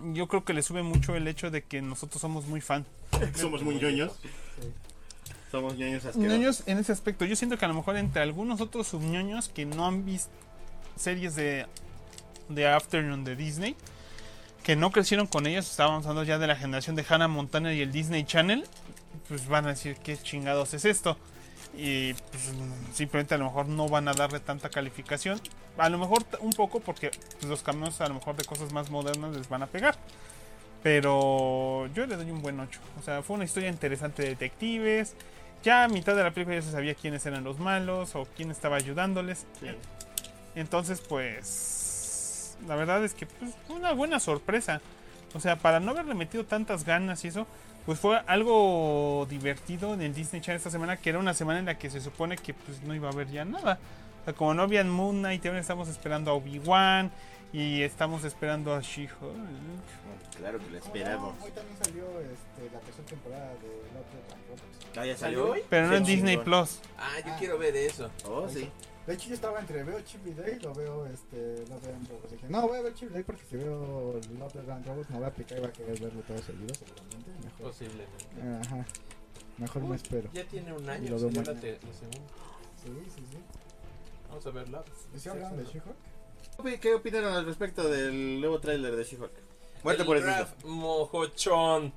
yo creo que le sube mucho el hecho de que nosotros somos muy fan.
Somos muy ñoños. Somos ñoños asquerosos.
ñoños en ese aspecto. Yo siento que a lo mejor entre algunos otros subñoños que no han visto series de, de Afternoon de Disney, que no crecieron con ellas, estábamos hablando ya de la generación de Hannah Montana y el Disney Channel, pues van a decir qué chingados es esto. Y pues, simplemente a lo mejor no van a darle tanta calificación. A lo mejor t- un poco porque pues, los cambios a lo mejor de cosas más modernas les van a pegar. Pero yo le doy un buen 8. O sea, fue una historia interesante de detectives. Ya a mitad de la película ya se sabía quiénes eran los malos o quién estaba ayudándoles.
Sí.
Entonces, pues. La verdad es que pues, fue una buena sorpresa. O sea, para no haberle metido tantas ganas y eso, pues fue algo divertido en el Disney Channel esta semana, que era una semana en la que se supone que pues no iba a haber ya nada. O sea, como no había Moon Knight, ahora estamos esperando a Obi-Wan y estamos esperando a She-Hulk.
Claro que lo esperamos.
Hoy también salió este, la tercera temporada de Love Death and Robots.
Ah, ya
¿Salió hoy?
Pero no
Qué
en Disney
chingón.
Plus.
Ah, yo
Ah.
quiero ver eso.
Oh, sí.
De hecho, yo estaba entre veo Chip y Dale o veo este, Love Death and Robots. Dije, no, voy a ver Chip y Dale porque si veo Love Death and Robots me voy a picar y va a querer verlo todo seguido, seguramente.
Pues,
Mejor,
Posiblemente.
ajá. Mejor
Uy,
me espero.
Ya tiene un
Y
año.
lo veo
señora,
mañana.
te- lo segundo.
Sí, sí, sí.
Vamos a verla.
¿Y si hablaron de She-Hulk?
¿Qué opinaron al respecto del nuevo tráiler de She-Hulk? Muerte
El
por el
Graf Mojochón.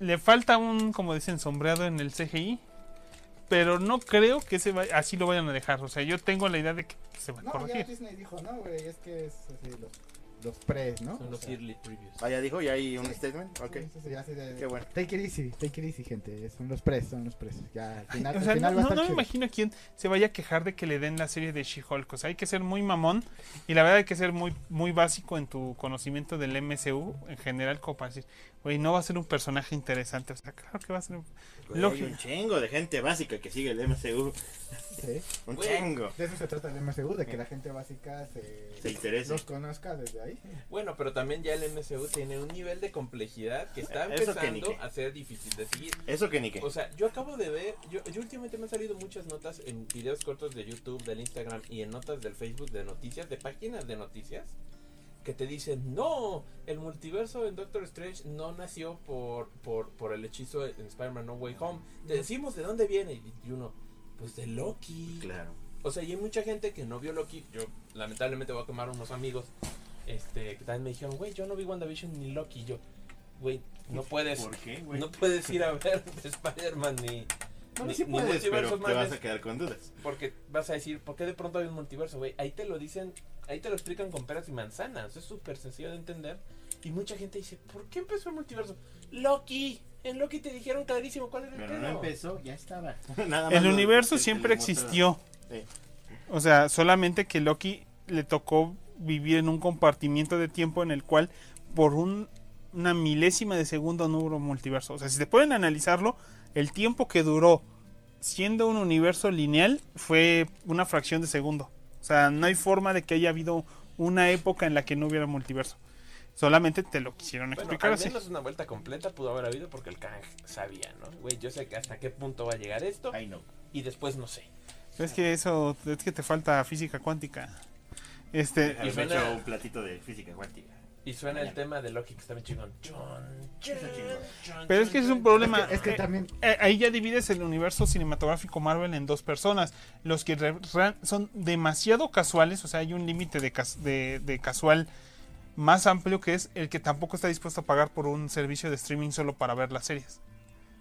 Le falta un, como dicen, sombreado en el CGI. Pero no creo que se vaya- así lo vayan a dejar. O sea, yo tengo la idea de que se va a
No, ya
corregir.
Disney dijo, no, güey, es que es así los, los pres, ¿no?
Son
O
los
sea,
early previews.
Ah, ya dijo, ya hay un
Sí.
statement. Ok.
sí, sí, sí, así de-
Qué bueno.
Take it easy, take it easy, gente. Son los pres, son los pres. Ya, al final,
O
al
sea, no,
final va a
no-
estar
no me
chido.
imagino a quién se vaya a quejar de que le den la serie de She-Hulk. O sea, hay que ser muy mamón. Y la verdad hay que ser muy, muy básico en tu conocimiento del MCU en general. Como para decir, güey, no va a ser un personaje interesante. O sea, claro que va a ser un...
Güey,
Lo-
hay un chingo de gente básica que sigue el MCU.
Sí.
Un
Güey.
chingo.
De eso se trata el MCU, de que la gente básica se,
Se interese.
los conozca desde ahí.
Bueno, pero también ya el MCU tiene un nivel de complejidad que está
Eh, Eso que ni
empezando
qué.
a ser difícil de seguir.
Eso que ni qué.
O sea, yo acabo de ver, yo, yo últimamente me han salido muchas notas en videos cortos de YouTube, del Instagram y en notas del Facebook de noticias, de páginas de noticias, que te dicen, no, el multiverso en Doctor Strange no nació por, por, por el hechizo en Spider-Man No Way Home. Te decimos de dónde viene y uno, pues de Loki.
Claro.
O sea, y hay mucha gente que no vio Loki. Yo, lamentablemente, voy a quemar unos amigos. Este, que también me dijeron, güey, yo no vi WandaVision ni Loki. Y Yo,
Güey, no puedes.
¿Por qué, güey?
No puedes ir a ver Spider-Man ni.
No,
ni-
sí
ni
puedes,
multiversos
pero te
mames.
vas a quedar con dudas.
Porque vas a decir, ¿por qué de pronto hay un multiverso, güey? Ahí te lo dicen, ahí te lo explican con peras y manzanas. Es súper sencillo de entender. Y mucha gente dice, ¿por qué empezó el multiverso? Loki. En Loki te dijeron clarísimo cuál era el
Pero
pedo.
no empezó, ya estaba. Nada más
El
lo-
universo
te- te
siempre
lo mostraron.
existió.
Sí.
O sea, solamente que Loki le tocó vivir en un compartimiento de tiempo en el cual por un- una milésima de segundo no hubo multiverso. O sea, si se pueden analizarlo, el tiempo que duró siendo un universo lineal fue una fracción de segundo. O sea, no hay forma de que haya habido una época en la que no hubiera multiverso. Solamente te lo quisieron
Bueno,
explicar
al
así.
menos una vuelta completa pudo haber habido porque el Kang sabía, ¿no? Güey, yo sé que hasta qué punto va a llegar esto
Ay, no.
y después no sé.
Es que eso, es que te falta física cuántica. Este,
Déjame,
Y
me
suena-
echo un platito de física cuántica.
Y suena el tema de Loki que está bien chingón. John, John,
Está chingón.
John,
Pero es que
John,
ese es un
John.
problema.
Es que
Eh,
también
eh, ahí ya divides el universo cinematográfico Marvel en dos personas. Los que re- re- son demasiado casuales, o sea, hay un límite de, cas- de- de casual más amplio que es el que tampoco está dispuesto a pagar por un servicio de streaming solo para ver las series.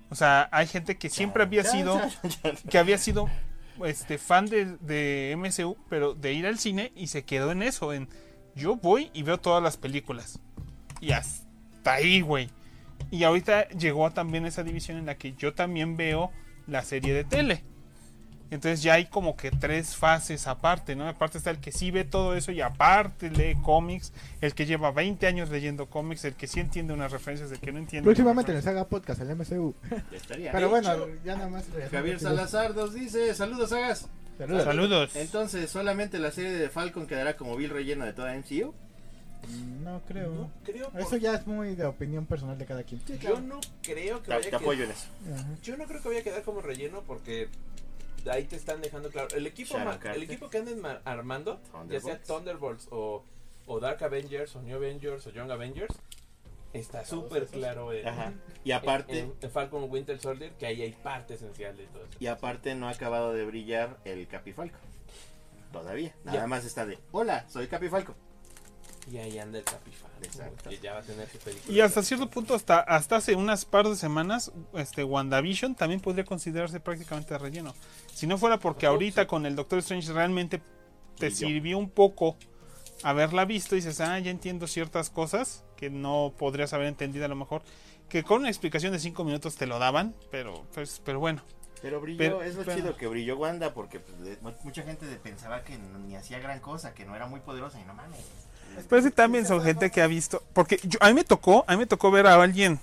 O sea, hay gente que siempre había sido, que había sido este fan de, de MCU, pero de ir al cine y se quedó en eso, en yo voy y veo todas las películas. Y hasta ahí, güey. Y ahorita llegó también esa división en la que yo también veo la serie de tele. Entonces ya hay como que tres fases aparte, ¿no? Aparte está el que sí ve todo eso y aparte lee cómics, el que lleva 20 años leyendo cómics, el que sí entiende unas referencias, el que no entiende.
próximamente
otras
les haga podcast al MCU.
Ya estaría.
Pero bueno, ya nada más.
Javier Salazar nos dice, saludos sagas.
Saludos.
Saludos.
Entonces, solamente la serie de Falcon quedará como vil relleno de toda MCU.
No creo.
No creo por-
Eso ya es muy de opinión personal de cada quien.
Yo no creo que
Te,
vaya
te
a quedar-
apoyo en eso.
Ajá.
Yo no creo que vaya a quedar como relleno porque ahí te están dejando claro. El equipo,
Sharon
ma-
Carter.
el equipo que anden ma- armando, ya sea
Thunderbolts.
Thunderbolts o, o Dark Avengers o New Avengers o Young Avengers, está súper claro en,
Ajá. Y
en-
aparte,
en- en Falcon Winter Soldier que ahí hay parte esencial de todo eso.
y aparte no ha acabado de brillar el Capifalco. Todavía. Nada
Ya.
más está de, hola, soy Capifalco.
Y ahí anda el Capifalco,
Exacto.
que ya va a tener su película.
Y hasta cierto punto, hasta, hasta hace unas par de semanas, este WandaVision también podría considerarse prácticamente relleno. Si no fuera porque
Ujú,
ahorita
sí.
con el Doctor Strange realmente te
Sí, yo.
sirvió un poco haberla visto y dices, ah, ya entiendo ciertas cosas que no podrías haber entendido a lo mejor. Que con una explicación de cinco minutos te lo daban, pero, pues, pero bueno.
Pero brilló,
Pero-
es lo
pero-
chido que brilló Wanda porque pues, de- mu- mucha gente de- pensaba que n- ni hacía gran cosa, que no era muy poderosa y no mames.
Pero Pues sí también son gente que ha visto. Porque yo, a mí me tocó, a mí me tocó ver a alguien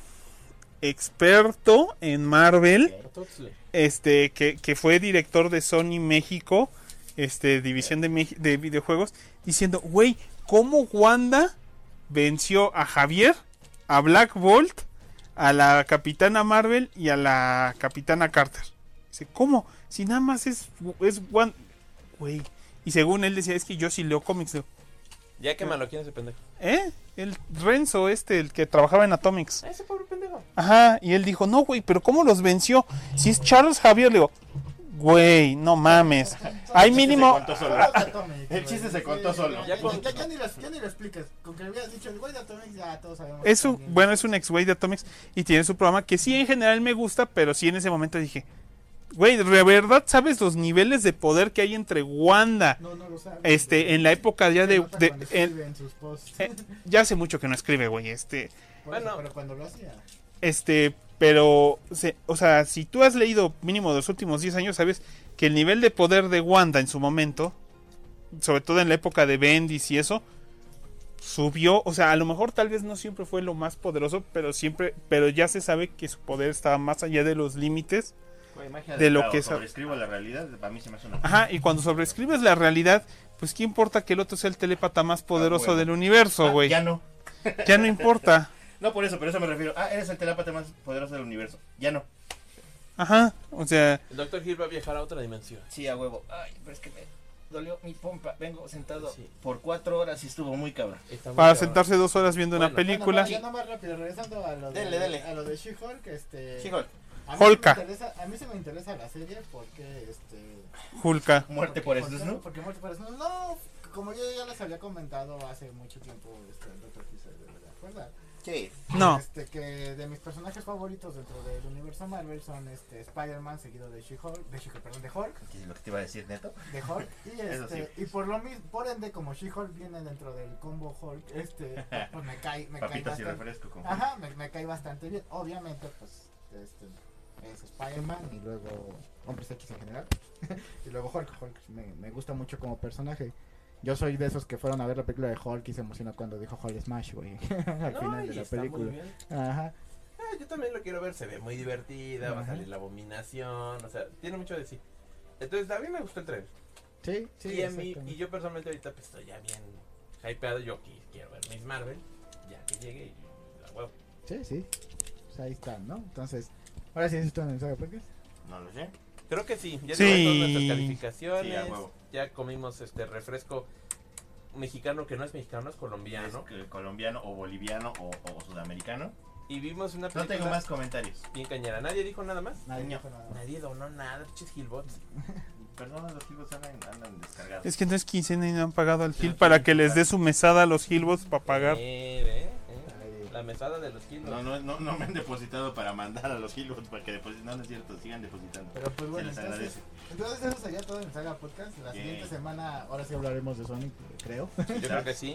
experto en Marvel.
Totsle.
este que, que fue director de Sony México, este división de, Mex- de videojuegos, diciendo, güey, ¿cómo Wanda venció a Javier, a Black Bolt, a la Capitana Marvel y a la Capitana Carter? Dice, ¿cómo? Si nada más es, es Wanda, güey. Y según él decía, es que yo sí leo cómics. Digo,
Ya que malo quién ese pendejo.
¿Eh? El Renzo este, el que trabajaba en Atomics.
Ah, Ese pobre pendejo.
Ajá, y él dijo, no, güey, pero ¿cómo los venció? Si es Charles Javier, le digo, güey, no mames. Hay mínimo...
Se contó solo. El chiste se contó solo.
Ya,
Ya con-
ya- ya ni lo, ya ni lo explicas. Con que le hubieras dicho el güey de Atomic, ya todos sabemos.
Es un, bueno, es un ex güey de Atomics y tiene su programa que sí en general me gusta, pero sí en ese momento dije, güey, ¿de verdad sabes los niveles de poder que hay entre Wanda?
No, no lo sabes.
Este, en la época ya
Se
de...
nota
de-
cuando
en-
escribe en sus posts.
eh, ya hace mucho que no escribe, güey, este...
Por eso,
bueno.
pero cuando lo hacía.
Este, pero, se- o sea, si tú has leído mínimo de los últimos 10 años, sabes que el nivel de poder de Wanda en su momento, sobre todo en la época de Bendis y eso, subió. O sea, a lo mejor tal vez no siempre fue lo más poderoso, pero siempre, pero ya se sabe que su poder estaba más allá de los límites.
Güey, magia
de lo
Tao,
que es-
sobreescribo la realidad, para mí se me hace una...
Ajá, y cuando sobreescribes la realidad, pues qué importa que el otro sea el telépata más poderoso
bueno.
del universo,
Ah,
güey.
Ya no.
ya no importa.
No por eso, pero eso me refiero. Ah, eres el telepata más poderoso del universo. Ya no.
Ajá, o sea,
El Dr. Hill va a viajar a otra dimensión.
Sí, a huevo. Ay, pero es que me dolió mi pompa. Vengo sentado
Sí.
por cuatro horas y estuvo muy cabrón.
Está muy
para
cabrón.
sentarse dos horas viendo una
Bueno, bueno,
película.
Bueno, no, ya no más rápido, regresando a lo de,
Dele, dele.
A lo de She-Hulk. Este,
Chico,
a mí sí me
Hulka.
interesa- A mí se me interesa la serie porque. Este,
Julka.
muerte por
porque-
eso,
porque-
¿no?
Porque muerte por Snoop. No, como yo ya les había comentado hace mucho tiempo, este, el doctor Quise, de verdad, ¿verdad?
Sí.
No.
Este, que de mis personajes favoritos dentro del universo Marvel son este Spider-Man seguido de She-Hulk, de She-Hulk, perdón, de Hulk,
¿Qué es lo que te iba a decir, Neto?
de Hulk y
Eso
este
sí.
y por lo mismo, por ende como She-Hulk viene dentro del combo Hulk, este pues me cae me cae
Papitas y
bastante.
refresco. Con...
Ajá, me, me cae bastante bien. Obviamente pues este es Spider-Man y luego Hombres X en general. y luego Hulk, Hulk
Me, me gusta mucho como personaje. Yo soy de esos que fueron a ver la película de Hulk y se emocionó cuando dijo Hulk Smash, güey. Al final de la película. Ajá.
Ah, yo también lo quiero ver, se ve muy divertida, va a
Ajá.
salir la abominación, o sea, tiene mucho de sí. Entonces, a mí me gustó el tren.
Sí, sí.
y, a mí,
exactamente.
y yo personalmente ahorita pues, estoy ya bien hypeado, yo qui- quiero ver Miss Marvel, ya que llegue y la huevo.
Sí, sí. Pues ahí está, ¿no? Entonces, ahora sí, eso es todo en el Saga Podcast.
No lo sé.
Creo que sí, ya
Sí.
tenemos todas nuestras calificaciones,
Sí, a huevo.
ya comimos este refresco mexicano que no es mexicano, es
Es
colombiano,
que colombiano o boliviano o, o sudamericano.
y vimos una
No
película
tengo más comentarios.
bien cañera, nadie dijo nada más.
Nadie
No.
dijo nada.
Nadie donó nada, pinches Gilbots.
Perdón, los hijos andan, andan descargados.
Es que no es quincena y no han pagado al Gil
no
para
quieren
que les
pagar.
dé su mesada a los Gilbots para pagar.
Eh, ve, eh.
Ay,
La mesada de los Gilbots.
No, no, no, no me han depositado para mandar a los Hillbots para que depositen. No, no es cierto, sigan depositando.
Pero pues
Se
bueno,
les
entonces,
agradece.
entonces eso sería todo en Saga Podcast. La
Bien.
siguiente semana, ahora sí
hablaremos
hablaremos.
de Sonic, creo.
Yo creo que sí.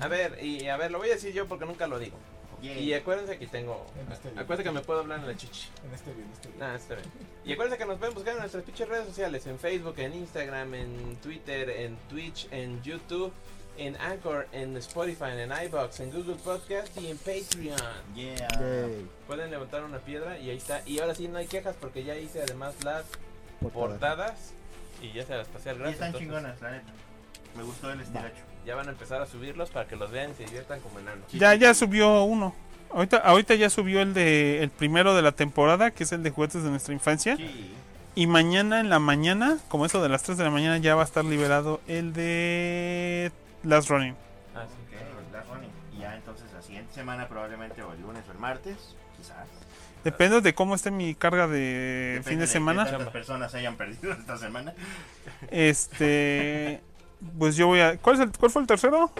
A ver, y a ver, lo voy a decir yo porque nunca lo digo.
Yay.
Y acuérdense que tengo.
En este video.
Acuérdense que me puedo hablar en la chichi.
En este video, en este video.
Ah, está bien. Y acuérdense que nos pueden buscar en nuestras pinches redes sociales: en Facebook, en Instagram, en Twitter, en Twitch, en YouTube, en Anchor, en Spotify, en iBox, en Google Podcast y en Patreon.
Yeah.
Yay.
Pueden levantar una piedra y ahí está. Y ahora sí, no hay quejas porque ya hice además las
Portada.
portadas y ya se las pasé al
Y
gratis.
están
entonces
chingonas, la neta. Me gustó el estilacho.
Ya van a empezar a subirlos para que los vean y se diviertan como enanos.
Ya, ya subió uno. Ahorita, ahorita ya subió el de el primero de la temporada, que es el de juguetes de nuestra infancia.
Sí.
Y mañana en la mañana, como eso de las 3 de la mañana, ya va a estar liberado el de Last Running.
Ah, sí.
Ok, Black Running. Y ya entonces la siguiente semana, probablemente o el lunes o el martes, quizás.
Depende de cómo esté mi carga de
Depende
fin de
qué
semana.
tantas personas hayan perdido esta semana.
Este. Pues yo voy a. ¿Cuál, es el- cuál fue el tercero?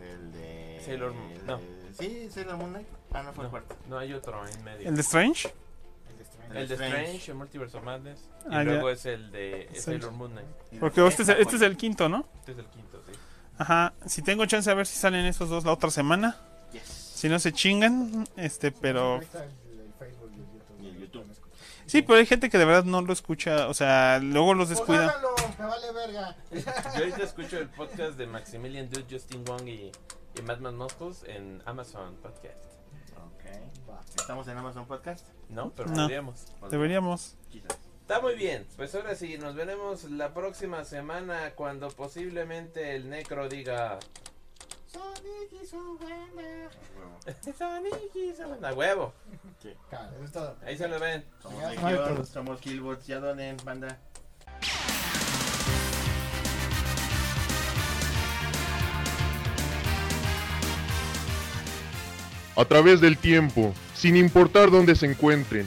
El de.
Sailor Moon,
el
no.
de- Sí, Sailor Moon Knight. Ah, no fue el
No,
cuarto.
no hay otro en medio.
¿El de Strange?
El de Strange.
El de
Strange.
Strange, el Multiverse of Madness. Y
Ah, ya.
luego es el de
Sí.
Sailor Moon Knight.
Y
Porque
después
este es, el- este es
fue-
el quinto, ¿no?
Este es el quinto, sí.
Ajá. Si tengo chance a ver si salen esos dos la otra semana.
Yes.
Si no se chingan, este, pero...
Ahí está el, el Facebook y el YouTube.
Y el YouTube.
Sí, pero hay gente que de verdad no lo escucha, o sea, luego los
Pues
descuida.
háganlo, me vale verga.
Yo ahorita escucho el podcast de Maximilian Dude, Justin Wong y, y Madman Muscles en Amazon Podcast.
Ok.
Va.
Estamos en Amazon Podcast.
No, pero
No.
podríamos.
Deberíamos.
Quizás.
Está muy bien. Pues ahora sí, nos veremos la próxima semana cuando posiblemente el Necro diga.
Sonic y su banda.
A huevo.
Sonic y su banda". ¡A huevo!
Claro, eso es todo.
Ahí se lo ven.
Somos
Ya,
Legión,
no, pero-
somos Killbots, ya donen, banda.
a través del tiempo, sin importar dónde se encuentren.